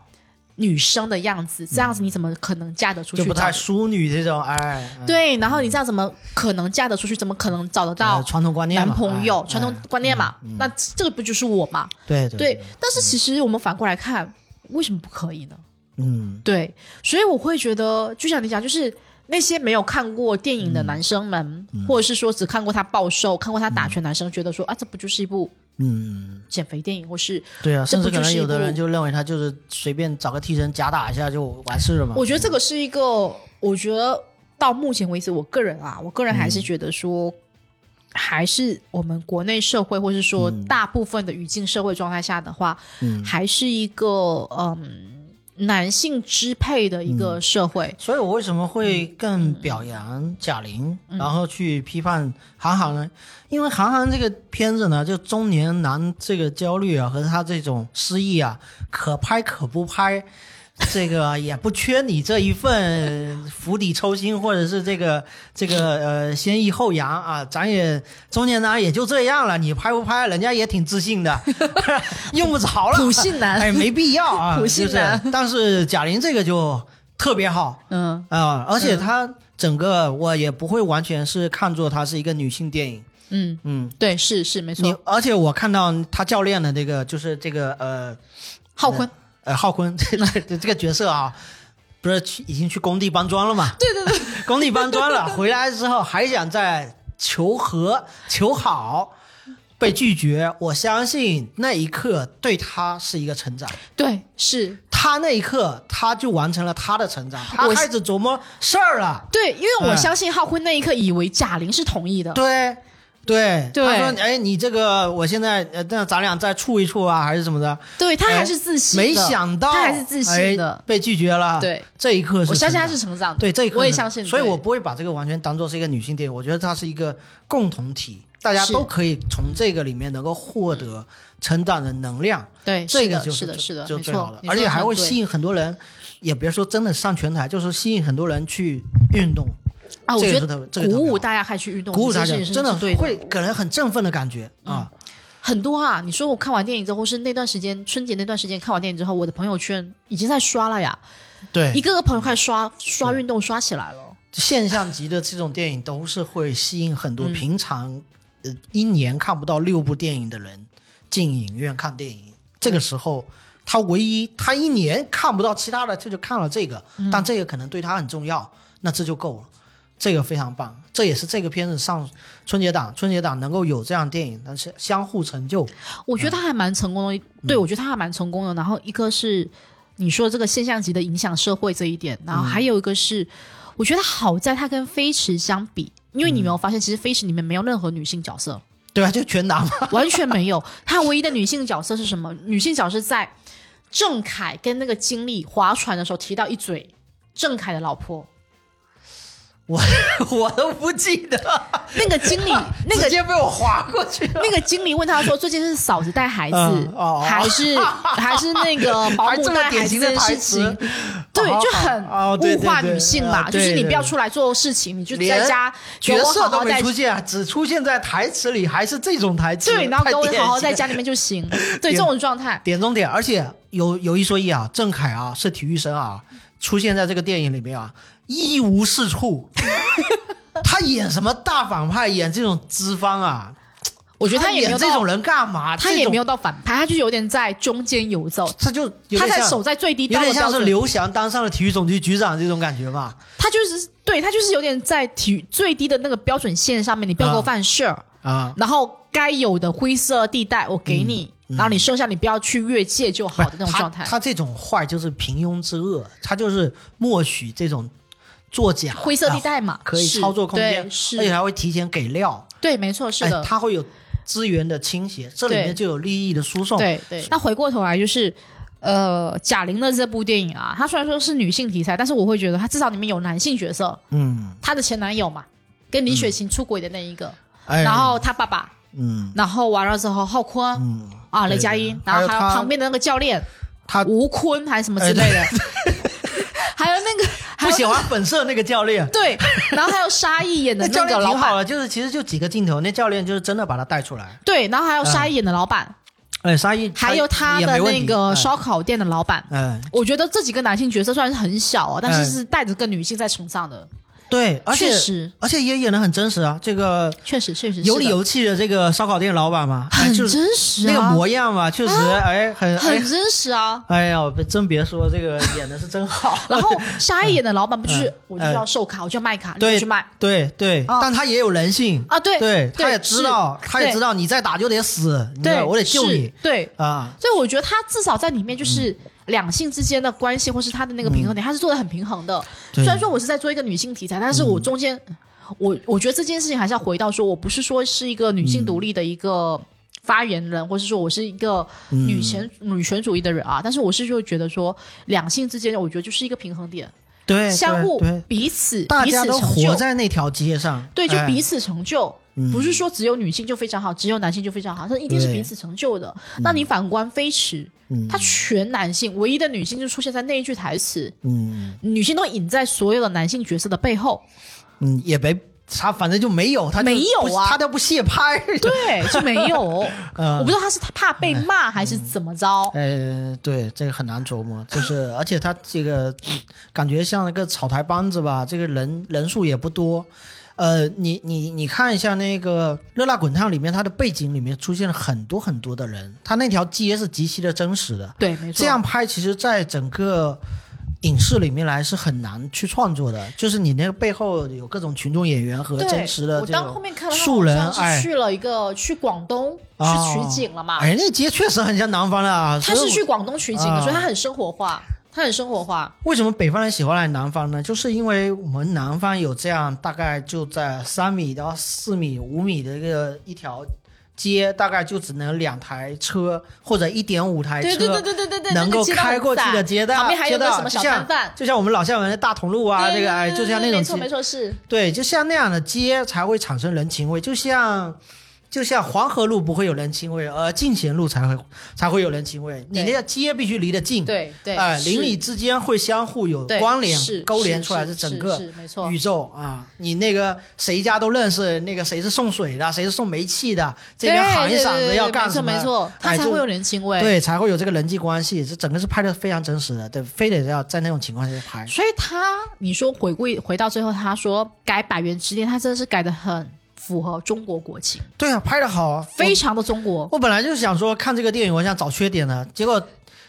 Speaker 2: 女生的样子。这样子你怎么可能嫁得出去？
Speaker 1: 就不太
Speaker 2: 找
Speaker 1: 淑女这种，哎，嗯
Speaker 2: 对，然后你这样怎么可能嫁得出去？怎么可能找得
Speaker 1: 呃
Speaker 2: 到
Speaker 1: 传统观念
Speaker 2: 男
Speaker 1: 嘛，
Speaker 2: 朋友？
Speaker 1: 哎
Speaker 2: 传统
Speaker 1: 哎
Speaker 2: 观念嘛，那这个不就是我嘛？
Speaker 1: 对
Speaker 2: 对，但是其实我们反过来看，为什么不可以呢？
Speaker 1: 嗯
Speaker 2: 对，所以我会觉得，就像你讲，就是那些没有看过电影的男生们，
Speaker 1: 嗯
Speaker 2: 或者是说只看过他暴瘦、看过他打拳，男生觉得说啊，这不就是一部
Speaker 1: 嗯，
Speaker 2: 减肥电影，或是
Speaker 1: 对啊，
Speaker 2: 这
Speaker 1: 甚
Speaker 2: 不
Speaker 1: 至可
Speaker 2: 就是
Speaker 1: 能
Speaker 2: 一
Speaker 1: 有的
Speaker 2: 部
Speaker 1: 人就认为他就是随便找个替身假打一下就完事了嘛。
Speaker 2: 我觉得这个是一个，我觉得到目前为止，我个人啊，我个人还是
Speaker 1: 嗯
Speaker 2: 觉得说，还是我们国内社会，或是说大部分的语境社会状态下的话，
Speaker 1: 嗯
Speaker 2: 还是一个嗯男性支配的一
Speaker 1: 嗯
Speaker 2: 个社会。
Speaker 1: 所以我为什么会
Speaker 2: 嗯
Speaker 1: 更表扬贾玲，然后去批判韩寒呢？因为韩寒这个片子呢，就中年男这个焦虑啊，和他这种失意啊，可拍可不拍，这个也不缺你这一份釜底抽薪，或者是这个 这个呃先抑后扬啊，咱也中年男也就这样了，你拍不拍，人家也挺自信的， 用不着了，
Speaker 2: 普信男
Speaker 1: 哎，没必要啊，
Speaker 2: 普
Speaker 1: 就
Speaker 2: 信
Speaker 1: 是
Speaker 2: 男。
Speaker 1: 但是贾玲这个就特别好。
Speaker 2: 嗯
Speaker 1: 啊、而且它整个我也不会完全是看作它是一个女性电影，
Speaker 2: 嗯，
Speaker 1: 嗯，
Speaker 2: 对，是是没
Speaker 1: 你
Speaker 2: 错。
Speaker 1: 而且我看到他教练的这个就是这个呃
Speaker 2: 浩坤，
Speaker 1: 呃浩坤 这这这个角色啊，不是去已经去工地搬砖了嘛？对对对， 工地搬砖了，回来之后还想再求和求好。被拒绝，我相信那一刻对他是一个成长。
Speaker 2: 对，是
Speaker 1: 他那一刻，他就完成了他的成长，他
Speaker 2: 我
Speaker 1: 开始琢磨事儿了。
Speaker 2: 对，因为我
Speaker 1: 嗯
Speaker 2: 相信浩坤那一刻以为贾玲是同意的。
Speaker 1: 对。对，
Speaker 2: 对
Speaker 1: 他说：“哎，你这个，我现在呃，那咱俩再处一处啊，还是怎么的？
Speaker 2: 对他
Speaker 1: 哎
Speaker 2: 还是自信的，
Speaker 1: 没想到，
Speaker 2: 他还是自信
Speaker 1: 哎
Speaker 2: 的。
Speaker 1: 被拒绝了。
Speaker 2: 对，
Speaker 1: 这一刻是
Speaker 2: 我相信他
Speaker 1: 成
Speaker 2: 是
Speaker 1: 长
Speaker 2: 成长的，
Speaker 1: 对这一刻是，
Speaker 2: 我也相信。
Speaker 1: 所以
Speaker 2: 对
Speaker 1: 我不会把这个完全当做是一个女性电影，我觉得它是一个共同体，大家
Speaker 2: 是
Speaker 1: 都可以从这个里面能够获得成长的能量。
Speaker 2: 对，
Speaker 1: 这个
Speaker 2: 是
Speaker 1: 就
Speaker 2: 的，是的，
Speaker 1: 最就
Speaker 2: 是的，没
Speaker 1: 最好
Speaker 2: 错
Speaker 1: 了，，而且还会吸
Speaker 2: 引
Speaker 1: 引很多人，也别说真的上拳台，就是吸引很多人去运动，
Speaker 2: 啊！我
Speaker 1: 这个
Speaker 2: 觉
Speaker 1: 是
Speaker 2: 得
Speaker 1: 特这个特
Speaker 2: 鼓
Speaker 1: 别
Speaker 2: 舞
Speaker 1: 好
Speaker 2: 大家开始运动，
Speaker 1: 鼓舞
Speaker 2: 这
Speaker 1: 大
Speaker 2: 件
Speaker 1: 家，
Speaker 2: 事情
Speaker 1: 真
Speaker 2: 是
Speaker 1: 的
Speaker 2: 对的
Speaker 1: 会给人很振奋的感觉啊。
Speaker 2: 很多啊！你说我看完电影之后，或是那段时间春节那段时间看完电影之后，我的朋友圈已经在刷了呀，
Speaker 1: 对
Speaker 2: 一个个朋友开始刷刷运动刷起来
Speaker 1: 嗯
Speaker 2: 了。
Speaker 1: 现象级的这种电影都是会吸引很
Speaker 2: 嗯
Speaker 1: 多平常、呃一年看不到六部电影的人进影院看电影。这个时候，他唯一他一年看不到其他的，他就看了这个，
Speaker 2: 嗯
Speaker 1: 但这个可能对他很重要，那这就够了。这个非常棒，这也是这个片子上春节档，春节档能够有这样的电影，但是相互成就。
Speaker 2: 我觉得他还蛮成功的，
Speaker 1: 嗯
Speaker 2: 对我觉得他还蛮成功的。然后一个是你说这个现象级的影响社会这一点，
Speaker 1: 嗯
Speaker 2: 然后还有一个是，我觉得好在他跟飞驰相比，因为你没有发现，其实飞驰里面没有任何女性角色，
Speaker 1: 对啊，就全拿嘛，
Speaker 2: 完全没有。他唯一的女性角色是什么？女性角色在郑恺跟那个经理划船的时候提到一嘴郑恺的老婆，
Speaker 1: 我 都不记得，
Speaker 2: 那个经理， 那
Speaker 1: 直
Speaker 2: 个
Speaker 1: 接被我划过去了。
Speaker 2: 那个经理问他说：“最近是嫂子带孩子，
Speaker 1: 嗯 哦哦
Speaker 2: 还是还是 那个保
Speaker 1: 还
Speaker 2: 姆
Speaker 1: 这么
Speaker 2: 带孩
Speaker 1: 典
Speaker 2: 子
Speaker 1: 型的
Speaker 2: 这件
Speaker 1: 台
Speaker 2: 事
Speaker 1: 词
Speaker 2: 情？”对，
Speaker 1: 哦
Speaker 2: 就
Speaker 1: 哦
Speaker 2: 很
Speaker 1: 对
Speaker 2: 物化
Speaker 1: 对对
Speaker 2: 女性嘛，
Speaker 1: 呃
Speaker 2: 就
Speaker 1: 对
Speaker 2: 是你
Speaker 1: 对
Speaker 2: 不要出来做事情，你就在
Speaker 1: 连
Speaker 2: 家给
Speaker 1: 角
Speaker 2: 我
Speaker 1: 色
Speaker 2: 好
Speaker 1: 都
Speaker 2: 好
Speaker 1: 没
Speaker 2: 在
Speaker 1: 出现，啊只出现在台词里，还是这种台词。
Speaker 2: 对，然后给
Speaker 1: 太
Speaker 2: 我
Speaker 1: 典
Speaker 2: 好好
Speaker 1: 型
Speaker 2: 在家里面就行。对，
Speaker 1: 点
Speaker 2: 这种状态，
Speaker 1: 点中点，而且有有一说一啊，郑恺啊是体育生啊，出现在这个电影里面啊，一无是 处。他演什么大反派，演这种资方啊？
Speaker 2: 我觉得
Speaker 1: 他
Speaker 2: 也没
Speaker 1: 演
Speaker 2: 有
Speaker 1: 这
Speaker 2: 到
Speaker 1: 种，人干嘛？
Speaker 2: 他
Speaker 1: 这
Speaker 2: 也
Speaker 1: 种
Speaker 2: 没有，到反派，他就有点在中间游走，
Speaker 1: 他就有
Speaker 2: 他
Speaker 1: 点
Speaker 2: 在
Speaker 1: 像
Speaker 2: 守在最低
Speaker 1: 有
Speaker 2: 道
Speaker 1: 点
Speaker 2: 德
Speaker 1: 像
Speaker 2: 标
Speaker 1: 是
Speaker 2: 准。
Speaker 1: 刘翔当上了体育总局局长这种感觉吧？
Speaker 2: 他就是对他就是有点在体育最低的那个标准线上面，你不要给我
Speaker 1: 啊
Speaker 2: 犯事儿。
Speaker 1: 啊，
Speaker 2: 然后该有的灰色地带我给你，
Speaker 1: 嗯
Speaker 2: 然后你剩下你不要去越界就好的那种
Speaker 1: 他
Speaker 2: 状态。
Speaker 1: 他这种坏就是平庸之恶，他就是默许这种作假、
Speaker 2: 灰色地
Speaker 1: 啊，
Speaker 2: 带嘛，
Speaker 1: 可以
Speaker 2: 是
Speaker 1: 操作空间，
Speaker 2: 对
Speaker 1: 而且
Speaker 2: 是，
Speaker 1: 还会提前给料，
Speaker 2: 对，没错，是
Speaker 1: 哎
Speaker 2: 的，
Speaker 1: 他会有资源的倾斜，这里
Speaker 2: 对
Speaker 1: 面就有利益的输送。
Speaker 2: 对对。那回过头来就是。呃，贾玲的这部电影啊，它虽然说是女性题材，但是我会觉得它至少里面有男性角色，
Speaker 1: 嗯，
Speaker 2: 她的前男友嘛，跟李雪琴出轨的那一个，
Speaker 1: 哎，
Speaker 2: 然后她爸爸，
Speaker 1: 嗯
Speaker 2: 然后完了之后浩坤、
Speaker 1: 嗯，
Speaker 2: 啊，
Speaker 1: 对
Speaker 2: 雷佳
Speaker 1: 对
Speaker 2: 音，
Speaker 1: 还
Speaker 2: 然后
Speaker 1: 有
Speaker 2: 还有
Speaker 1: 他
Speaker 2: 旁边的那个教练
Speaker 1: 他哎
Speaker 2: 吴坤还是什么之类的， 还有那个还
Speaker 1: 不
Speaker 2: 有
Speaker 1: 喜欢本色那个教练。
Speaker 2: 对，然后还有沙溢演的
Speaker 1: 那教
Speaker 2: 那个
Speaker 1: 练
Speaker 2: 老
Speaker 1: 挺好
Speaker 2: 板，
Speaker 1: 的，就是其实就几个镜头，那教练就是真的把他带出来。
Speaker 2: 对，然后还有沙溢演的老板，
Speaker 1: 哎，沙溢
Speaker 2: 还有他
Speaker 1: 嗯也
Speaker 2: 的
Speaker 1: 没问
Speaker 2: 那
Speaker 1: 题哎
Speaker 2: 个烧烤店的老板。
Speaker 1: 嗯，嗯
Speaker 2: 我觉得这几个男性角色虽然是很小哦，但
Speaker 1: 哎
Speaker 2: 是是带着个女性在崇尚的，
Speaker 1: 对，而且
Speaker 2: 确实，
Speaker 1: 而且也演的很真实啊。这个
Speaker 2: 确实，确实
Speaker 1: 有理
Speaker 2: 是的，
Speaker 1: 有气的这个烧烤店老板嘛，哎
Speaker 2: 很
Speaker 1: 就是
Speaker 2: 真实
Speaker 1: 那个
Speaker 2: 啊，
Speaker 1: 模样嘛，确实哎很哎
Speaker 2: 很真实啊。
Speaker 1: 哎呀，真别说这个演的是真 好。
Speaker 2: 然后沙溢演的老板不就是
Speaker 1: 嗯
Speaker 2: 我就是要售卡，我就要卖卡，你
Speaker 1: 对
Speaker 2: 就去卖
Speaker 1: 对对，
Speaker 2: 啊
Speaker 1: 但他也有人性，
Speaker 2: 啊？对
Speaker 1: 对，他也
Speaker 2: 是
Speaker 1: 知道，他也
Speaker 2: 对
Speaker 1: 知道你再打就得死，你知道
Speaker 2: 对，
Speaker 1: 我得救
Speaker 2: 是
Speaker 1: 你
Speaker 2: 对，
Speaker 1: 啊。
Speaker 2: 所以我觉得他至少在里面就是
Speaker 1: 嗯
Speaker 2: 两性之间的关系，或是他的那个平衡点，他是做的很平衡的。
Speaker 1: 对嗯
Speaker 2: 虽然说我是在做一个女性题材，但是我中间，我我觉得这件事情还是要回到说，我不是说是一个女性独立的一个发言人，或是说我是一个
Speaker 1: 嗯
Speaker 2: 女权、女权主义的人啊，但是我是就觉得说，两性之间，我觉得就是一个平衡点，
Speaker 1: 对，
Speaker 2: 相
Speaker 1: 对
Speaker 2: 互
Speaker 1: 对，
Speaker 2: 彼此
Speaker 1: 大
Speaker 2: 彼
Speaker 1: 家
Speaker 2: 此
Speaker 1: 都
Speaker 2: 成
Speaker 1: 活
Speaker 2: 就，
Speaker 1: 在那条街上，
Speaker 2: 对，就
Speaker 1: 哎嗯
Speaker 2: 彼此成就。不是说只有女性就非常好，只有男性就非常好，它一定是
Speaker 1: 对嗯
Speaker 2: 彼此成就的。那你反观飞驰，他全男性，唯一的女性就出现在那一句台词，
Speaker 1: 嗯
Speaker 2: 女性都隐在所有的男性角色的背后，
Speaker 1: 嗯，也没他反正就没有，他就
Speaker 2: 没有
Speaker 1: 不
Speaker 2: 啊
Speaker 1: 他都不屑拍。
Speaker 2: 对，就没有。
Speaker 1: 嗯
Speaker 2: 我不知道他是怕被骂还是怎么着，
Speaker 1: 呃，对，这个很难琢磨，就是而且他这个感觉像一个草台班子吧，这个人人数也不多。呃，你你你看一下那个《热辣滚烫》里面，它的背景里面出现了很多很多的人，他那条街是极其的真实的。
Speaker 2: 对，没错，
Speaker 1: 这样拍，其实在整个影视里面来是很难去创作的，就是你那个背后有各种群众演员和
Speaker 2: 对
Speaker 1: 真实的
Speaker 2: 我
Speaker 1: 这
Speaker 2: 当后
Speaker 1: 种
Speaker 2: 面看到他
Speaker 1: 素
Speaker 2: 好
Speaker 1: 人，
Speaker 2: 像是
Speaker 1: 哎，
Speaker 2: 去了一个去广东去
Speaker 1: 哦
Speaker 2: 取景了嘛，
Speaker 1: 哎，那街确实很像南方的啊。
Speaker 2: 他
Speaker 1: 所以
Speaker 2: 是
Speaker 1: 我
Speaker 2: 去广东取景的，
Speaker 1: 啊
Speaker 2: 所以他很生活化，他很生活化。
Speaker 1: 为什么北方人喜欢来南方呢？就是因为我们南方有这样大概就在三米到四米、五米的一个一条街，大概就只能两台车或者一点五台车
Speaker 2: 对对对对对对对，
Speaker 1: 能
Speaker 2: 那
Speaker 1: 够
Speaker 2: 个街道
Speaker 1: 开
Speaker 2: 很
Speaker 1: 过去
Speaker 2: 散
Speaker 1: 的街道，
Speaker 2: 旁边还
Speaker 1: 街
Speaker 2: 有个
Speaker 1: 道
Speaker 2: 什么小
Speaker 1: 就像
Speaker 2: 摊贩，
Speaker 1: 就像我们老厦门的大同路啊，
Speaker 2: 对
Speaker 1: 这个哎，就像那种
Speaker 2: 没错没
Speaker 1: 街，嗯
Speaker 2: 错是，
Speaker 1: 对，就像那样的街才会产生人情味，就像。就像黄河路不会有人情味，而进贤路才会才会有人情味。你
Speaker 2: 对
Speaker 1: 那个街必须离得近，
Speaker 2: 对对，
Speaker 1: 哎，
Speaker 2: 是
Speaker 1: 邻里之间会相互有
Speaker 2: 对
Speaker 1: 关联
Speaker 2: 是、
Speaker 1: 勾连
Speaker 2: 是
Speaker 1: 出来，
Speaker 2: 是
Speaker 1: 整个
Speaker 2: 是是没错
Speaker 1: 宇。宙啊。你那个谁家都认识，那个谁是送水的，谁是送煤气的，这边
Speaker 2: 对
Speaker 1: 喊一
Speaker 2: 对
Speaker 1: 嗓
Speaker 2: 对
Speaker 1: 子
Speaker 2: 对
Speaker 1: 要
Speaker 2: 没
Speaker 1: 干
Speaker 2: 错
Speaker 1: 什么，
Speaker 2: 没错，他
Speaker 1: 哎
Speaker 2: 才
Speaker 1: 就
Speaker 2: 会有人情味。，
Speaker 1: 对，才会有这个人际关系，这整个是拍的非常真实的，对，非得要在那种情况下去拍。
Speaker 2: 所以他你说回归回到最后，他说改百元之恋，他真的是改的很符合中国国情，
Speaker 1: 对啊，拍的好啊，
Speaker 2: 非
Speaker 1: 我
Speaker 2: 常的中国。
Speaker 1: 我本来就想说看这个电影，我想找缺点的，结果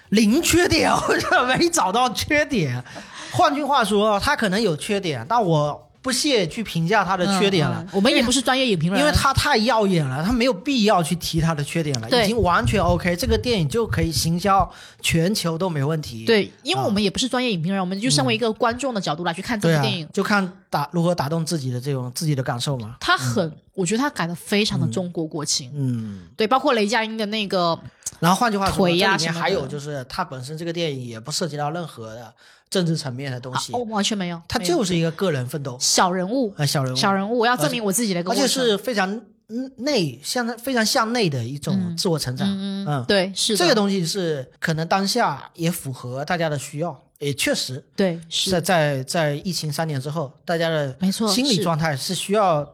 Speaker 1: 零缺点， 我就没找到缺点。换句话说，他可能有缺点，但我不屑去评价他的缺点了。
Speaker 2: 嗯嗯我们也不是专业影评人，啊
Speaker 1: 因为他太耀眼了，他没有必要去提他的缺点了，
Speaker 2: 对
Speaker 1: 已经完全 OK。这个电影就可以行销全球都没问题。
Speaker 2: 对，因为我们也不是专业影评人，我们就身为一个观众的角度来去看这
Speaker 1: 啊嗯对
Speaker 2: 部
Speaker 1: 啊
Speaker 2: 电影，，
Speaker 1: 就看打如何打动自己的这种自己的感受嘛。
Speaker 2: 他很，我觉得他改的非常的中国国情。
Speaker 1: 嗯，
Speaker 2: 对，包括雷佳音的那个
Speaker 1: 然后换句话说，
Speaker 2: 腿呀
Speaker 1: 这里
Speaker 2: 什
Speaker 1: 面
Speaker 2: 么的
Speaker 1: 还有就是，它本身这个电影也不涉及到任何的政治层面的东
Speaker 2: 啊
Speaker 1: 西
Speaker 2: 哦，，完全没有，
Speaker 1: 它
Speaker 2: 没有
Speaker 1: 就是一个个人奋斗，
Speaker 2: 小人物，
Speaker 1: 呃，小人物，
Speaker 2: 小人物，我要
Speaker 1: 而
Speaker 2: 证
Speaker 1: 且
Speaker 2: 明我自己的一个
Speaker 1: 而且
Speaker 2: 过程
Speaker 1: 是非常嗯内向，非常向内的一种
Speaker 2: 嗯
Speaker 1: 自我成长。
Speaker 2: 嗯
Speaker 1: 嗯
Speaker 2: 嗯，对，是
Speaker 1: 这个
Speaker 2: 的
Speaker 1: 东西是可能当下也符合大家的需要，也确实
Speaker 2: 对
Speaker 1: 在
Speaker 2: 是
Speaker 1: 在在疫情三年之后，大家的
Speaker 2: 没错
Speaker 1: 心理
Speaker 2: 是
Speaker 1: 状态是需要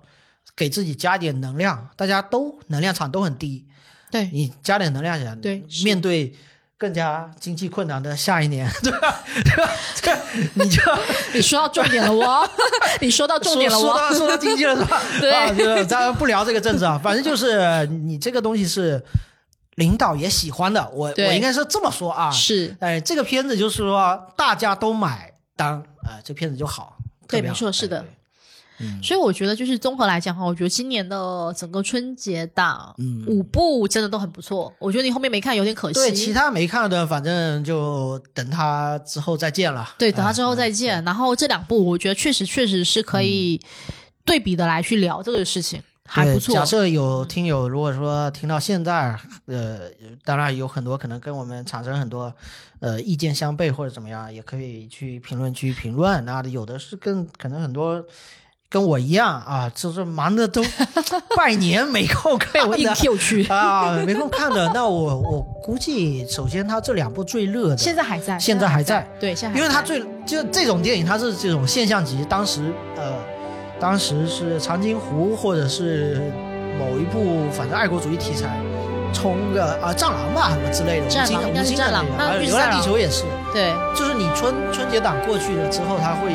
Speaker 1: 给自己加点能量，大家都能量场都很低，
Speaker 2: 对
Speaker 1: 你加点能量起来，
Speaker 2: 对是
Speaker 1: 面对更加经济困难的下一 年，对吧？对吧？这个你就
Speaker 4: 你说到重点了哦， 你说到重点了
Speaker 1: 说说到
Speaker 4: 哦，
Speaker 1: 说到经济了是吧？
Speaker 4: 对
Speaker 1: 啊，这个咱们不聊这个政治啊，反正就是你这个东西是领导也喜欢的，我我
Speaker 4: 对
Speaker 1: 应该是这么说啊。
Speaker 4: 是
Speaker 1: 哎，这个片子就是说大家都买单，哎，这片子就好。
Speaker 2: 对
Speaker 1: 特别好
Speaker 2: 没错是的
Speaker 1: 哎对
Speaker 2: 所以我觉得就是综合来讲的话，我觉得今年的整个春节档、
Speaker 1: 嗯
Speaker 2: 五部真的都很不错。我觉得你后面没看有点可惜。
Speaker 1: 对，其他没看的，反正就等他之后再见了。
Speaker 2: 对等他
Speaker 1: 哎
Speaker 2: 之后再见。然后这两部我觉得确实确实是可以对比的来去聊这个事情，还
Speaker 1: 对
Speaker 2: 不错
Speaker 1: 假。设有听友如果说听到现在，呃，当然有很多可能跟我们产生很多呃意见相悖或者怎么样，也可以去评论区评论。那有的是跟可能很多。跟我一样啊，就是忙的 都拜年没空看
Speaker 2: 被我硬
Speaker 1: 的
Speaker 2: Q 去，
Speaker 1: 啊，没空看的。那我我估计，首先他这两部最热的，
Speaker 2: 现在还在，
Speaker 1: 现在还在，
Speaker 2: 对，现在还
Speaker 1: 因为它
Speaker 2: 在
Speaker 1: 最就这种电影，它是这种现象级。当时呃，当时是长津湖或者是某一部反正爱国主义题材，冲个啊战狼吧什么之类的，
Speaker 2: 战
Speaker 1: 吴京
Speaker 2: 狼
Speaker 1: 的
Speaker 2: 应该
Speaker 1: 吴
Speaker 2: 是
Speaker 1: 京
Speaker 2: 战
Speaker 1: 的
Speaker 2: 狼
Speaker 1: 那个，
Speaker 2: 那
Speaker 1: 还有
Speaker 2: 绿
Speaker 1: 流浪
Speaker 2: 色
Speaker 1: 地
Speaker 2: 啊
Speaker 1: 球也是，
Speaker 2: 对
Speaker 1: 就是你春春节档过去了之后，它会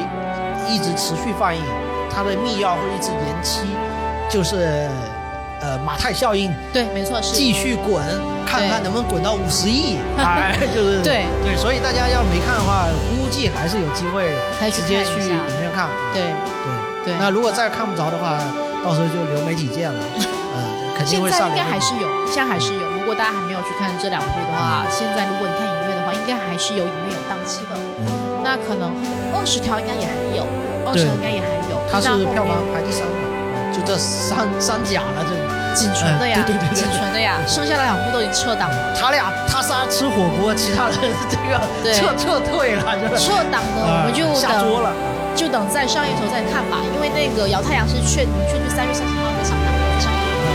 Speaker 1: 一直持续放映，它的密钥会一直延期，就是呃马太效应。
Speaker 2: 对，没错是。
Speaker 1: 继续滚，看看能不能滚到五十亿， 哎，就是
Speaker 2: 对
Speaker 1: 对，所以大家要没看的话，估计还是有机会
Speaker 2: 可以去
Speaker 1: 直接
Speaker 2: 看
Speaker 1: 去
Speaker 2: 一
Speaker 1: 影
Speaker 2: 下
Speaker 1: 院看。
Speaker 2: 对
Speaker 1: 对
Speaker 2: 对，
Speaker 1: 那如果再看不着的话，到时候就留媒体见了，嗯，肯定
Speaker 2: 现
Speaker 1: 会
Speaker 2: 在
Speaker 1: 上
Speaker 2: 应
Speaker 1: 流媒体。
Speaker 2: 该还是有，现在还是有。如果大家还没有去看这两部的话，现在如果你看影院的话，应该还是有影院有档期的。
Speaker 1: 嗯，
Speaker 2: 那可能二十条应该也还有，二十
Speaker 1: 对
Speaker 2: 应该也还有。
Speaker 1: 它是
Speaker 2: 那后面
Speaker 1: 票房排第三名，就这三三甲了，这
Speaker 2: 仅存的
Speaker 1: 嗯
Speaker 2: 呀，
Speaker 1: 对对对对
Speaker 2: 仅存的呀，剩下的两部都已经撤档了。
Speaker 1: 他俩他仨吃火锅，其他人这个
Speaker 2: 对
Speaker 1: 撤撤退了，就是
Speaker 2: 撤档的我们就
Speaker 1: 哎下桌
Speaker 2: 等
Speaker 1: 了。
Speaker 2: 就等再上映的时候再看吧，因为那个《姚太阳》是确明确是三月三十号会上档的，上档。
Speaker 1: 嗯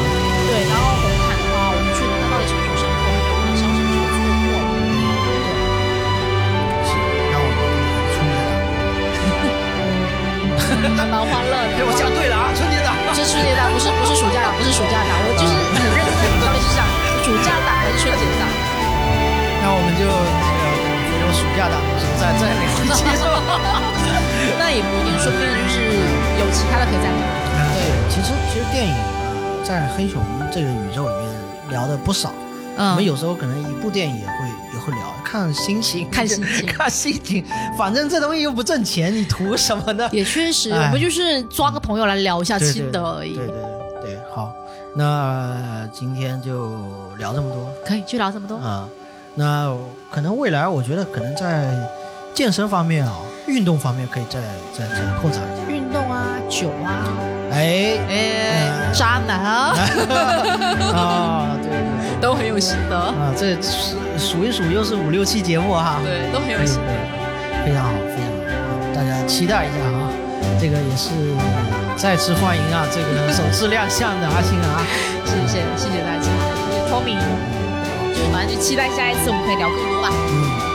Speaker 2: 对，然后《红毯》的话，我们确定它到底什么时候上档，我们的消息就错过了。对，
Speaker 1: 是让我春节档，
Speaker 2: 还蛮欢乐的。
Speaker 1: 对，我讲对了啊，春节档。
Speaker 2: 是春节档，不是不是暑假档，不是暑假档，我就是
Speaker 1: 嗯
Speaker 2: 很认真在到底是想暑假档还是春节档。
Speaker 1: 那我们就呃，有暑假档的时候再再聊一期是 吧？
Speaker 2: 那也不一定，说不定就是有其他的可以再聊。
Speaker 1: 对，其实其实电影啊，在黑熊这个宇宙里面聊的不少。我们有时候可能一部电影也会也会聊，看心情，
Speaker 2: 看心 情
Speaker 1: 看心情。反正这东西又不挣钱，你图什么呢？
Speaker 2: 也确实，
Speaker 1: 哎
Speaker 2: 我们就是抓个朋友来聊一下
Speaker 1: 对
Speaker 2: 心得而已
Speaker 1: 对。对对对，好，那今天就聊这么多。
Speaker 2: 可以，就聊这么多。
Speaker 1: 啊、那可能未来我觉得可能在健身方面啊、运动方面可以再再再扩展一下。
Speaker 2: 运动啊，酒啊，
Speaker 1: 哎，
Speaker 2: 哎，渣男啊，
Speaker 1: 啊，对对
Speaker 2: 都很有心得
Speaker 1: 对，，啊，这数数一数又是五六期节目哈、哎
Speaker 2: 对，都很
Speaker 1: 对
Speaker 2: 有
Speaker 1: 对
Speaker 2: 心
Speaker 1: 对
Speaker 2: 得。
Speaker 1: 非常好，非常好，大家期待一下啊！这个也是呃再次欢迎啊，这个首次亮相的阿星啊，
Speaker 2: 谢谢，谢谢大家，谢谢 Tommy。就是反正就期待下一次我们可以聊更多吧。
Speaker 1: 嗯，